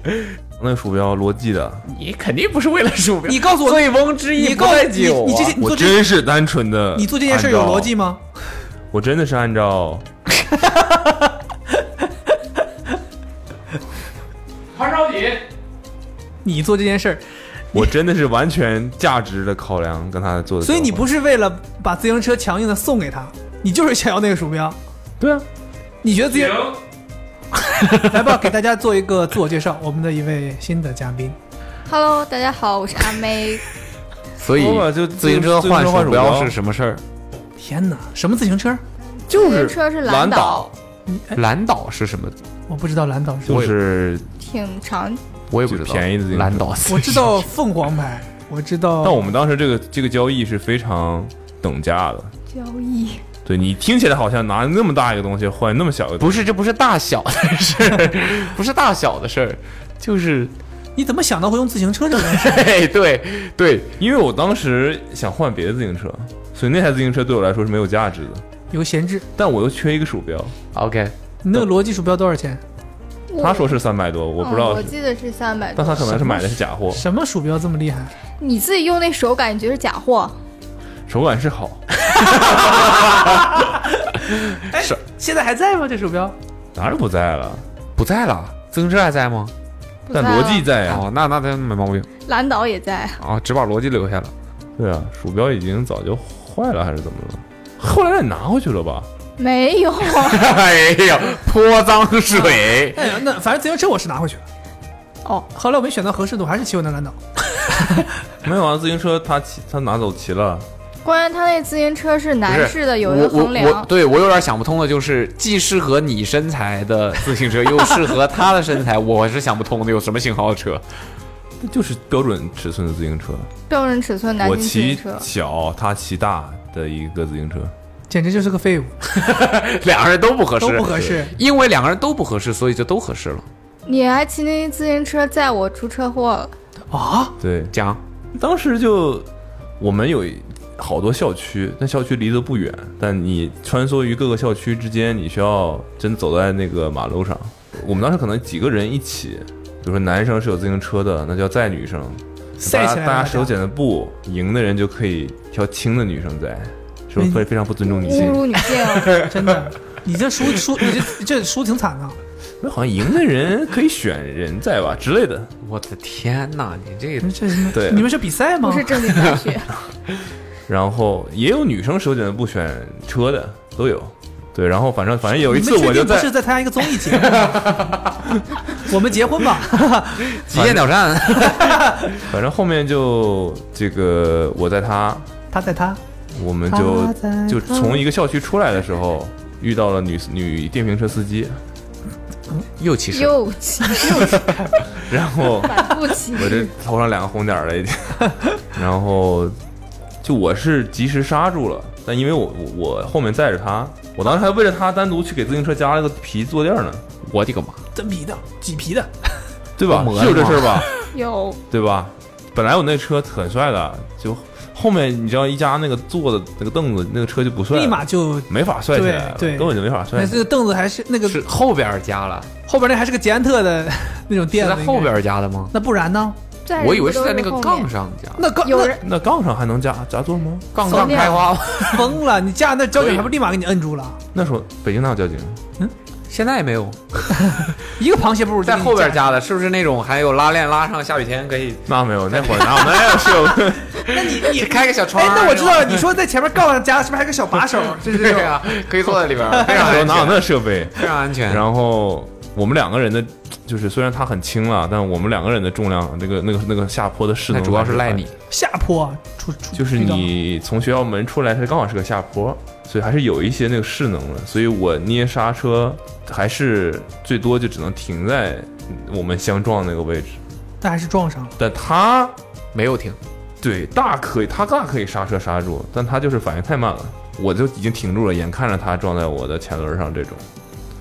Speaker 2: 那个鼠标罗技的，
Speaker 6: 你肯定不是为了鼠标，
Speaker 3: 你告诉我
Speaker 6: 醉翁之意
Speaker 3: 你
Speaker 6: 不
Speaker 3: 告诉
Speaker 6: 在
Speaker 3: 你
Speaker 6: 酒啊，
Speaker 3: 你这些你
Speaker 2: 我
Speaker 3: 做这
Speaker 2: 真是单纯的。
Speaker 3: 你做这件事有逻辑？吗？
Speaker 2: 我真的是按照
Speaker 6: 潘少锦，
Speaker 3: 你做这件事儿，
Speaker 2: 我真的是完全价值的考量跟他做的交换。
Speaker 3: 所以你不是为了把自行车强硬的送给他，你就是想要那个鼠标。
Speaker 2: 对啊？
Speaker 3: 你觉得自己 来吧，给大家做一个自我介绍，我们的一位新的嘉宾。
Speaker 7: Hello，大家好，我是阿妹。
Speaker 6: 所以
Speaker 2: 说吧就
Speaker 6: 自行车换
Speaker 2: 自行车换
Speaker 6: 鼠
Speaker 2: 鼠
Speaker 6: 标
Speaker 2: 标
Speaker 6: 是什么事儿？
Speaker 3: 天哪，什么自行车？
Speaker 2: 就是
Speaker 7: 自行车是
Speaker 2: 蓝
Speaker 7: 岛
Speaker 2: 岛，
Speaker 6: 蓝岛是什么？
Speaker 3: 我不知道蓝岛是。
Speaker 2: 就是，
Speaker 7: 挺长。
Speaker 6: 我也不知道。
Speaker 2: 就便宜的自行车
Speaker 6: 蓝岛，
Speaker 3: 我知道凤凰牌，我知
Speaker 2: 但
Speaker 3: 道
Speaker 2: 我们当时这个这个交易是非常等价的。
Speaker 7: 交易，
Speaker 2: 对你听起来好像拿那么大一个东西换那么小一个东
Speaker 4: 不
Speaker 2: 西，
Speaker 4: 是，这不是大小的事 儿，不是大小的事儿，就是
Speaker 3: 你怎么想到会用自行车这个东 西？
Speaker 6: 哎
Speaker 4: 对对对，
Speaker 2: 因为我当时想换别的自行车，所以那台自行车对我来说是没有价值的。
Speaker 3: 有个闲置，
Speaker 2: 但我又缺一个鼠标，
Speaker 4: OK，
Speaker 3: 你那个逻辑鼠标多少钱？
Speaker 2: 他说是三百多，我
Speaker 7: 我
Speaker 2: 不知
Speaker 7: 嗯
Speaker 2: 道
Speaker 7: 我
Speaker 2: 是，
Speaker 7: 记得是三百
Speaker 2: 但
Speaker 7: 多。
Speaker 2: 他可能是买的是假货，
Speaker 3: 什么鼠标这么厉害？
Speaker 7: 你自己用那手感，你觉得是假货？
Speaker 2: 手感是好，
Speaker 3: 哎，现在还在吗？这鼠标？
Speaker 2: 当然不在了，
Speaker 4: 不在了，自行车还在吗？
Speaker 7: 不
Speaker 2: 但
Speaker 7: 在
Speaker 2: 逻
Speaker 7: 了
Speaker 2: 辑在啊，
Speaker 4: 哦，那那他没毛病
Speaker 7: 蓝岛也在，
Speaker 6: 哦
Speaker 4: 啊，只把逻辑留下了。
Speaker 2: 对啊，鼠标已经早就坏了还是怎么了？后来你拿回去了吧？
Speaker 7: 没有，啊
Speaker 4: 哎呀，泼脏水！
Speaker 3: 哎呀，那反正自行车我是拿回去了。
Speaker 7: 哦，
Speaker 3: 后来我没选到合适的，我还是骑我那蓝岛。
Speaker 2: 没有啊，自行车他骑他拿走骑了，
Speaker 7: 关于他那自行车是 男士的，有一个
Speaker 4: 我
Speaker 7: 衡
Speaker 4: 我我
Speaker 7: 量。
Speaker 4: 对我有点想不通的就是，既适合你身材的自行车，又适合他的身材，我是想不通的。有什么型号的车？
Speaker 2: 那就是标准尺寸的自行车。
Speaker 7: 标准尺寸南
Speaker 2: 我
Speaker 7: 京自
Speaker 2: 骑
Speaker 7: 行车，
Speaker 2: 小，他骑大的一个自行车。
Speaker 3: 简直就是个废物，
Speaker 4: 两个人都不合适，
Speaker 3: 都不合适。
Speaker 4: 因为两个人都不合适，所以就都合适了。
Speaker 7: 你还骑那自行车载我出车祸了？
Speaker 3: 啊！
Speaker 2: 对，
Speaker 4: 讲
Speaker 2: 当时就我们有好多校区，但校区离得不远，但你穿梭于各个校区之间，你需要真走在那个马路上。我们当时可能几个人一起，比如说男生是有自行车的，那就要载女生，大
Speaker 3: 赛起
Speaker 2: 家
Speaker 3: 来
Speaker 2: 大
Speaker 3: 了
Speaker 2: 家手捡的布，赢的人就可以挑轻的女生载，是不是
Speaker 3: 嗯
Speaker 2: 非非常不尊重女
Speaker 7: 侮
Speaker 2: 性？
Speaker 7: 辱女性，
Speaker 3: 真的，你这输输，你这这输挺惨的。
Speaker 2: 那好像赢的人可以选人载吧之类 的。
Speaker 4: 我的天哪，你这
Speaker 3: 你这是
Speaker 2: 对
Speaker 3: 你们是比赛吗
Speaker 7: 不？是正经 大学。
Speaker 2: 然后也有女生手捡的布选车的都有，对，然后反正反正有一次
Speaker 3: 你们
Speaker 2: 我
Speaker 3: 确定
Speaker 2: 就
Speaker 3: 不
Speaker 2: 在
Speaker 3: 是在参加一个综艺节目吗， 我们结婚吧。
Speaker 4: 极限挑战，
Speaker 2: 反正后面就这个我在他，
Speaker 3: 他在他，
Speaker 2: 我们
Speaker 3: 他在他
Speaker 2: 就就从一个校区出来的时候遇到了女女电瓶车司机，
Speaker 4: 又歧视。
Speaker 7: 又骑又
Speaker 2: 然后
Speaker 7: 反复骑，
Speaker 2: 我这头上两个红点儿了已经， 然后就我是及时刹住了，但因为我我我后面载着他，我当时还为了他单独去给自行车加了个皮坐垫呢，
Speaker 4: 我的个妈！
Speaker 3: 真皮的，麂皮的，
Speaker 2: 对吧？
Speaker 4: 磨
Speaker 2: 是有这
Speaker 4: 吗
Speaker 2: 事儿吧？
Speaker 7: 有
Speaker 2: 对吧？本来我那车很帅的，就后面你知道一加那个坐的那个凳子，那个车就不帅了，
Speaker 3: 立马就
Speaker 2: 没法帅起来了，
Speaker 3: 对对
Speaker 2: 根本就没法帅
Speaker 3: 那。这个凳子还是那个
Speaker 4: 是后边加了，
Speaker 3: 后边那还是个捷安特的那种
Speaker 4: 是
Speaker 3: 垫子
Speaker 4: 在，
Speaker 3: 应该
Speaker 4: 后。边加的吗？
Speaker 3: 那不然呢？
Speaker 7: 载人
Speaker 4: 我以为
Speaker 7: 不
Speaker 4: 是
Speaker 7: 都
Speaker 4: 在那个
Speaker 7: 后面
Speaker 4: 杠。上加，
Speaker 3: 那刚
Speaker 7: 有
Speaker 3: 那
Speaker 7: 人
Speaker 2: 那杠上还能加加座吗？
Speaker 4: 杠
Speaker 7: 手
Speaker 4: 杠
Speaker 7: 电
Speaker 4: 开花吗？
Speaker 3: 疯了，你架那胶卷还不立马给你摁住了？
Speaker 2: 那时候北京哪有交警？
Speaker 4: 现在也没有，
Speaker 3: 一个螃蟹步
Speaker 4: 在后边
Speaker 3: 加。
Speaker 4: 加的，是不是那种还有拉链拉上，下雨天可以
Speaker 2: 那没 有，那会儿哪有那有是有
Speaker 3: 那你你
Speaker 4: 开个小窗
Speaker 3: 哎，
Speaker 4: 儿？
Speaker 3: 那我知道了，你说在前面杠上加，是不是还有个小把手？这是这
Speaker 4: 对
Speaker 3: 种。
Speaker 4: 啊，可以坐在里边儿，非常
Speaker 2: 那时候
Speaker 4: 安
Speaker 2: 哪有
Speaker 4: 全，
Speaker 2: 那设备？
Speaker 4: 非常安全。
Speaker 2: 然后我们两个人的，就是虽然他很轻了，但我们两个人的重量，那个那个那个下坡的势
Speaker 4: 那
Speaker 2: 能，
Speaker 4: 主要是赖你，，
Speaker 3: 下坡出出
Speaker 2: 就是
Speaker 3: 遇到了
Speaker 2: 你从学校门出来，它刚好是个下坡，所以还是有一些那个势能的。所以我捏刹车还是最多就只能停在我们相撞那个位置，
Speaker 3: 但还是撞上了。
Speaker 2: 但他
Speaker 4: 没有停，
Speaker 2: 对大可以，他大可以刹车刹住，但他就是反应太慢了，我就已经停住了，眼看着他撞在我的前轮上，这种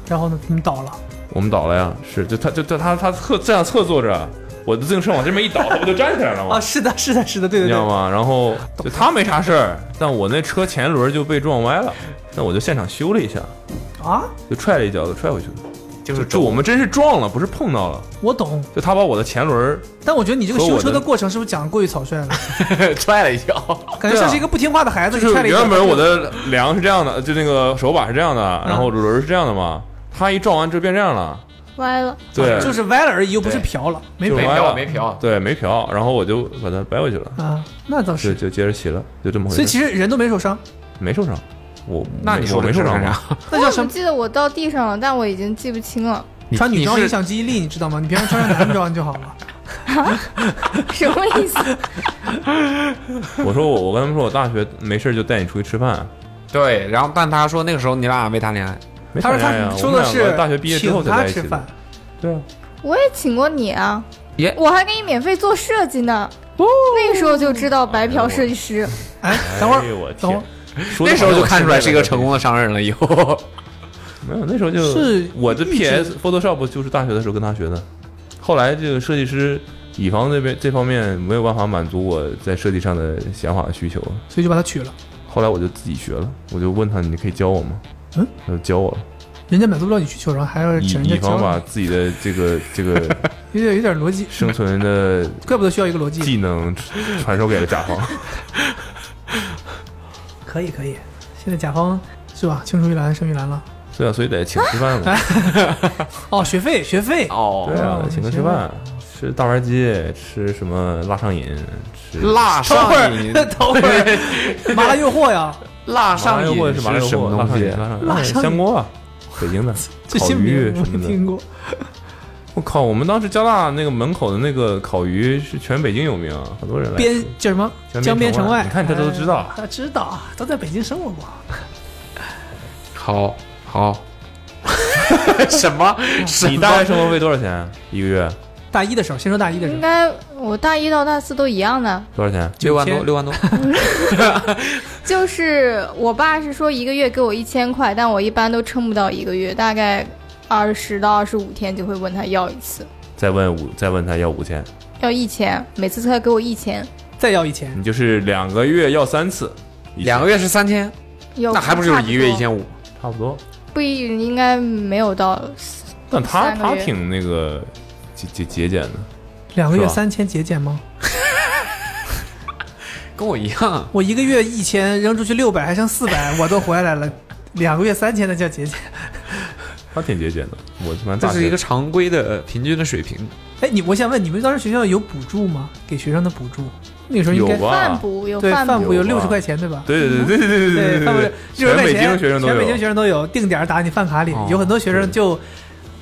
Speaker 3: 然后呢，你们倒了，
Speaker 2: 我们倒了呀，是就他就他他他侧这样侧坐着，我的自行车往这边一倒，他不就站起来了吗？
Speaker 3: 啊，是的，是的，是的，对
Speaker 2: 哦你知
Speaker 3: 对
Speaker 2: 道
Speaker 3: 对，
Speaker 2: 吗？然后就他没啥事儿，但我那车前轮就被撞歪了，那我就现场修了一下，
Speaker 3: 啊，
Speaker 2: 就踹了一脚，就踹回去了。
Speaker 4: 就是
Speaker 2: 就我们真是撞了，不是碰到了，
Speaker 3: 我懂，
Speaker 2: 就他把我的前轮，
Speaker 3: 但我觉得你这个
Speaker 2: 和
Speaker 3: 修
Speaker 2: 我
Speaker 3: 车的
Speaker 2: 的
Speaker 3: 过程是不是讲的过于草 率了？
Speaker 4: 踹了一脚。
Speaker 3: 感觉像是一个不听话的孩子，
Speaker 2: 啊就是
Speaker 3: 踹了一呃脚
Speaker 2: 原本我的梁是这样的，就那个手把是这样的，然后轮儿是这样的嘛，他一撞完就变这样了，
Speaker 7: 歪了，
Speaker 2: 对，
Speaker 3: 就是歪了而已，又不是瓢了，没
Speaker 2: 就
Speaker 3: 瓢
Speaker 2: 歪
Speaker 4: 没
Speaker 2: 了，
Speaker 4: 瓢没瓢
Speaker 2: 对，没瓢，然后我就把它掰回去了，
Speaker 3: 啊，那倒
Speaker 2: 对，
Speaker 3: 是。
Speaker 2: 就接着骑了，就这么回事，
Speaker 3: 所以其实人都没受伤，
Speaker 2: 没受伤，我
Speaker 4: 那你
Speaker 2: 我
Speaker 4: 说
Speaker 2: 没受伤吗？
Speaker 4: 啥？
Speaker 3: 那
Speaker 7: 我
Speaker 3: 叫
Speaker 7: 怎
Speaker 3: 什
Speaker 7: 么
Speaker 3: 么？
Speaker 7: 记得我到地上了，但我已经记不清了，
Speaker 3: 穿女装
Speaker 4: 你是
Speaker 3: 影响记忆力，你知道吗？你平常穿上男装就好 了。
Speaker 7: 什么 意思？
Speaker 2: 我说我我跟他们说我大学没事就带你出去吃饭，
Speaker 4: 对，然后但他说那个时候你俩没谈恋爱，
Speaker 2: 没
Speaker 3: 他说
Speaker 2: 谈恋爱啊
Speaker 3: 他说
Speaker 2: 我们
Speaker 3: 的
Speaker 2: 两
Speaker 3: 是
Speaker 2: 个大学毕业之后
Speaker 3: 请
Speaker 2: 才
Speaker 3: 他
Speaker 2: 在一
Speaker 3: 吃
Speaker 2: 起的
Speaker 3: 饭，，
Speaker 2: 对啊，
Speaker 7: 我也请过你啊
Speaker 4: 耶，哦
Speaker 7: 我还给你免费做设计呢。那个时候就知道白嫖设计师，
Speaker 3: 哎，等会
Speaker 2: 哎呦我
Speaker 3: 儿，等会
Speaker 2: 天
Speaker 3: 儿，，
Speaker 2: 说得
Speaker 4: 那时候
Speaker 2: 好像
Speaker 4: 就
Speaker 2: 我
Speaker 4: 看出来是一个
Speaker 2: 现在
Speaker 4: 成功的商人了。以后
Speaker 2: 没有，那时候就是我的
Speaker 3: 预制
Speaker 2: PS Photoshop 就是大学的时候跟他学的，后来这个设计师乙方那边这方面没有办法满足我在设计上的想法需求，
Speaker 3: 所以就把它取了。
Speaker 2: 后来我就自己学了，我就问他你可以教我吗？
Speaker 3: 嗯，
Speaker 2: 他就教我了。
Speaker 3: 人家满足不了你需求，然后还要
Speaker 2: 乙
Speaker 3: 请人
Speaker 2: 乙
Speaker 3: 家
Speaker 2: 方把
Speaker 3: 教
Speaker 2: 自己的这 个这个
Speaker 3: 你，有点有点逻辑，
Speaker 2: 生存的
Speaker 3: 怪不得需要一个逻辑。
Speaker 2: 技能传授给了甲方。
Speaker 3: 可以可以，现在甲方是吧？青出于蓝胜于蓝了。
Speaker 2: 对啊，所以得请吃饭嘛。
Speaker 3: 哦，学费学费，
Speaker 4: 哦，
Speaker 2: 对啊
Speaker 3: 哦，
Speaker 2: 请他吃饭，吃大盘鸡，吃什么辣上瘾，吃
Speaker 4: 辣
Speaker 3: 等
Speaker 4: 上
Speaker 3: 会
Speaker 4: 瘾，
Speaker 3: 儿等会儿，麻辣诱惑呀，
Speaker 4: 辣
Speaker 2: 上
Speaker 4: 上
Speaker 2: 瘾
Speaker 4: 瘾
Speaker 2: 是麻辣
Speaker 4: 什么东西？
Speaker 2: 辣上香锅，啊 北京的
Speaker 3: 这
Speaker 2: 烤
Speaker 3: 新
Speaker 2: 鱼
Speaker 3: 名我
Speaker 2: 什
Speaker 3: 没
Speaker 2: 么的
Speaker 3: 听。过。
Speaker 2: 我靠，我们当时交大那个门口的那个烤鱼是全北京有名，很多人来
Speaker 3: 边
Speaker 2: 吃。
Speaker 3: 叫什么？江
Speaker 2: 哎江边
Speaker 3: 边城
Speaker 2: 城
Speaker 3: 外，
Speaker 2: 外你看这都知道
Speaker 3: 哎他知道，都在北京生活过。啊
Speaker 4: 好好，什么什
Speaker 2: 你大
Speaker 4: 么
Speaker 2: 概？生活费多少钱一个月？
Speaker 3: 大一的时候，先说大一的时
Speaker 2: 嗯
Speaker 7: 应
Speaker 3: 候，
Speaker 7: 该我大一到大四都一样的，
Speaker 2: 多少钱？
Speaker 4: 六万多，
Speaker 3: 9000
Speaker 4: 六万多，
Speaker 7: 就是我爸是说一个月给我一千块，但我一般都撑不到一个月，大概二十到二十五天就会问他要一次，
Speaker 2: 再问五，再问他要五千，
Speaker 7: 要一千，每次他要给我一千，
Speaker 3: 再要一千，
Speaker 2: 你就是两个月要三次，
Speaker 4: 两个月是三千，
Speaker 7: 有
Speaker 4: 那还不就是一个月一？千五？
Speaker 2: 差不多。
Speaker 7: 不一应该没有到，
Speaker 2: 但他
Speaker 7: 三个
Speaker 2: 他
Speaker 7: 月
Speaker 2: 挺那个节节节俭的，
Speaker 3: 两个月
Speaker 2: 是吧
Speaker 3: 三千节俭吗？
Speaker 4: 跟我一样，
Speaker 3: 我一个月一千扔出去六百，还剩四百，我都回来 了。两个月三千的叫节俭。
Speaker 2: 他挺节俭的。我他妈
Speaker 4: 这
Speaker 2: 大
Speaker 4: 是一
Speaker 2: 学
Speaker 4: 个常规的呃平均的水平。
Speaker 3: 哎，你我想问，你们当时学校有补助吗？给学生的补助？那个时候应
Speaker 2: 有啊
Speaker 3: 该
Speaker 7: 饭
Speaker 2: 吧？
Speaker 7: 补有
Speaker 3: 对饭
Speaker 7: 补
Speaker 3: 补有
Speaker 2: 有
Speaker 3: 六
Speaker 2: 吧
Speaker 3: 十块钱对吧？
Speaker 2: 对对对对对对
Speaker 3: 嗯饭补
Speaker 2: 对，
Speaker 3: 六
Speaker 2: 全
Speaker 3: 十块
Speaker 2: 北
Speaker 3: 钱，
Speaker 2: 京学生都
Speaker 3: 全北
Speaker 2: 有
Speaker 3: 京学。生都有，定点打你饭卡里，
Speaker 4: 哦
Speaker 3: 有很多学生就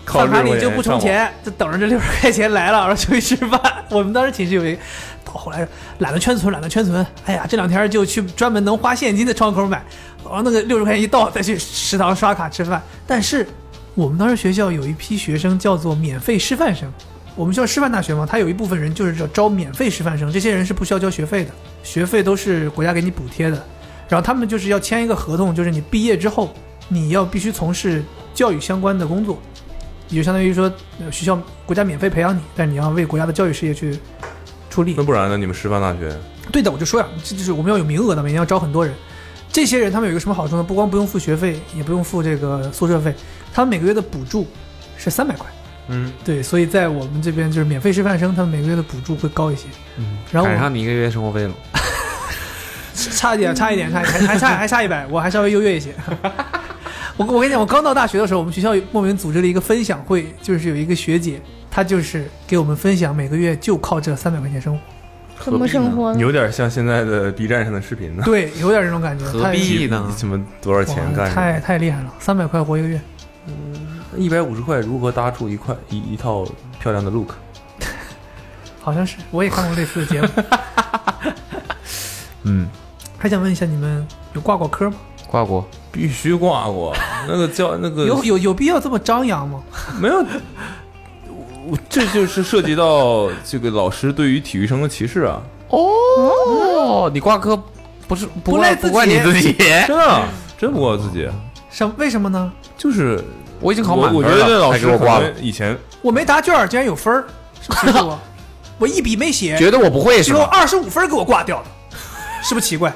Speaker 2: 靠
Speaker 3: 饭卡
Speaker 2: 6
Speaker 3: 里
Speaker 2: 块
Speaker 3: 就
Speaker 2: 钱
Speaker 3: 不充
Speaker 2: 上
Speaker 3: 钱，就等着这六十块钱来了，然后出去吃饭。我们当时寝室有一个，到后来懒得圈存，懒得圈存，哎呀，这两天就去专门能花现金的窗口买，然后那个六十块钱一到再去食堂刷卡吃饭。但是我们当时学校有一批学生叫做免费师范生。我们学校师范大学嘛，它有一部分人就是叫招免费师范生，这些人是不需要交学费的，学费都是国家给你补贴的。然后他们就是要签一个合同，就是你毕业之后，你要必须从事教育相关的工作，也就相当于说呃学校国家免费培养你，但你要为国家的教育事业去出力
Speaker 2: 那。不然呢？你们师范大学
Speaker 3: 对的，我就说呀，这就是我们要有名额的，每年要招很多人。这些人他们有一个什么好处呢？不光不用付学费，也不用付这个宿舍费，他们每个月的补助是三百块。
Speaker 4: 嗯，
Speaker 3: 对，所以在我们这边就是免费师范生，他们每个月的补助会高一些。嗯，然后
Speaker 4: 赶
Speaker 3: 我
Speaker 4: 上你一个月生活费了。
Speaker 3: 差一点，差一点，差一点，还还差还差一百，我还稍微优越一些。 我我跟你讲，我刚到大学的时候，我们学校莫名组织了一个分享会，就是有一个学姐，她就是给我们分享每个月就靠这三百块钱生活。
Speaker 7: 怎么生活呢？
Speaker 2: 有点像现在的 B 站上的视频呢，
Speaker 3: 对，有点这种感觉。
Speaker 4: 何必呢？
Speaker 2: 什么多少
Speaker 3: 太
Speaker 2: 钱
Speaker 3: 哇
Speaker 2: 干什
Speaker 3: 太
Speaker 2: 么？
Speaker 3: 太厉害了，三百块活一个月。
Speaker 2: 一百五十块如何搭出一块一一套漂亮的 look？
Speaker 3: 好像是，我也看过类似的节目。
Speaker 2: 嗯，
Speaker 3: 还想问一下，你们有挂过科吗？
Speaker 4: 挂过，
Speaker 2: 必须挂过那个叫那个
Speaker 3: 有有有必要这么张扬吗？
Speaker 2: 没有？我这就是涉及到这个老师对于体育生的歧视啊！
Speaker 4: 哦，你挂科不是不
Speaker 3: 不赖
Speaker 4: 怪
Speaker 3: 自己
Speaker 4: 不怪你 自己，
Speaker 2: 真的啊，真不怪自己，
Speaker 3: 什为什么呢？
Speaker 2: 就是
Speaker 4: 我已经考
Speaker 2: 我
Speaker 4: 满
Speaker 2: 我
Speaker 4: 分
Speaker 2: 觉得这
Speaker 4: 了，
Speaker 2: 老
Speaker 4: 还
Speaker 2: 师
Speaker 4: 给我挂
Speaker 2: 可
Speaker 4: 了，
Speaker 2: 能以前
Speaker 3: 我没答卷儿，竟然有分儿，是不是歧视我？ 我一笔没写，
Speaker 4: 觉得我不会是
Speaker 3: 最后
Speaker 4: 吧？
Speaker 3: 二十五分给我挂掉了，是不是奇怪？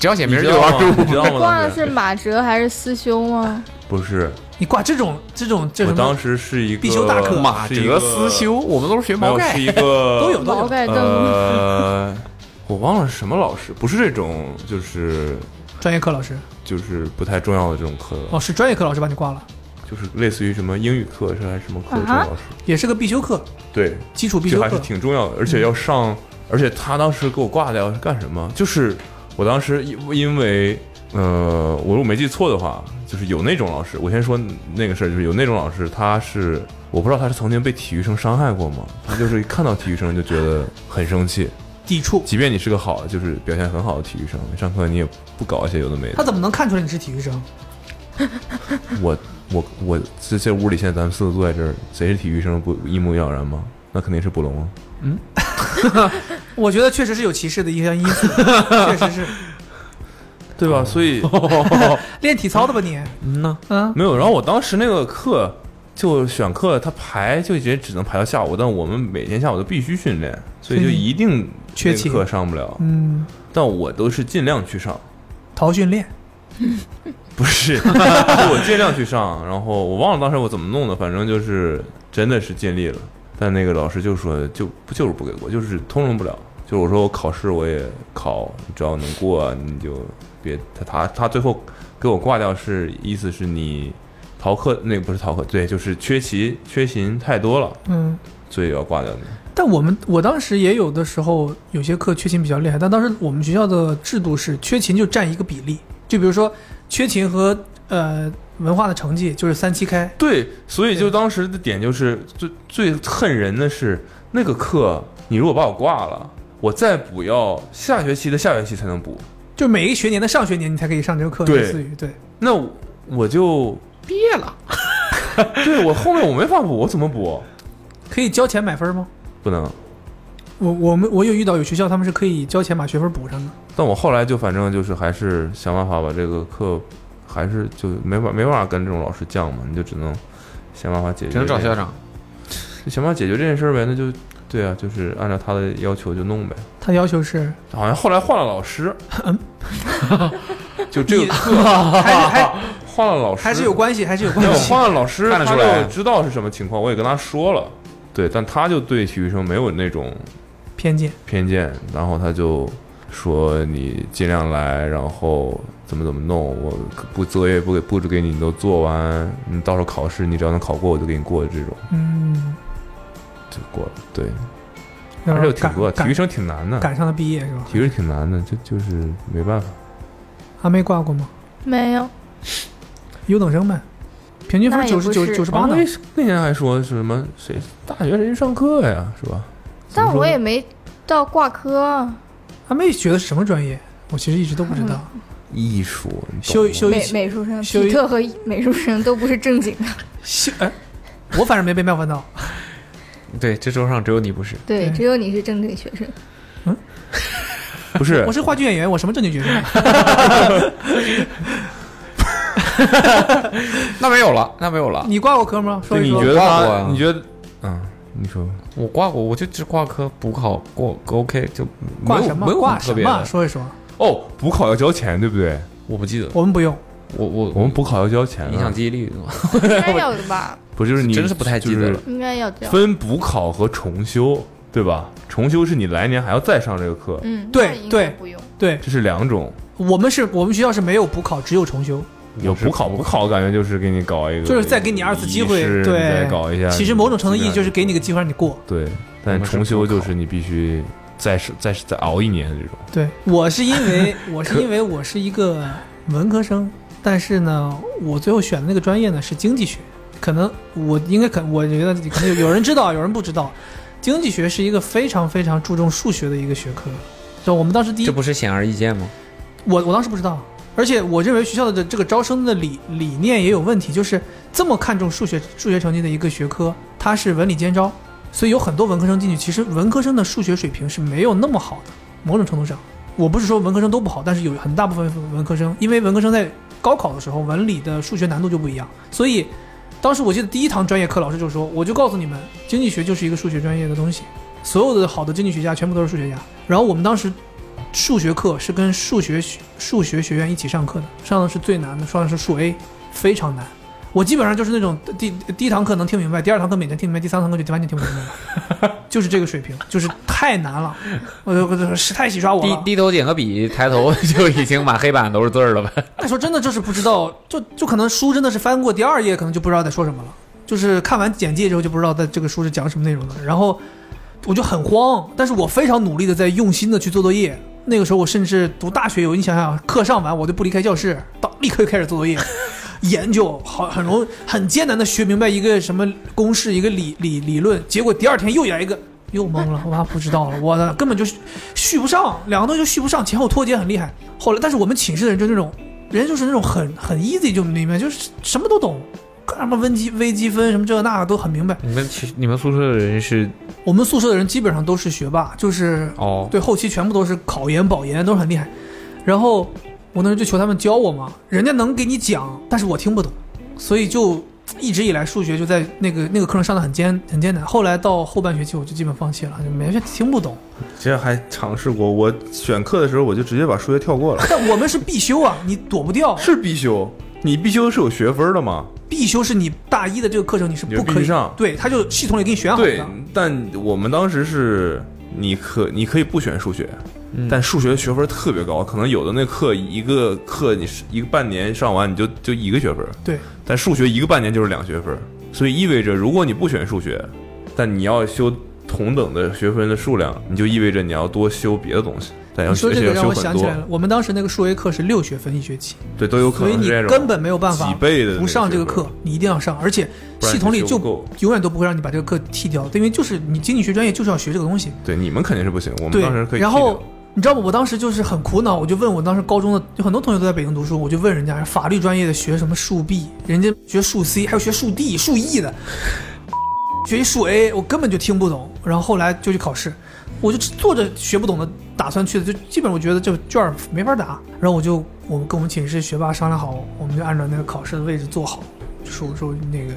Speaker 4: 只要写
Speaker 2: 你
Speaker 4: 名
Speaker 2: 知
Speaker 4: 就有
Speaker 2: 道吗？
Speaker 4: 二十五
Speaker 2: 你 知道吗？
Speaker 7: 挂
Speaker 2: 当
Speaker 7: 的
Speaker 2: 时
Speaker 7: 是马哲还是思修吗？
Speaker 2: 不是？
Speaker 3: 你挂这种这种这
Speaker 2: 我
Speaker 3: 什
Speaker 2: 当
Speaker 3: 么？
Speaker 2: 时是一个
Speaker 3: 必修大课
Speaker 4: 马哲思修，我们都是学
Speaker 2: 没
Speaker 4: 毛
Speaker 2: 有
Speaker 4: 概
Speaker 2: 是。一 个
Speaker 3: 都有都呃
Speaker 7: 毛
Speaker 3: 有。
Speaker 7: 盖灯
Speaker 2: 呃， 我忘了是什么老师，不是这种，就是
Speaker 3: 专业课老师
Speaker 2: 就是不太重要的这种课，
Speaker 3: 哦，是专业课老师把你挂了，
Speaker 2: 就是类似于什么英语课是还是什么课这
Speaker 7: 啊
Speaker 2: 种
Speaker 7: 哈
Speaker 2: 老师，
Speaker 3: 也是个必修课，
Speaker 2: 对，
Speaker 3: 基础必
Speaker 2: 这
Speaker 3: 修
Speaker 2: 还是嗯
Speaker 3: 课。
Speaker 2: 挺重要的，而且要上，而且他当时给我挂掉是干什么？就是我当时因因为。呃，我如果没记错的话，就是有那种老师，我先说那个事儿，就是有那种老师，他是我不知道他是曾经被体育生伤害过吗？他就是一看到体育生就觉得很生气，
Speaker 3: 抵触，
Speaker 2: 即便你是个好，就是表现很好的体育生，上课你也不搞一些有的没
Speaker 3: 他
Speaker 2: 的。
Speaker 3: 怎么能看出来你是体育生？
Speaker 2: 我我我这这屋里现在咱们四个坐在这儿，谁是体育生不一目了然吗？那肯定是卜龙啊。
Speaker 3: 我觉得确实是有歧视的一项因 素，确实是
Speaker 2: 对吧？所 以
Speaker 3: 练体操的吧你？
Speaker 2: 嗯呐，
Speaker 3: 嗯，
Speaker 2: 没有。然后我当时那个课就选课，他排就直接只能排到下午，但我们每天下午都必须训练，所以就
Speaker 3: 所以你
Speaker 2: 一定
Speaker 3: 嗯缺
Speaker 2: 那个
Speaker 3: 勤
Speaker 2: 课上不了。
Speaker 3: 嗯，
Speaker 2: 但我都是尽量去上，
Speaker 3: 逃训练，
Speaker 2: 不是，是我尽量去上。然后我忘了当时我怎么弄的，反正就是真的是尽力了。但那个老师就说就不就是不给过，就是通融不了。就是我说我考试我也考，你只要能过啊你就别他他他最后给我挂掉是意思是你逃课那个不是逃课，对，就是缺勤缺勤太多了，
Speaker 3: 嗯。
Speaker 2: 所以要挂掉你。
Speaker 3: 但我们我当时也有的时候有些课缺勤比较厉害，但当时我们学校的制度是缺勤就占一个比例，就比如说缺勤和呃文化的成绩就是三七开，
Speaker 2: 对，所以就当时的点就是最最恨人的是那个课，你如果把我挂了，我再补要下学期的下学期才能补。
Speaker 3: 就每一学年的上学年你才可以上这个课，
Speaker 2: 对
Speaker 3: 类似于对，
Speaker 2: 那我我就
Speaker 6: 毕业了，
Speaker 2: 对我后面我没法补，我怎么补？
Speaker 3: 可以交钱买分吗？
Speaker 2: 不能。
Speaker 3: 我我们我有遇到有学校他们是可以交钱把学分补上的，
Speaker 2: 但我后来就反正就是还是想办法把这个课，还是就没法没办法跟这种老师犟嘛，你就只能想办法解决，
Speaker 6: 只能找校，长。
Speaker 2: 就想办法解决这件事儿呗。那就对啊，就是按照他的要求就弄呗。
Speaker 3: 他要求是
Speaker 2: 好像后来换了老师，就这个课
Speaker 3: 还是还
Speaker 2: 换了老师，
Speaker 3: 还是有关系，还是有
Speaker 2: 没有
Speaker 3: 关系。
Speaker 2: 换了老师，
Speaker 6: 看得
Speaker 2: 他
Speaker 6: 出来
Speaker 2: 就知道是什么情况，我也跟他说了，啊对，但他就对体育生没有那种
Speaker 3: 偏见，
Speaker 2: 偏见，然后他就说你尽量来，然后怎么怎么弄，我不作业不给布置给你，你都做完，你到时候考试你只要能考过，我就给你过这种
Speaker 3: 嗯，
Speaker 2: 就过了。对，
Speaker 3: 然
Speaker 2: 而
Speaker 3: 后
Speaker 2: 且挺
Speaker 3: 赶
Speaker 2: 多，体育
Speaker 3: 赶
Speaker 2: 生挺难的，
Speaker 3: 赶上了毕业是吧？
Speaker 2: 体育挺难的，就就是没办法。
Speaker 3: 阿妹挂过吗？
Speaker 7: 没有，
Speaker 3: 优等生呗，平均分
Speaker 7: 那也
Speaker 3: 九十
Speaker 7: 不
Speaker 3: 九
Speaker 7: 是
Speaker 3: 九十八呢
Speaker 2: 王。威那天还说是什么谁大学谁去上课呀，是吧？
Speaker 7: 但我也
Speaker 2: 怎么
Speaker 7: 没到挂科，啊
Speaker 3: 阿妹学的是什么专业？我其实一直都不知道。
Speaker 7: 嗯
Speaker 2: 说艺术，你懂
Speaker 3: 修
Speaker 2: 吗
Speaker 3: 修一
Speaker 7: 美美术生、
Speaker 3: 修一
Speaker 7: 皮特和美术生都不是正经的。
Speaker 3: 修哎，我反正没被冒犯到。
Speaker 6: 对，这周上只有你不是。
Speaker 7: 对，
Speaker 3: 对
Speaker 7: 只有你是正经学 生。
Speaker 2: 不是
Speaker 3: 我是话剧演员，我什么正经角 色？
Speaker 6: 那没有了，那没有了。
Speaker 3: 你挂过科吗？说
Speaker 2: 对，
Speaker 3: 一
Speaker 2: 你
Speaker 3: 说。
Speaker 2: 觉得
Speaker 6: 挂过
Speaker 2: 他
Speaker 6: 啊？
Speaker 2: 你觉得？嗯，你说
Speaker 6: 我挂过，我就只挂科补考过，OK 就没
Speaker 3: 挂
Speaker 6: 有
Speaker 3: 什么
Speaker 6: 没？有
Speaker 3: 挂
Speaker 6: 很特
Speaker 3: 什
Speaker 6: 别
Speaker 3: 么？
Speaker 6: 的。
Speaker 3: 说一说。
Speaker 2: 哦，补考要交钱，对不对？
Speaker 6: 我不记得了，
Speaker 3: 我们不用。
Speaker 6: 我我
Speaker 2: 我们补考要交钱、啊，
Speaker 6: 影响记忆力，
Speaker 7: 应该要的吧？
Speaker 2: 不就是你
Speaker 6: 真是不太记得了
Speaker 7: 应该要
Speaker 2: 就
Speaker 7: 这
Speaker 2: 是
Speaker 7: 样。
Speaker 2: 分补考和重修，对吧？重修是你来年还要再上这个课，
Speaker 7: 嗯，
Speaker 3: 对
Speaker 7: 那应该
Speaker 3: 对
Speaker 7: 不用。
Speaker 3: 对
Speaker 2: 这是两种。
Speaker 3: 我们是我们学校是没有补考，只有重修。
Speaker 2: 有补考，补考感觉就是给你搞一个，
Speaker 3: 嗯就是再给你二次机会
Speaker 2: 仪式
Speaker 3: 对
Speaker 2: 你再搞一下。
Speaker 3: 其实某种程度意义就是给你个机会让你过。
Speaker 2: 对，但重修就是你必须再是再是再熬一年的这种。
Speaker 3: 对，我是因为我是因为我是一个文科生，但是呢，我最后选的那个专业呢是经济学。可能我应该可，我觉得可能有有人知道，有人不知道。经济学是一个非常非常注重数学的一个学科。就我们当时第一
Speaker 6: 这，不是显而易见吗？
Speaker 3: 我我当时不知道，而且我认为学校的这个招生的理理念也有问题，就是这么看重数学数学成绩的一个学科，它是文理兼招，所以有很多文科生进去，其实文科生的数学水平是没有那么好的，某种程度上，我不是说文科生都不好，但是有很大部分文科生，因为文科生在高考的时候，文理的数学难度就不一样，所以当时我记得第一堂专业课老师就说，我就告诉你们，经济学就是一个数学专业的东西，所有的好的经济学家全部都是数学家，然后我们当时数学课是跟数学学数学学院一起上课的，上的是最难的，上的是数 A，非常难。我基本上就是那种第第一堂课能听明白，第二堂课勉强听明白，第三堂课就完全听不明白了，就是这个水平，就是太难了，我就我就是太洗刷我
Speaker 6: 低
Speaker 3: 了。
Speaker 6: 低头捡个笔，抬头就已经满黑板都是字儿了呗。
Speaker 3: 那时候真的就是不知道，就就可能书真的是翻过第二页，可能就不知道在说什么了，就是看完简介之后就不知道在这个书是讲什么内容了，然后我就很慌，但是我非常努力的在用心的去做作业。那个时候我甚至读大学有，你想想，啊课上完我就不离开教室，到立刻就开始做作业， 研究好很容很艰难的学明白一个什么公式，一个理理理论，结果第二天又来一个。又懵了，我妈不知道了，我的根本就续续不上，两个东西就续不上，前后脱节很厉害。后来，但是我们寝室的人就那种，人就是那种很很 easy 就明白，就是什么都懂，什么微积微积分什么这那的都很明白。
Speaker 6: 你们其实你们宿舍的人是
Speaker 3: 我们宿舍的人基本上都是学霸，就是
Speaker 6: 哦，
Speaker 3: 对，后期全部都是考研、保研，都是很厉害。然后我那时候就求他们教我嘛，人家能给你讲，但是我听不懂，所以就一直以来数学就在那个那个课上上的很艰很艰难。后来到后半学期我就基本放弃了，就没听不懂。
Speaker 2: 其实还尝试过，我选课的时候我就直接把数学跳过了，
Speaker 3: 但我们是必修啊，你躲不掉。
Speaker 2: 是必修，你必修是有学分的嘛？
Speaker 3: 必修是你大一的这个课程你是
Speaker 2: 你就
Speaker 3: 不可
Speaker 2: 必
Speaker 3: 以
Speaker 2: 须上
Speaker 3: 对，他就系统里给你选好的。
Speaker 2: 对，但我们当时是你可你可以不选数学，
Speaker 3: 嗯
Speaker 2: 但数学学分特别高，可能有的那课一个课你是一个半年上完你就就一个学分，
Speaker 3: 对
Speaker 2: 但数学一个半年就是两学分，所以意味着如果你不选数学，但你要修同等的学分的数量，你就意味着你要多修别的东西，但要
Speaker 3: 你说
Speaker 2: 而
Speaker 3: 这
Speaker 2: 且要
Speaker 3: 个让
Speaker 2: 修
Speaker 3: 我
Speaker 2: 很
Speaker 3: 想起
Speaker 2: 多
Speaker 3: 来，了，我们当时那个数 A 课是六学分一学期，
Speaker 2: 对，都有可
Speaker 3: 所以
Speaker 2: 能
Speaker 3: 你
Speaker 2: 是这种
Speaker 3: 根本没有办法
Speaker 2: 几倍的那个
Speaker 3: 不上这个
Speaker 2: 学分
Speaker 3: 课，你一定要上，而且
Speaker 2: 不然
Speaker 3: 系统里
Speaker 2: 你修
Speaker 3: 就
Speaker 2: 不够
Speaker 3: 永远都不会让你把这个课剃掉，因为就是你经济学专业就是要学这个东西。
Speaker 2: 对，你们肯定是不行，我们
Speaker 3: 对
Speaker 2: 当时可，以
Speaker 3: 然
Speaker 2: 踢掉
Speaker 3: 后你知道吗？我当时就是很苦恼，我就问我当时高中的，有很多同学都在北京读书，我就问人家法律专业的学什么数 B，人家学数 C，还有学数 D、数 E 的，学一数 A，我根本就听不懂。然后后来就去考试，我就做着学不懂的打算去的，就基本我觉得这卷儿没法打。然后我就我们跟我们寝室学霸商量好，我们就按照那个考试的位置做好，就说我说那个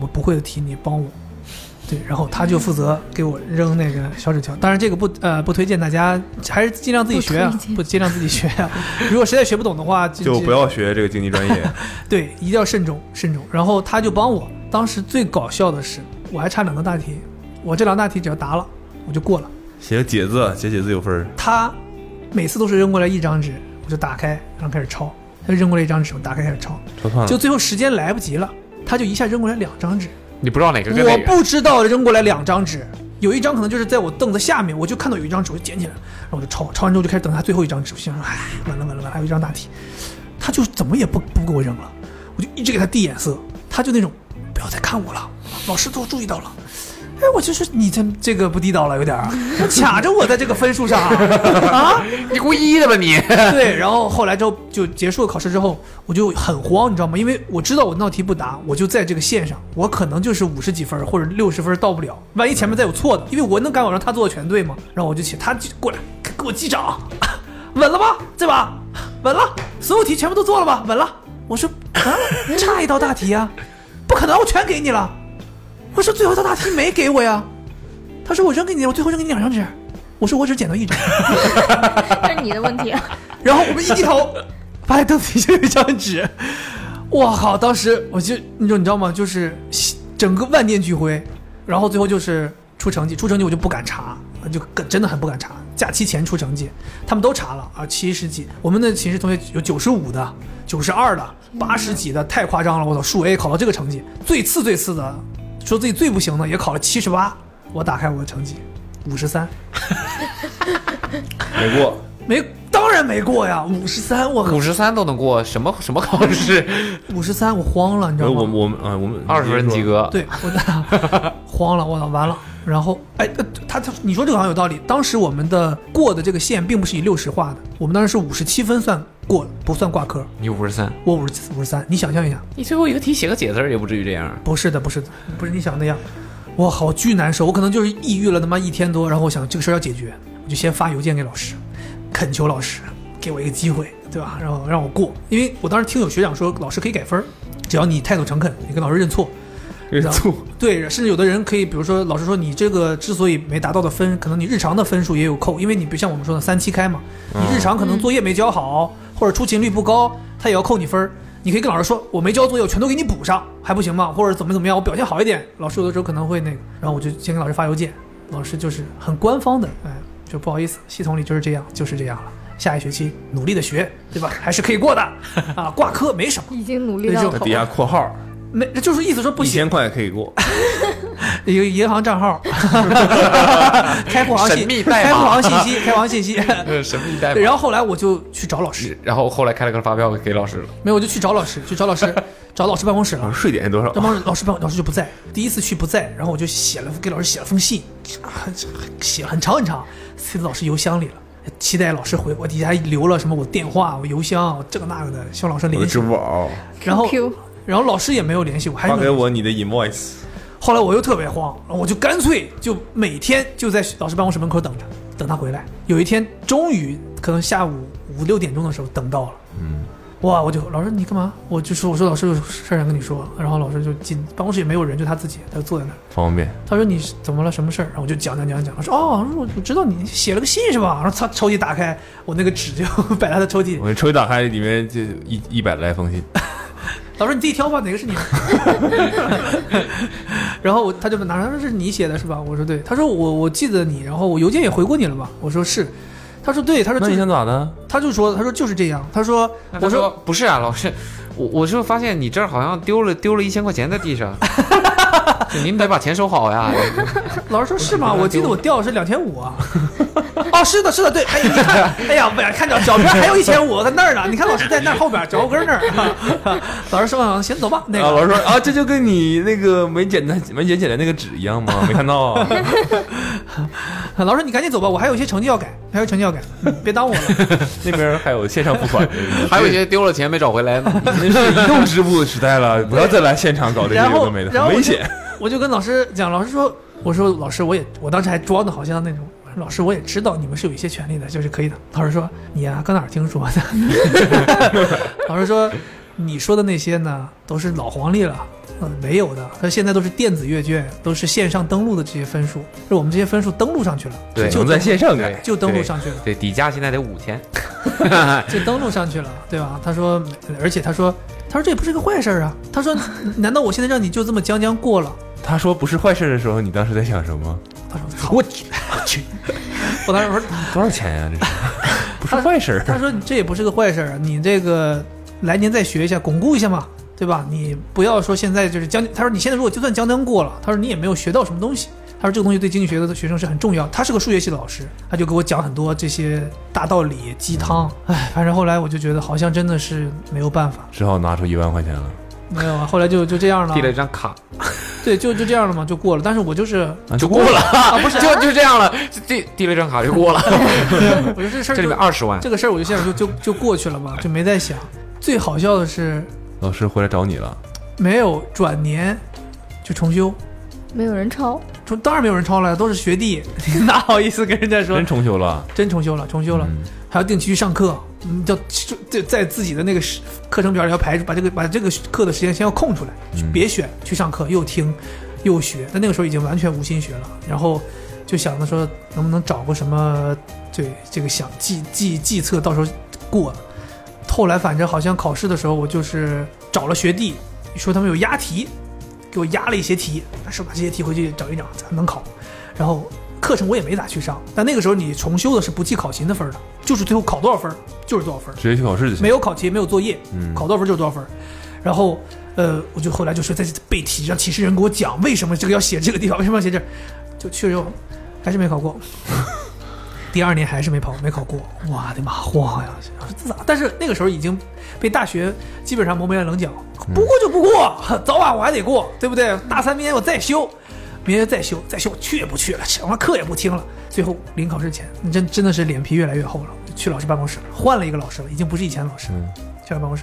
Speaker 3: 我不会的题你帮我。对，然后他就负责给我扔那个小纸条，当然这个不呃不推荐大家，还是尽量自己学啊
Speaker 7: 不推，荐
Speaker 3: 不尽量自己学啊。如果实在学不懂的 话，就
Speaker 2: 就不要学这个经济专 业，
Speaker 3: 对，一定要慎重慎重。然后他就帮我，当时最搞笑的是，我还差两道大题，我这两道大题只要答了，我就过了。
Speaker 2: 写个解字，啊写解字有分儿。
Speaker 3: 他每次都是扔过来一张纸，我就打开，然后开始抄。他就扔过来一张纸，我打开开始抄，
Speaker 2: 抄算了，
Speaker 3: 就最后时间来不及了，他就一下扔过来两张纸。
Speaker 6: 你不知道哪个跟
Speaker 3: 我
Speaker 6: 哪个，
Speaker 3: 不知道扔过来两张纸，有一张可能就是在我凳子下面，我就看到有一张纸，我就捡起来了，然后我就抄，抄完之后就开始等他最后一张纸，我心想说，哎，完了完了完了，还有一张大题，他就怎么也不不给我扔了，我就一直给他递眼色，他就那种不要再看我了，老师都注意到了。哎，我就说你这这个不地道了，有点儿，卡着我在这个分数上啊啊，
Speaker 6: 你故意的吧你？
Speaker 3: 对，然后后来之后就结束了考试之后，我就很慌，你知道吗？因为我知道我那道题不答，我就在这个线上，我可能就是五十几分儿或者六十分儿到不了，万一前面再有错的，因为我能敢保证他做的全对吗？然后我就写，他就过来给我击掌，稳了吧？这把稳了，所有题全部都做了吧？稳了。我说啊，差一道大题啊，不可能，我全给你了。我说最后一道大题没给我呀，他说我扔给你了，我最后扔给你两张纸，我说我只捡到一张。
Speaker 7: 这是你的问题啊。
Speaker 3: 然后我们一低头，发现凳子底下有一张纸，我靠！当时我就你知道你知道吗？就是整个万念俱灰，然后最后就是出成绩，出成绩我就不敢查，就跟真的很不敢查。假期前出成绩，他们都查了啊，七十几，我们的寝室同学有九十五的、九十二的、八十几的，太夸张了！我操，数 A 考到这个成绩，最次最次的，说自己最不行的也考了七十八，我打开我的成绩，五十三。
Speaker 2: 没过。
Speaker 3: 没，当然没过呀，五十三，我 靠
Speaker 6: 五，十三都能过，什么什么考试？
Speaker 3: 五十三，我慌了，你知
Speaker 2: 我
Speaker 3: 道吗？
Speaker 2: 我我们啊，我们
Speaker 6: 二十分及。格。
Speaker 3: 对，我的慌了，我操，完了。然后，哎，呃他他，你说这个好像有道理。当时我们的过的这个线并不是以六十画的，我们当时是五十七分算过，不算挂科。
Speaker 6: 你五十三，
Speaker 3: 我五十五十三，你想象一下，
Speaker 6: 你最后一个题写个解字儿也不至于这样。
Speaker 3: 不是的，不是的，不是你想的那样。我好巨难受，我可能就是抑郁了他妈一天多，然后我想这个事儿要解决，我就先发邮件给老师，恳求老师给我一个机会，对吧？然后让我过，因为我当时听有学长说，老师可以改分儿，只要你态度诚恳，你跟老师认错，认错，对，甚至有的人可以，比如说老师说你这个之所以没达到的分，可能你日常的分数也有扣，因为你比如像我们说的三七开嘛，你日常可
Speaker 6: 嗯
Speaker 3: 能作业没交好，或者出勤率不高，他也要扣你分儿。你可以跟老师说，我没交作业，我全都给你补上，还不行吗？或者怎么怎么样，我表现好一点。老师有的时候可能会那个，然后我就先给老师发邮件，老师就是很官方的，哎，就不好意思，系统里就是这样，就是这样了。下一学期努力的学，对吧？还是可 以过的啊，挂科没什么，
Speaker 7: 已经努力到
Speaker 2: 在
Speaker 7: 头
Speaker 2: 底下
Speaker 7: 了，
Speaker 2: 括号，
Speaker 3: 没就是意思哦说不
Speaker 2: 一
Speaker 3: 行，啊
Speaker 2: 千块可以过。
Speaker 3: 有银行 账号，开户行信
Speaker 6: 神秘代码
Speaker 3: 开户行信息，开户行 信息。
Speaker 6: 呃，神秘代
Speaker 3: 对，然后后来我就去找老师，
Speaker 6: 然后后来开了个发票给老师了。
Speaker 3: 没有，我就去找老 师，去找老师，找老师办公室了。
Speaker 2: 税啊点是多少
Speaker 3: 这？帮老师办老师就不在，第一次去不在，然后我就写了给老师写了封信，啊这写了很长很长，塞到老师邮箱里了，期待老师回。我底下还留了什么我电话、我邮箱、我这个那个的，希望老师
Speaker 2: 我的
Speaker 3: 联系
Speaker 2: 支。付宝，
Speaker 3: 然后
Speaker 7: Q
Speaker 3: 然后老师也没有联系我，还
Speaker 5: 发
Speaker 3: 没
Speaker 5: 给
Speaker 3: 有。
Speaker 5: 我你的 invoice，
Speaker 3: 后来我又特别慌，然后我就干脆就每天就在老师办公室门口等着，等他回来。有一天终于可能下午五六点钟的时候等到了，嗯，哇，我就老师你干嘛？我就说我说老师有事儿想跟你说，然后老师就进办公室也没有人，就他自己，他就坐在那儿。
Speaker 2: 方便。
Speaker 3: 他说你是怎么了？什么事儿？然后我就讲讲讲讲。我说哦，我我知道你写了个信是吧？然后他抽屉打开，我那个纸就 摆在他的抽屉里。
Speaker 2: 我抽屉打开，里面就一一百来封信，
Speaker 3: 老师你自己挑吧，哪个是你的？ 然后我他就拿上，他说是你写的是吧？我说对。他说我我记得你，然后我邮件也回过你了吧？我说是。他说对，他 说、
Speaker 2: 那
Speaker 3: 就
Speaker 2: 你
Speaker 3: 是
Speaker 2: 想、咋的？
Speaker 3: 他就说他说就是这样。他说
Speaker 4: 我
Speaker 3: 我
Speaker 4: 说
Speaker 3: 说
Speaker 4: 不是啊，老师，我我就发现你这儿好像丢了丢了一千块钱在 地上，您得把钱收好呀。
Speaker 3: 老师说是吗？我记得我掉的是两千五啊。 哦，是的，是的，对，哎，你看，哎呀，不呀，看脚脚边还有一千五在那儿呢。你看老师在那儿后边脚后跟那儿。 老师说嗯行，走吧，那
Speaker 2: 啊，
Speaker 3: 个
Speaker 2: 老师说啊，这就跟你那个没剪的没剪起来那个纸一样吗？没看到啊？
Speaker 3: 老师你赶紧走吧，我还有一些成绩要改，还有成绩要改，嗯别耽误我了。
Speaker 2: 那边还有线上 付款，
Speaker 4: 还有一些丢了钱没找回来呢。
Speaker 2: 那是移动支付的时代了，不要再来现场搞这些
Speaker 3: 然
Speaker 2: 有
Speaker 3: 后
Speaker 2: 的没的，
Speaker 3: 然后
Speaker 2: 很
Speaker 3: 我
Speaker 2: 危
Speaker 3: 就
Speaker 2: 险。
Speaker 3: 我就跟老师讲，老师说，我说老师我也我当时还装的好像那种。我说老师，我也知道你们是有一些权利的，就是可以的。老师说：“你呀、搁哪儿听说的？” 老师说：“你说的那些呢，都是老黄历了，嗯，没有的。他现在都是电子阅卷，都是线上登录的这些分数，是我们这些分数登录上去了，
Speaker 4: 对
Speaker 3: 就
Speaker 2: 能在线上改
Speaker 4: 对，
Speaker 3: 就登录上去了。”
Speaker 4: 对，底价现在得五千。
Speaker 3: 就登录上去了，对吧？他说，而且他说，他说这也不是个坏事儿啊。他说，难道我现在让你就这么将将过了？
Speaker 2: 他说不是坏事的时候，你当时在想什么？
Speaker 3: 他说，操我去，我当时我说，
Speaker 2: 多少钱呀、这是 不
Speaker 3: 啊
Speaker 2: 是坏事儿。
Speaker 3: 他说你这也不是个坏事儿啊，你这个来年再学一下，巩固一下嘛，对吧？你不要说现在就是将，他说你现在如果就算将将过了，他说你也没有学到什么东西。他说这个东西对经济学的学生是很重要。他是个数学系的老师，他就给我讲很多这些大道理、鸡汤。
Speaker 4: 嗯
Speaker 3: 唉，反正后来我就觉得好像真的是没有办法，
Speaker 2: 只好拿出一万块钱了。
Speaker 3: 没有啊。后来就就这样了
Speaker 4: 递。了一张卡，
Speaker 3: 对，就就这样了嘛，就过了。但是我就是
Speaker 2: 啊，就过了，
Speaker 4: 啊，不是，就就这样了，就递递了一张卡就过了。
Speaker 3: 我觉得这事儿
Speaker 4: 这里
Speaker 3: 就
Speaker 4: 面二十万，
Speaker 3: 这个事儿，我就现在就就就过去了嘛，就没再想。最好笑的是
Speaker 2: 老师回来找你了，
Speaker 3: 没有转年就重修，
Speaker 7: 没有人抄，
Speaker 3: 重当然没有人抄了，都是学弟， 哪好意思跟人家说
Speaker 2: 真重修了，
Speaker 3: 真重修了，重修了，
Speaker 2: 嗯
Speaker 3: 还要定期去上课，嗯，要在在自己的那个时课程表里要排，把这个把这个课的时间先要空出来，
Speaker 2: 嗯
Speaker 3: 别选去上课，又听又学。但那个时候已经完全无心学了，然后就想着说能不能找个什么，对这个想计计计策，到时候过了。后来反正好像考试的时候，我就是找了学弟，说他们有押题，给我押了一些题，但是把这些题回去找一找，咱能考。然后课程我也没咋去上，但那个时候你重修的是不计考勤的分儿的，就是最后考多少分儿就是多少分儿，
Speaker 2: 直接去考试就行。
Speaker 3: 没有考勤，没有作业，
Speaker 2: 嗯
Speaker 3: 考多少分就是多少分儿。然后，呃，我就后来就是在这背题，让启示人给我讲为什么这个要写这个地方，为什么要写这儿，就去了之后还是没考过。第二年还是没跑，没考过，我的妈，慌呀！这咋？但是那个时候已经被大学基本上磨没了棱角，不过就不过，早晚我还得过，对不对？大三明年我再修， 明年再修，再修，去也不去了，什么课也不听了。最后临考试前，真真的是脸皮越来越厚了，我就去老师办公室了，换了一个老师了，已经不是以前的老师了，去他办公室。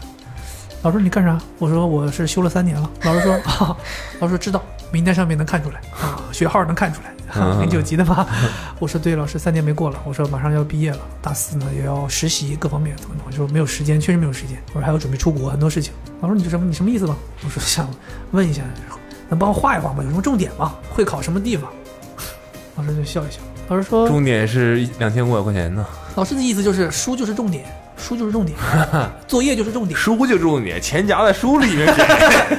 Speaker 3: 老师，你干啥？我说我是修了三年了。老师说，啊、老师说知道，名单上面能看出来啊，学号能看出来，啊零九级的吗？我说对，老师三年没过了。我说马上要毕业了，大四呢也要实习各方面的东西。我说没有时间，确实没有时间。我说还要准备出国，很多事情。老师说你这什么你什么意思吧？我说想问一下，能帮我画一画吗？有什么重点吗？会考什么地方？老师就笑一笑。老师说，
Speaker 2: 重点是两千五百块钱呢，
Speaker 3: 老师的意思就是书就是重点，书就是重点，作业就是重点。
Speaker 2: 书就重点，钱夹在书里 面写。
Speaker 3: 哎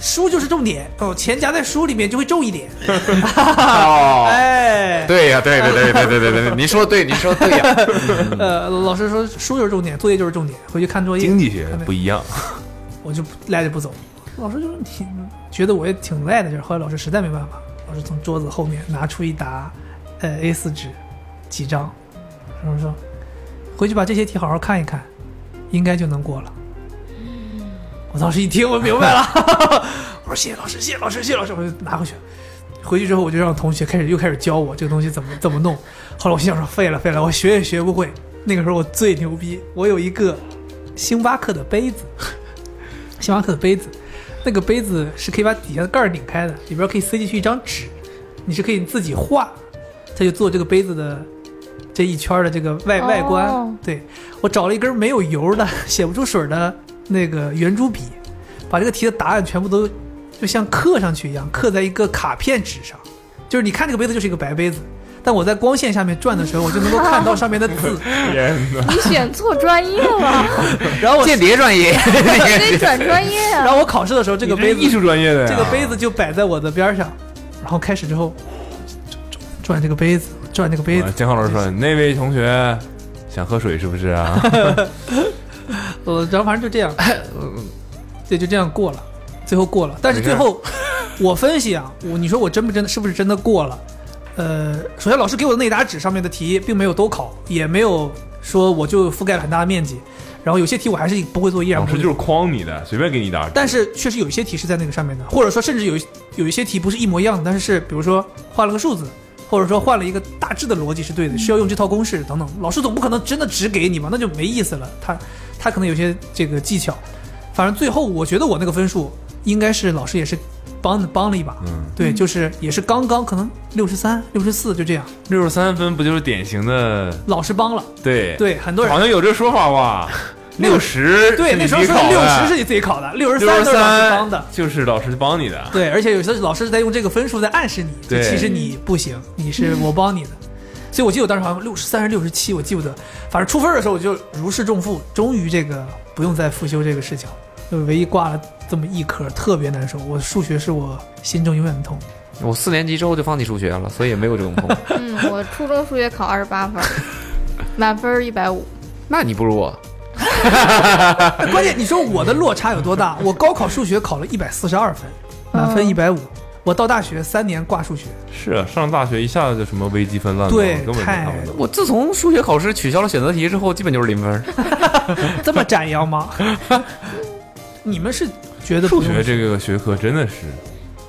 Speaker 3: 书就是重点哦，钱夹在书里面就会重一点。
Speaker 4: 哦，
Speaker 3: 哎，
Speaker 4: 对呀，对对对对对对对，您说对，您说对呀。
Speaker 3: 呃，老师说书就是重点，作业就是重点，回去看作业。
Speaker 2: 经济学不一样，
Speaker 3: 我就赖着不走。老师就说你觉得我也挺赖的，就是后来老师实在没办法，老师从桌子后面拿出一沓呃 A 4纸几张，然后说回去把这些题好好看一看，应该就能过了。我当时一听我明白了， 我说谢谢老师，谢谢老师，谢谢老师，我就拿回去。回去之后我就让同学开始又开始教我这个东西怎么怎么弄。后来我心想说废了废了，我学也学不会。那个时候我最 牛逼，我有一个星巴克的杯子，星巴克的杯子，那个杯子是可以把底下的盖儿拧开的，里边可以塞进去一张纸，你是可以自己画，它就做这个杯子的这一圈儿的这个外、
Speaker 7: 哦
Speaker 3: 外观。对我找了一根没有油的、 写不出水儿的那个圆珠笔，把这个题的答案全部都就像刻上去一样，刻在一个卡片纸上。就是你看这个杯子就是一个白杯子，但我在光线下面转的时候，我就能够看到上面的字。
Speaker 7: 你选错专 业了，
Speaker 3: 然后我
Speaker 6: 间谍专业，
Speaker 7: 你得转专业
Speaker 3: 然
Speaker 7: 啊。
Speaker 3: 后我考试的时候，这个杯子
Speaker 2: 艺术专业的呀，
Speaker 3: 这个杯子就摆在我的边儿上，然后开始之后转转这个杯子，转这个杯
Speaker 2: 啊
Speaker 3: 子，
Speaker 2: 监考老师说：“那位同学想喝水是不是 啊
Speaker 3: 呃，然后反正就这样， 对，就这样过了，最后过了。但是最后 我分析啊，我你说我真不真的是不是真的过了？呃，首先老师给我的那沓纸上面的题并没有都考，也没有说我就覆盖了很大的面积，然后有些题我还是不会做，依？”然
Speaker 2: 老
Speaker 3: 不
Speaker 2: 师
Speaker 3: 会
Speaker 2: 就
Speaker 3: 做
Speaker 2: 是诓你的，随便给你一打。
Speaker 3: 但是确实有一些题是在那个上面的，或者说甚至有一有一些题不是一模一样的，但是是比如说换了个数字，或者说换了一个大致的逻辑是
Speaker 2: 嗯
Speaker 3: 对的，需要用这套公式等等。老师总不可能真的只给你嘛，那就没意思了。他他可能有些这个技巧，反正最后我觉得我那个分数应该是老师也是帮帮了一把，
Speaker 2: 嗯
Speaker 3: 对，就是也是刚刚可能六十三、六十四就这样，
Speaker 2: 六十三分不就是典型的
Speaker 3: 老师帮了，
Speaker 2: 对
Speaker 3: 对，很多人
Speaker 2: 好像有这说法 吧？六十
Speaker 3: 对那时候说六十是你自己考的，六十
Speaker 2: 六
Speaker 3: 三
Speaker 2: 十
Speaker 3: 都是老师
Speaker 2: 三
Speaker 3: 帮的。
Speaker 2: 就是老师帮你的。
Speaker 3: 对，而且有些老师在用这个分数在暗示你，就
Speaker 2: 对
Speaker 3: 其实你不行，你是我帮你的。所以我记得我当时好像六十三还是六十七，我记不得。反正出分的时候我就如释重负，终于这个不用再复修这个事情了。就唯一挂了这么一科，特别难受。我数学是我心中永远的痛。
Speaker 6: 我四年级之后就放弃数学了，所以也没有这种 痛。
Speaker 7: 嗯，我初中数学考二十八分，满分一百五。
Speaker 6: 那你不如我，
Speaker 3: 哎关键你说我的落差有多大？我高考数学考了一百四十二分，满分
Speaker 7: 嗯
Speaker 3: 一百五。我到大学三年挂数学，
Speaker 2: 是啊，上大学一下子就什么微积分乱搞，
Speaker 3: 对
Speaker 2: 根本就看不懂。
Speaker 6: 我自从数学考试取消了选择题之后，基本就是零分。
Speaker 3: 这么展 阳吗？你们是觉得不
Speaker 2: 数
Speaker 3: 用
Speaker 2: 学这个学科真的是，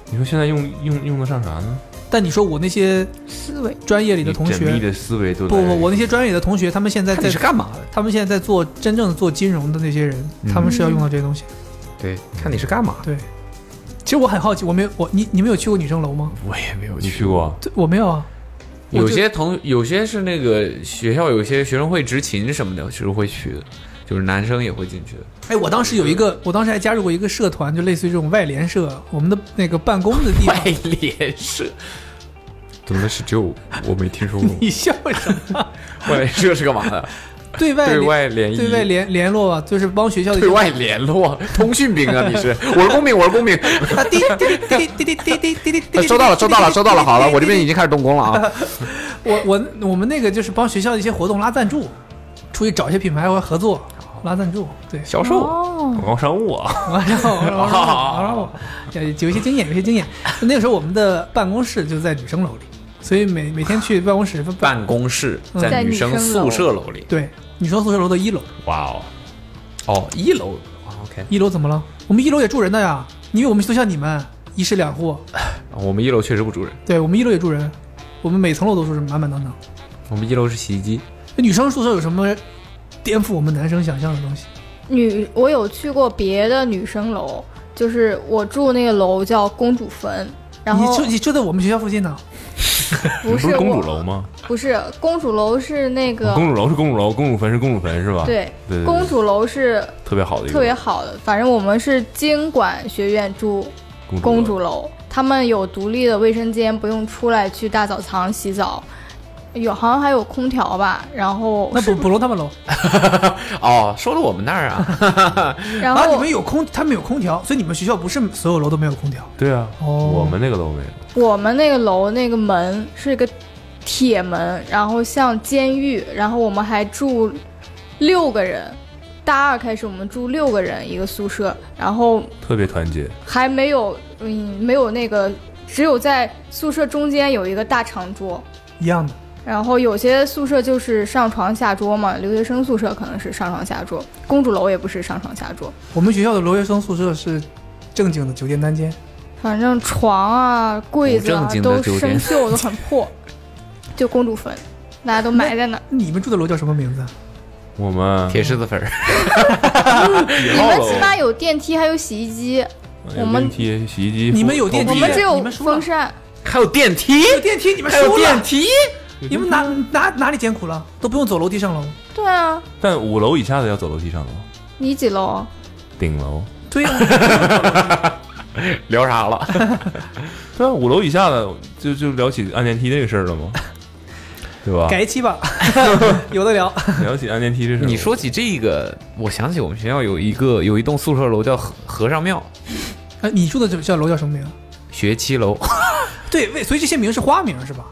Speaker 2: 你说现在用用用得上啥呢？
Speaker 3: 但你说我那些
Speaker 7: 思维
Speaker 3: 专业里的同
Speaker 2: 你缜密
Speaker 3: 学，
Speaker 2: 的思维都
Speaker 3: 不
Speaker 2: 在
Speaker 3: 不，我那些专业里的同学，他们现在
Speaker 6: 那你
Speaker 3: 在
Speaker 6: 是，干嘛的？嗯
Speaker 3: 他们现在在做真正做金融的那些人，他们是要用到这些东西。
Speaker 6: 对，看你是干嘛的。
Speaker 3: 对，其实我很好奇，我没有我你你们有去过女生楼吗？
Speaker 6: 我也没有
Speaker 2: 你去过？
Speaker 3: 对我没有啊，我
Speaker 6: 有
Speaker 3: 就
Speaker 6: 些同有些是那个学校有些学生会执勤什么的，是会去的，就是男生也会进去的。
Speaker 3: 哎，我当时有一个，我当时还加入过一个社团，就类似于这种外联社，我们的那个办公的地方。
Speaker 6: 联社，怎么是只有我没听说过
Speaker 3: 你笑什么？
Speaker 6: 外联社是干嘛的？
Speaker 3: 对外
Speaker 6: 对
Speaker 3: 联
Speaker 6: 外联谊，
Speaker 3: 对外联联络啊，就是帮学校的一些
Speaker 6: 对外联络， 通讯兵啊！你是，我是公民，我是公民。
Speaker 3: 啊，滴滴 滴滴滴滴滴滴滴滴，
Speaker 6: 收到了，收到了，收到了。好了，我这边已经开始动工了啊！
Speaker 3: 我我我们那个就是帮学校的一些活动拉赞助，出去找一些品牌或者合作拉赞助，对，
Speaker 6: 销售，
Speaker 7: 哦，
Speaker 2: 广告商务啊，
Speaker 3: 然后然后然后然后有有一些经验，有一些经验。那个时候我们的办公室就在女生楼里，所以每每天去办公室
Speaker 6: 办公室在
Speaker 7: 在
Speaker 6: 女
Speaker 7: 女
Speaker 6: 生
Speaker 7: 生
Speaker 6: 宿
Speaker 7: 楼
Speaker 6: 舍楼里。
Speaker 3: 对女生宿舍楼的一楼，
Speaker 6: 哇哦，哦，一楼。哇 OK，
Speaker 3: 一楼怎么了？我们一楼也住人的呀，因为我们就像你们一室两户，
Speaker 6: 哦我们一楼确实不住人，
Speaker 3: 对我们一楼也住人，我们每层楼都住人，满满当当。
Speaker 6: 我们一楼是洗衣机。
Speaker 3: 那女生宿舍有什么颠覆我们男生想象的东西？
Speaker 7: 女，我有去过别的女生楼，就是我住那个楼叫公主坟，然
Speaker 3: 你
Speaker 7: 后
Speaker 3: 就你就在我们学校附近呢，
Speaker 2: 你
Speaker 7: 不
Speaker 2: 不
Speaker 7: 是
Speaker 2: 是公主
Speaker 7: 我
Speaker 2: 楼吗？
Speaker 7: 不是公主楼是那
Speaker 3: 哦
Speaker 7: 个
Speaker 2: 公主楼是公主楼，公主坟是公主坟是吧？
Speaker 7: 对
Speaker 2: 对对
Speaker 7: 公主楼是
Speaker 2: 特别好的一个
Speaker 7: 特别好的，反正我们是经管学院住
Speaker 2: 公主
Speaker 7: 公
Speaker 2: 楼
Speaker 7: 主楼，他们有独立的卫生间，不用出来去大澡堂洗澡，有好像还有空调吧，然后
Speaker 3: 那不不楼他们楼
Speaker 6: 哦，说到我们那儿啊，
Speaker 7: 然
Speaker 3: 啊，你
Speaker 7: 后
Speaker 3: 们有空，他们有空调，所以你们学校不是所有楼都没有空调。
Speaker 2: 对啊，
Speaker 3: 哦
Speaker 2: 我们那个楼没有。
Speaker 7: 我们那个楼那个门是一个铁门，然后像监狱，然后我们还住六个人。大二开始，我们住六个人一个宿舍，然后
Speaker 2: 特别团结，
Speaker 7: 还没有，嗯，没有那个，只有在宿舍中间有一个大长桌，
Speaker 3: 一样的，
Speaker 7: 然后有些宿舍就是上床下桌嘛，留学生宿舍可能是上床下桌，公主楼也不是上床下桌，
Speaker 3: 我们学校的留学生宿舍是正经的酒店单间，
Speaker 7: 反正床啊、柜子
Speaker 6: 不正
Speaker 7: 啊
Speaker 6: 经的
Speaker 7: 都
Speaker 6: 酒
Speaker 7: 生
Speaker 6: 店
Speaker 7: 锈，都很破，就公主坟，大家都埋在那儿。
Speaker 3: 你们住的楼叫什么名字？啊
Speaker 2: 我们
Speaker 6: 铁狮子粉儿。
Speaker 7: 你们起码有电梯，还有洗衣机，
Speaker 2: 有
Speaker 7: 我们
Speaker 2: 电梯、洗衣机，
Speaker 3: 你们有电梯
Speaker 7: 我们只
Speaker 3: 你
Speaker 7: 有
Speaker 3: 们输了
Speaker 7: 风扇，
Speaker 4: 还有 电梯，
Speaker 3: 这电梯你们
Speaker 4: 还有
Speaker 3: 输
Speaker 4: 电
Speaker 3: 了，
Speaker 4: 梯，
Speaker 3: 你们哪哪哪里艰苦了？都不用走楼梯上楼。
Speaker 7: 对啊，
Speaker 2: 但五楼以下的要走楼梯上楼，
Speaker 7: 你几楼啊？
Speaker 2: 顶楼。
Speaker 3: 对呀、
Speaker 4: 聊啥了？
Speaker 2: 对啊，五楼以下的就就聊起按电梯这个事儿了 吗？对吧？
Speaker 3: 改一 期吧，有的聊。
Speaker 2: 聊起按电梯这事儿，
Speaker 4: 你说起这个，我想起我们学校有一个有一栋宿舍楼叫和和尚庙
Speaker 3: 哎，你住的这叫楼叫什么名？
Speaker 4: 学七楼，
Speaker 3: 对，为所以这些名是花名是吧？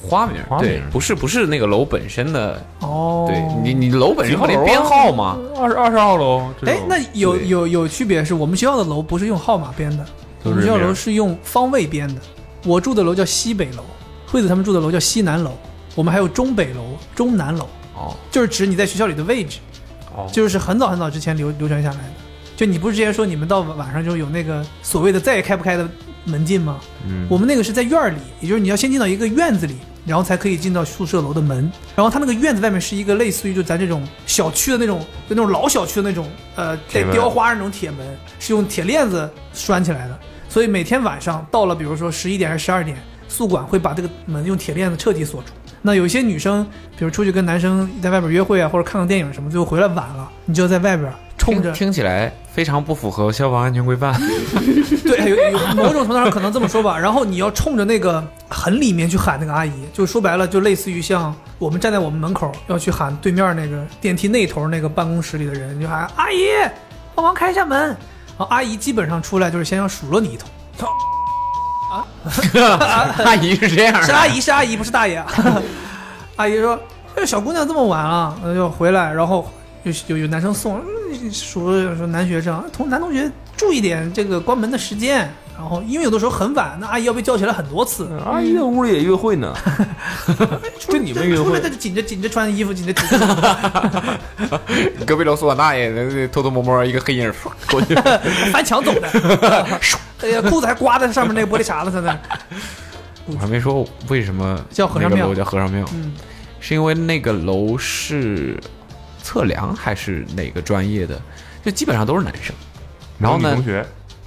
Speaker 4: 花名
Speaker 2: 花名
Speaker 4: 对，不是不是那个楼本身的，
Speaker 3: 哦，
Speaker 4: 对你你楼本身不得
Speaker 2: 几号楼啊
Speaker 4: 编号吗？
Speaker 2: 二十二十号楼，这
Speaker 3: 哎
Speaker 2: 种，
Speaker 3: 那有
Speaker 4: 对
Speaker 3: 有有区别是，我们学校的楼不是用号码编的，
Speaker 2: 都
Speaker 3: 我
Speaker 2: 是
Speaker 3: 们学校
Speaker 2: 人名
Speaker 3: 楼是用方位编的。我住的楼叫西北楼，惠子他们住的楼叫西南楼，我们还有中北楼、中南楼，
Speaker 4: 哦
Speaker 3: 就是指你在学校里的位置，
Speaker 4: 哦，
Speaker 3: 就是很早很早之前流流传下来的。就你不是之前说你们到晚上就有那个所谓的再也开不开的门禁吗？
Speaker 2: 嗯，
Speaker 3: 我们那个是在院儿里，也就是你要先进到一个院子里，然后才可以进到宿舍楼的门。然后它那个院子外面是一个类似于就咱这种小区的那种，就那种老小区的那种，呃，带
Speaker 2: 铁门
Speaker 3: 雕花那种铁门，是用铁链子拴起来的。所以每天晚上到了，比如说十一点还是十二点，宿管会把这个门用铁链子彻底锁住。那有一些女生，比如出去跟男生在外边约会啊，或者看个电影什么，最后回来晚了，你就要在外边冲着
Speaker 4: 听听起来非常不符合消防安全 规范。
Speaker 3: 对，有有某种程度上可能这么说吧。然后你要冲着那个很里面去喊那个阿姨，就说白了，就类似于像我们站在我们门口要去喊对面那个电梯那头那个办公室里的人，你就喊阿姨，帮忙开一下门。然后阿姨基本上出来就是先要数落你一通，
Speaker 4: 阿姨是这样
Speaker 3: 是
Speaker 4: 的，
Speaker 3: 阿姨是阿姨，不是大爷啊。 阿姨说：“这小姑娘这么晚了，那就回来。”然后有有有男生送，嗯数落说男学生同男同学注意点这个关门的时间。然后因为有的时候很晚，那阿姨要被叫起来很多次。
Speaker 2: 阿姨在啊屋里也约会 呢，
Speaker 3: 就你们约会，他就紧着紧着穿衣服，紧着紧着。
Speaker 4: 隔壁楼苏管大爷那偷偷摸摸一个黑 影唰过去，
Speaker 3: 翻墙走 的，哎呀，裤子还刮在上面那个玻璃碴子上 呢。
Speaker 4: 我还没说为什么
Speaker 3: 叫和尚
Speaker 4: 那个
Speaker 3: 庙
Speaker 4: 楼叫和尚庙，
Speaker 3: 嗯，
Speaker 4: 是因为那个楼是测量还是哪个专业的，就基本上都是男生。然后
Speaker 2: 女
Speaker 4: 呢
Speaker 2: 同，学，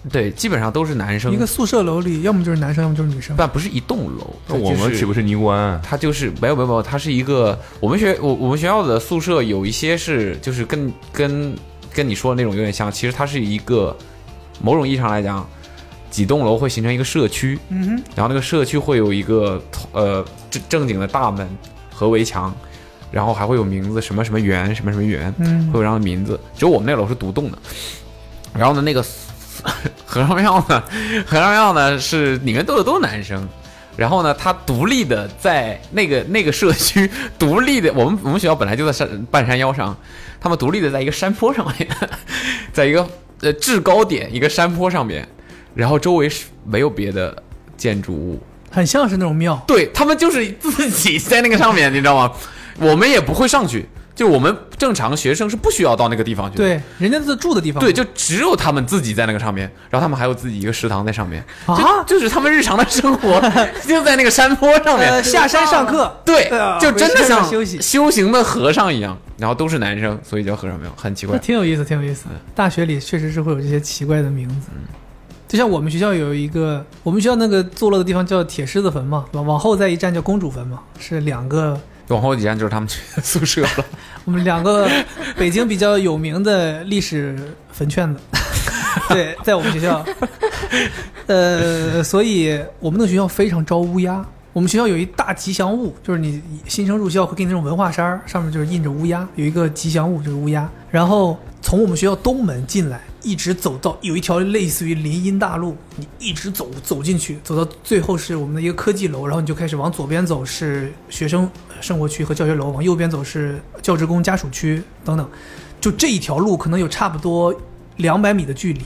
Speaker 4: 对，基本上都是男生。
Speaker 3: 一个宿舍楼里，要么就是男生，要么就是女生。
Speaker 4: 但不是一栋楼，
Speaker 2: 那我
Speaker 4: 就
Speaker 2: 们
Speaker 4: 是
Speaker 2: 岂不是尼姑庵？
Speaker 4: 它就是没有没有没有，它是一个我们学我我们学校的宿舍有一些是就是跟跟跟你说的那种有点像，其实它是一个某种意义上来讲，几栋楼会形成一个社区，
Speaker 3: 嗯
Speaker 4: 然后那个社区会有一个呃正正经的大门和围墙，然后还会有名字什么什么园什么什么园，
Speaker 3: 嗯
Speaker 4: 会有这样的名字。只有我们那楼是独栋的。然后呢，那个 和尚庙呢，和尚庙呢是里面都是都是男生。然后呢，他独立的在那个那个社区独立的，我们我们学校本来就在山半山腰上，他们独立的在一个山坡上面，在一个呃制高点一个山坡上面，然后周围是没有别的建筑物，
Speaker 3: 哼，很像是那种庙。
Speaker 4: 对他们就是自己在那个上面，你知道吗？我们也不会上去，就我们正常学生是不需要到那个地方去的。
Speaker 3: 对，人家是住的地方。
Speaker 4: 对，就只有他们自己在那个上面，然后他们还有自己一个食堂在 上面，
Speaker 3: 啊
Speaker 4: 就就是他们日常的生活就在那个山坡上面。
Speaker 3: 呃，下山上课。
Speaker 4: 对
Speaker 3: 呃，
Speaker 4: 就真的
Speaker 3: 回山
Speaker 4: 像
Speaker 3: 上休息，
Speaker 4: 修行的和尚一样，然后都是男生，所以叫和尚庙，很奇
Speaker 3: 那
Speaker 4: 怪。
Speaker 3: 挺有意思，挺有意思。大学里确实是会有这些奇怪的名字。就像我们学校有一个，我们学校那个坐落的地方叫铁狮子坟嘛，往往后再一站叫公主坟嘛，是两个
Speaker 4: 往后几站就是他们去的宿舍了。
Speaker 3: 我们两个北京比较有名的历史坟圈子， 对，在我们学校，呃，所以我们那个学校非常招乌鸦。我们学校有一大吉祥物，就是你新生入校会给你那种文化衫儿，上面就是印着乌鸦，有一个吉祥物就是乌鸦。然后从我们学校东门进来，一直走到有一条类似于林荫大路，你一直走走进去，走到最后是我们的一个科技楼，然后你就开始往左边走是学生生活区和教学楼，往右边走是教职工家属区等等。就这一条路可能有差不多两百米的距离，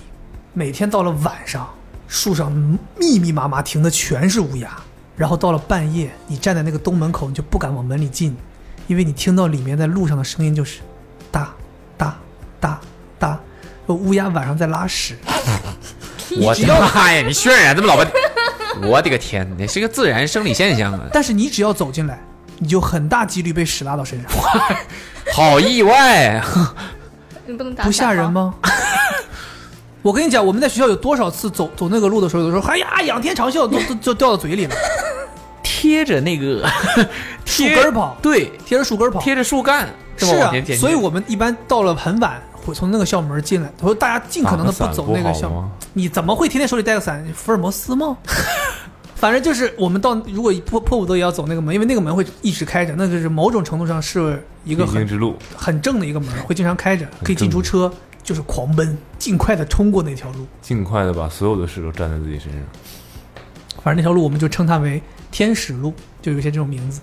Speaker 3: 每天到了晚上，树上密密麻麻停的全是乌鸦，然后到了半夜，你站在那个东门口，你就不敢往门里进，因为你听到里面在路上的声音就是哒哒哒哒，乌鸦晚上在拉屎。
Speaker 4: 我的 妈呀！你渲染这么老半天，我的个天，你是个自然生理现象啊！
Speaker 3: 但是你只要走进来，你就很大几率被屎拉到身上，
Speaker 4: 好意外，
Speaker 6: 啊
Speaker 7: 你不能打
Speaker 3: 不吓
Speaker 7: 伞
Speaker 3: 人？吗？ 我跟你讲，我们在学校有多少次走走那个路的时候，有的时候哎呀，仰天长啸都都就掉到嘴里了，
Speaker 6: 贴着那 个
Speaker 3: 树
Speaker 6: 贴
Speaker 3: 根儿跑，
Speaker 6: 对，
Speaker 3: 贴着树根儿跑，
Speaker 6: 贴着树干，这么
Speaker 3: 是
Speaker 6: 往
Speaker 3: 啊
Speaker 6: 前前，进
Speaker 3: 所以我们一般到了很晚，会从那个校门进来。他说大家尽可能的不走那
Speaker 2: 啊打
Speaker 3: 个校
Speaker 2: 个伞不好
Speaker 3: 门
Speaker 2: 吗。
Speaker 3: 你怎么会天天手里带个伞？福尔摩斯吗？ 反正就是我们到，如果迫迫不得已要走那个门，因为那个门会一直开着，那就是某种程度上是一个
Speaker 2: 必经
Speaker 3: 很
Speaker 2: 之路，
Speaker 3: 很正的一个门，会经常开着，可以进出车，就是狂奔，尽快的冲过那条路。
Speaker 2: 尽快的把所有的事都占在自己身上。
Speaker 3: 反正那条路我们就称它为天使路，就有一些这种名字，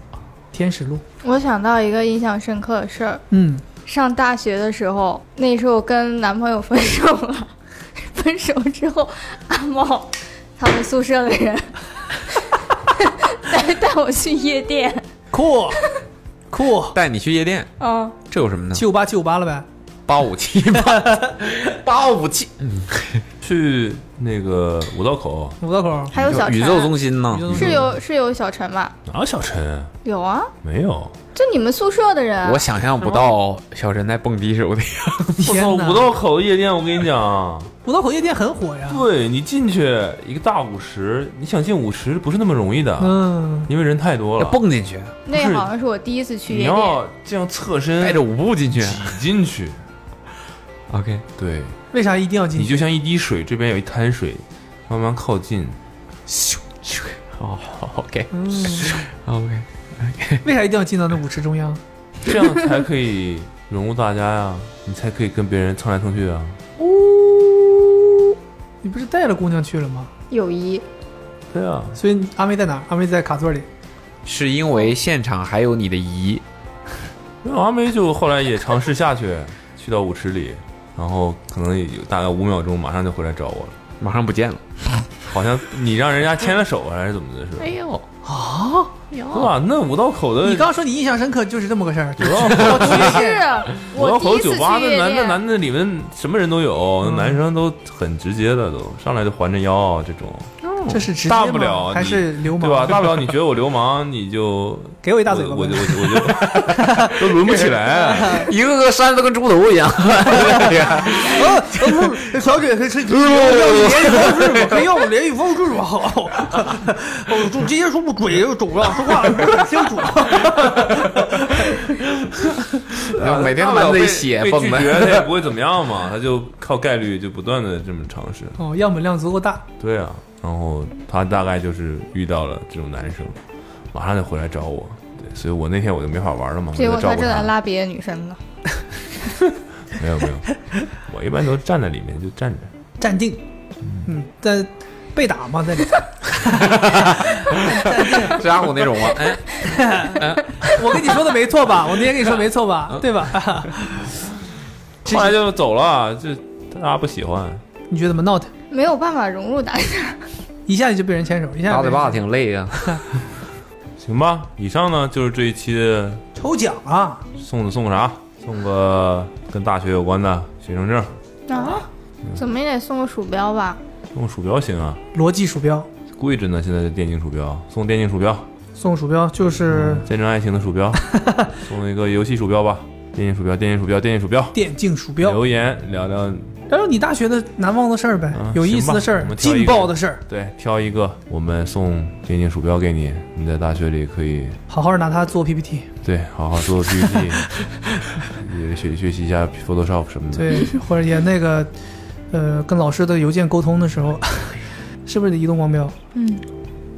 Speaker 3: 天使路。
Speaker 7: 我想到一个印象深刻的事儿，
Speaker 3: 嗯，
Speaker 7: 上大学的时候，那时候跟男朋友分手了， 分手之后，阿茂他们宿舍的人带带我去夜店，
Speaker 3: 酷， 酷，
Speaker 6: 带你去夜店，
Speaker 7: 嗯，
Speaker 6: 这有什么呢？
Speaker 3: 七五八七五八了呗。
Speaker 6: 八五七八八五七
Speaker 2: 去那个五道口，
Speaker 3: 五道口，
Speaker 7: 还有 小
Speaker 6: 宇宙
Speaker 7: 陈，啊
Speaker 6: 中心呢
Speaker 3: 宇宙？中心
Speaker 7: 是有是有小陈吧？
Speaker 2: 哪有小陈啊？
Speaker 7: 有啊，
Speaker 2: 没有，
Speaker 7: 就你们宿舍的人啊，
Speaker 6: 我想象不到小陈在蹦迪时候的样 子。
Speaker 2: 我
Speaker 3: 天
Speaker 2: 操！
Speaker 3: 哪
Speaker 2: 五道口的夜店，我跟你讲，
Speaker 3: 五道口夜店很火呀。
Speaker 2: 对你进去一个大舞池，你想进舞池不是那么容易的，
Speaker 3: 嗯，
Speaker 2: 因为人太
Speaker 6: 要
Speaker 2: 多了。
Speaker 6: 蹦进去，
Speaker 7: 那
Speaker 2: 不是
Speaker 7: 好像是我第一次去
Speaker 2: 你
Speaker 7: 夜店，
Speaker 2: 要这样侧 身
Speaker 6: 带着舞步进去。
Speaker 3: 嗯
Speaker 2: 挤进去，
Speaker 6: OK，
Speaker 2: 对，
Speaker 3: 为啥一定要进
Speaker 2: 你
Speaker 3: 去？
Speaker 2: 就像一滴水，这边有一滩水，慢慢靠近。
Speaker 6: 哦，OK，OK，
Speaker 3: 嗯，
Speaker 6: OK，
Speaker 3: 为啥一定要进到那舞池中央？
Speaker 2: 这样才可以融入大家呀、你才可以跟别人蹭来蹭去啊。
Speaker 3: 你不是带了姑娘去了吗？
Speaker 7: 友谊
Speaker 2: 对啊，
Speaker 3: 所以阿妹在哪儿？阿妹在卡座里。
Speaker 6: 是因为现场还有你的姨，
Speaker 2: 那阿梅就后来也尝试下去，去到舞池里，然后可能也有大概五秒钟，马上就回来找我了。
Speaker 6: 马上不见了。
Speaker 2: 好像你让人家牵了手啊还是怎么的，是吧？
Speaker 6: 呦，
Speaker 7: 啊
Speaker 2: 对吧？那五道口的
Speaker 3: 你刚说你印象深刻就是这么个事儿，
Speaker 2: 五道口
Speaker 7: 不是
Speaker 2: 五道
Speaker 7: 啊我第
Speaker 2: 口
Speaker 7: 一次
Speaker 2: 酒
Speaker 7: 去
Speaker 2: 吧，那
Speaker 7: 夜
Speaker 2: 男的
Speaker 7: 店，
Speaker 2: 男的里面什么人都有，
Speaker 3: 嗯
Speaker 2: 男生都很直接的，都上来就环着腰啊这种，
Speaker 3: 这是直接
Speaker 2: 大
Speaker 3: 吗
Speaker 2: 不了你
Speaker 3: 还是流氓
Speaker 2: 对吧？大不了你觉得我流氓，你就
Speaker 3: 给我一大嘴
Speaker 2: 我
Speaker 3: 巴。
Speaker 2: 我就我就我就 都轮不起 来。啊
Speaker 6: 一个个扇子跟猪头一 样。
Speaker 3: 啊，不，小姐可以吃，不要你连语方式吗？可以要我连语方式吗？我就直接说不鬼就肿了，说话不是很清楚。
Speaker 6: 啊每天都
Speaker 2: 大不了
Speaker 6: 满
Speaker 2: 被
Speaker 6: 嘴血
Speaker 2: 被
Speaker 6: 蹦
Speaker 2: 拒
Speaker 6: 的
Speaker 2: 绝，他 也不会怎么样嘛，他就靠概率就不断的这么尝试。
Speaker 3: 哦，样本量足够大，
Speaker 2: 对啊，然后他大概就是遇到了这种男生，马上就回来找我。对，所以我那天我就没法玩了嘛，我
Speaker 7: 结
Speaker 2: 就
Speaker 7: 果
Speaker 2: 照
Speaker 7: 他
Speaker 2: 顾
Speaker 7: 正在
Speaker 2: 他。
Speaker 7: 拉别的女生呢。
Speaker 2: 没有没有， 我一般都站在里面就站着。
Speaker 3: 站定。嗯，在被打吗？在里头。
Speaker 6: 扎虎那种吗？哎，
Speaker 3: 我跟你说的没错吧？我那天跟你说没错吧？对吧？
Speaker 2: 后来就走了，就大家不喜欢。
Speaker 3: 你觉得怎么闹腾？
Speaker 7: 没有办法融入大家，
Speaker 3: 一下就被人牵手，一下
Speaker 6: 打
Speaker 3: 就
Speaker 6: 嘴
Speaker 3: 被人
Speaker 6: 巴子挺累啊。
Speaker 2: 行吧，以上呢就是这一期的
Speaker 3: 抽奖啊！
Speaker 2: 送的送个啥，送个跟大学有关的学生证，
Speaker 7: 啊，怎么也得送个鼠标吧？
Speaker 2: 用鼠标行啊，
Speaker 3: 逻辑鼠标
Speaker 2: 贵着呢，现在是电竞鼠标，送电竞鼠标，
Speaker 3: 送鼠标就是
Speaker 2: 见证爱情的鼠标，送一个游戏鼠标吧，电竞鼠标，电竞鼠标，电竞鼠标。
Speaker 3: 电竞鼠标，
Speaker 2: 留言聊聊，
Speaker 3: 聊聊你大学的难忘的事儿呗
Speaker 2: 嗯，
Speaker 3: 有意思的事
Speaker 2: 行吧我
Speaker 3: 儿，
Speaker 2: 们挑一个
Speaker 3: 劲爆的事儿，
Speaker 2: 对，挑一个，我们送电竞鼠标给你，你在大学里可以
Speaker 3: 好好拿它做 PPT。
Speaker 2: 对好好做 PPT，也学学习一下 Photoshop 什么的。
Speaker 3: 对，或者也那个，呃，跟老师的邮件沟通的时候， 是不是得移动光标？
Speaker 7: 嗯，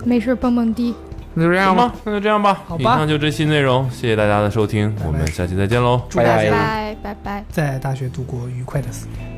Speaker 7: 没事，蹦蹦迪。
Speaker 6: 那就这样
Speaker 2: 行
Speaker 6: 吧。
Speaker 2: 吧，那就这样吧。
Speaker 3: 好吧
Speaker 2: 以上就这期内容，谢谢大家的收听，
Speaker 3: 拜拜
Speaker 2: 我们下期再见喽。
Speaker 3: 祝大
Speaker 6: 拜
Speaker 3: 家
Speaker 7: 拜拜拜。
Speaker 3: 在大学度过愉快的四年。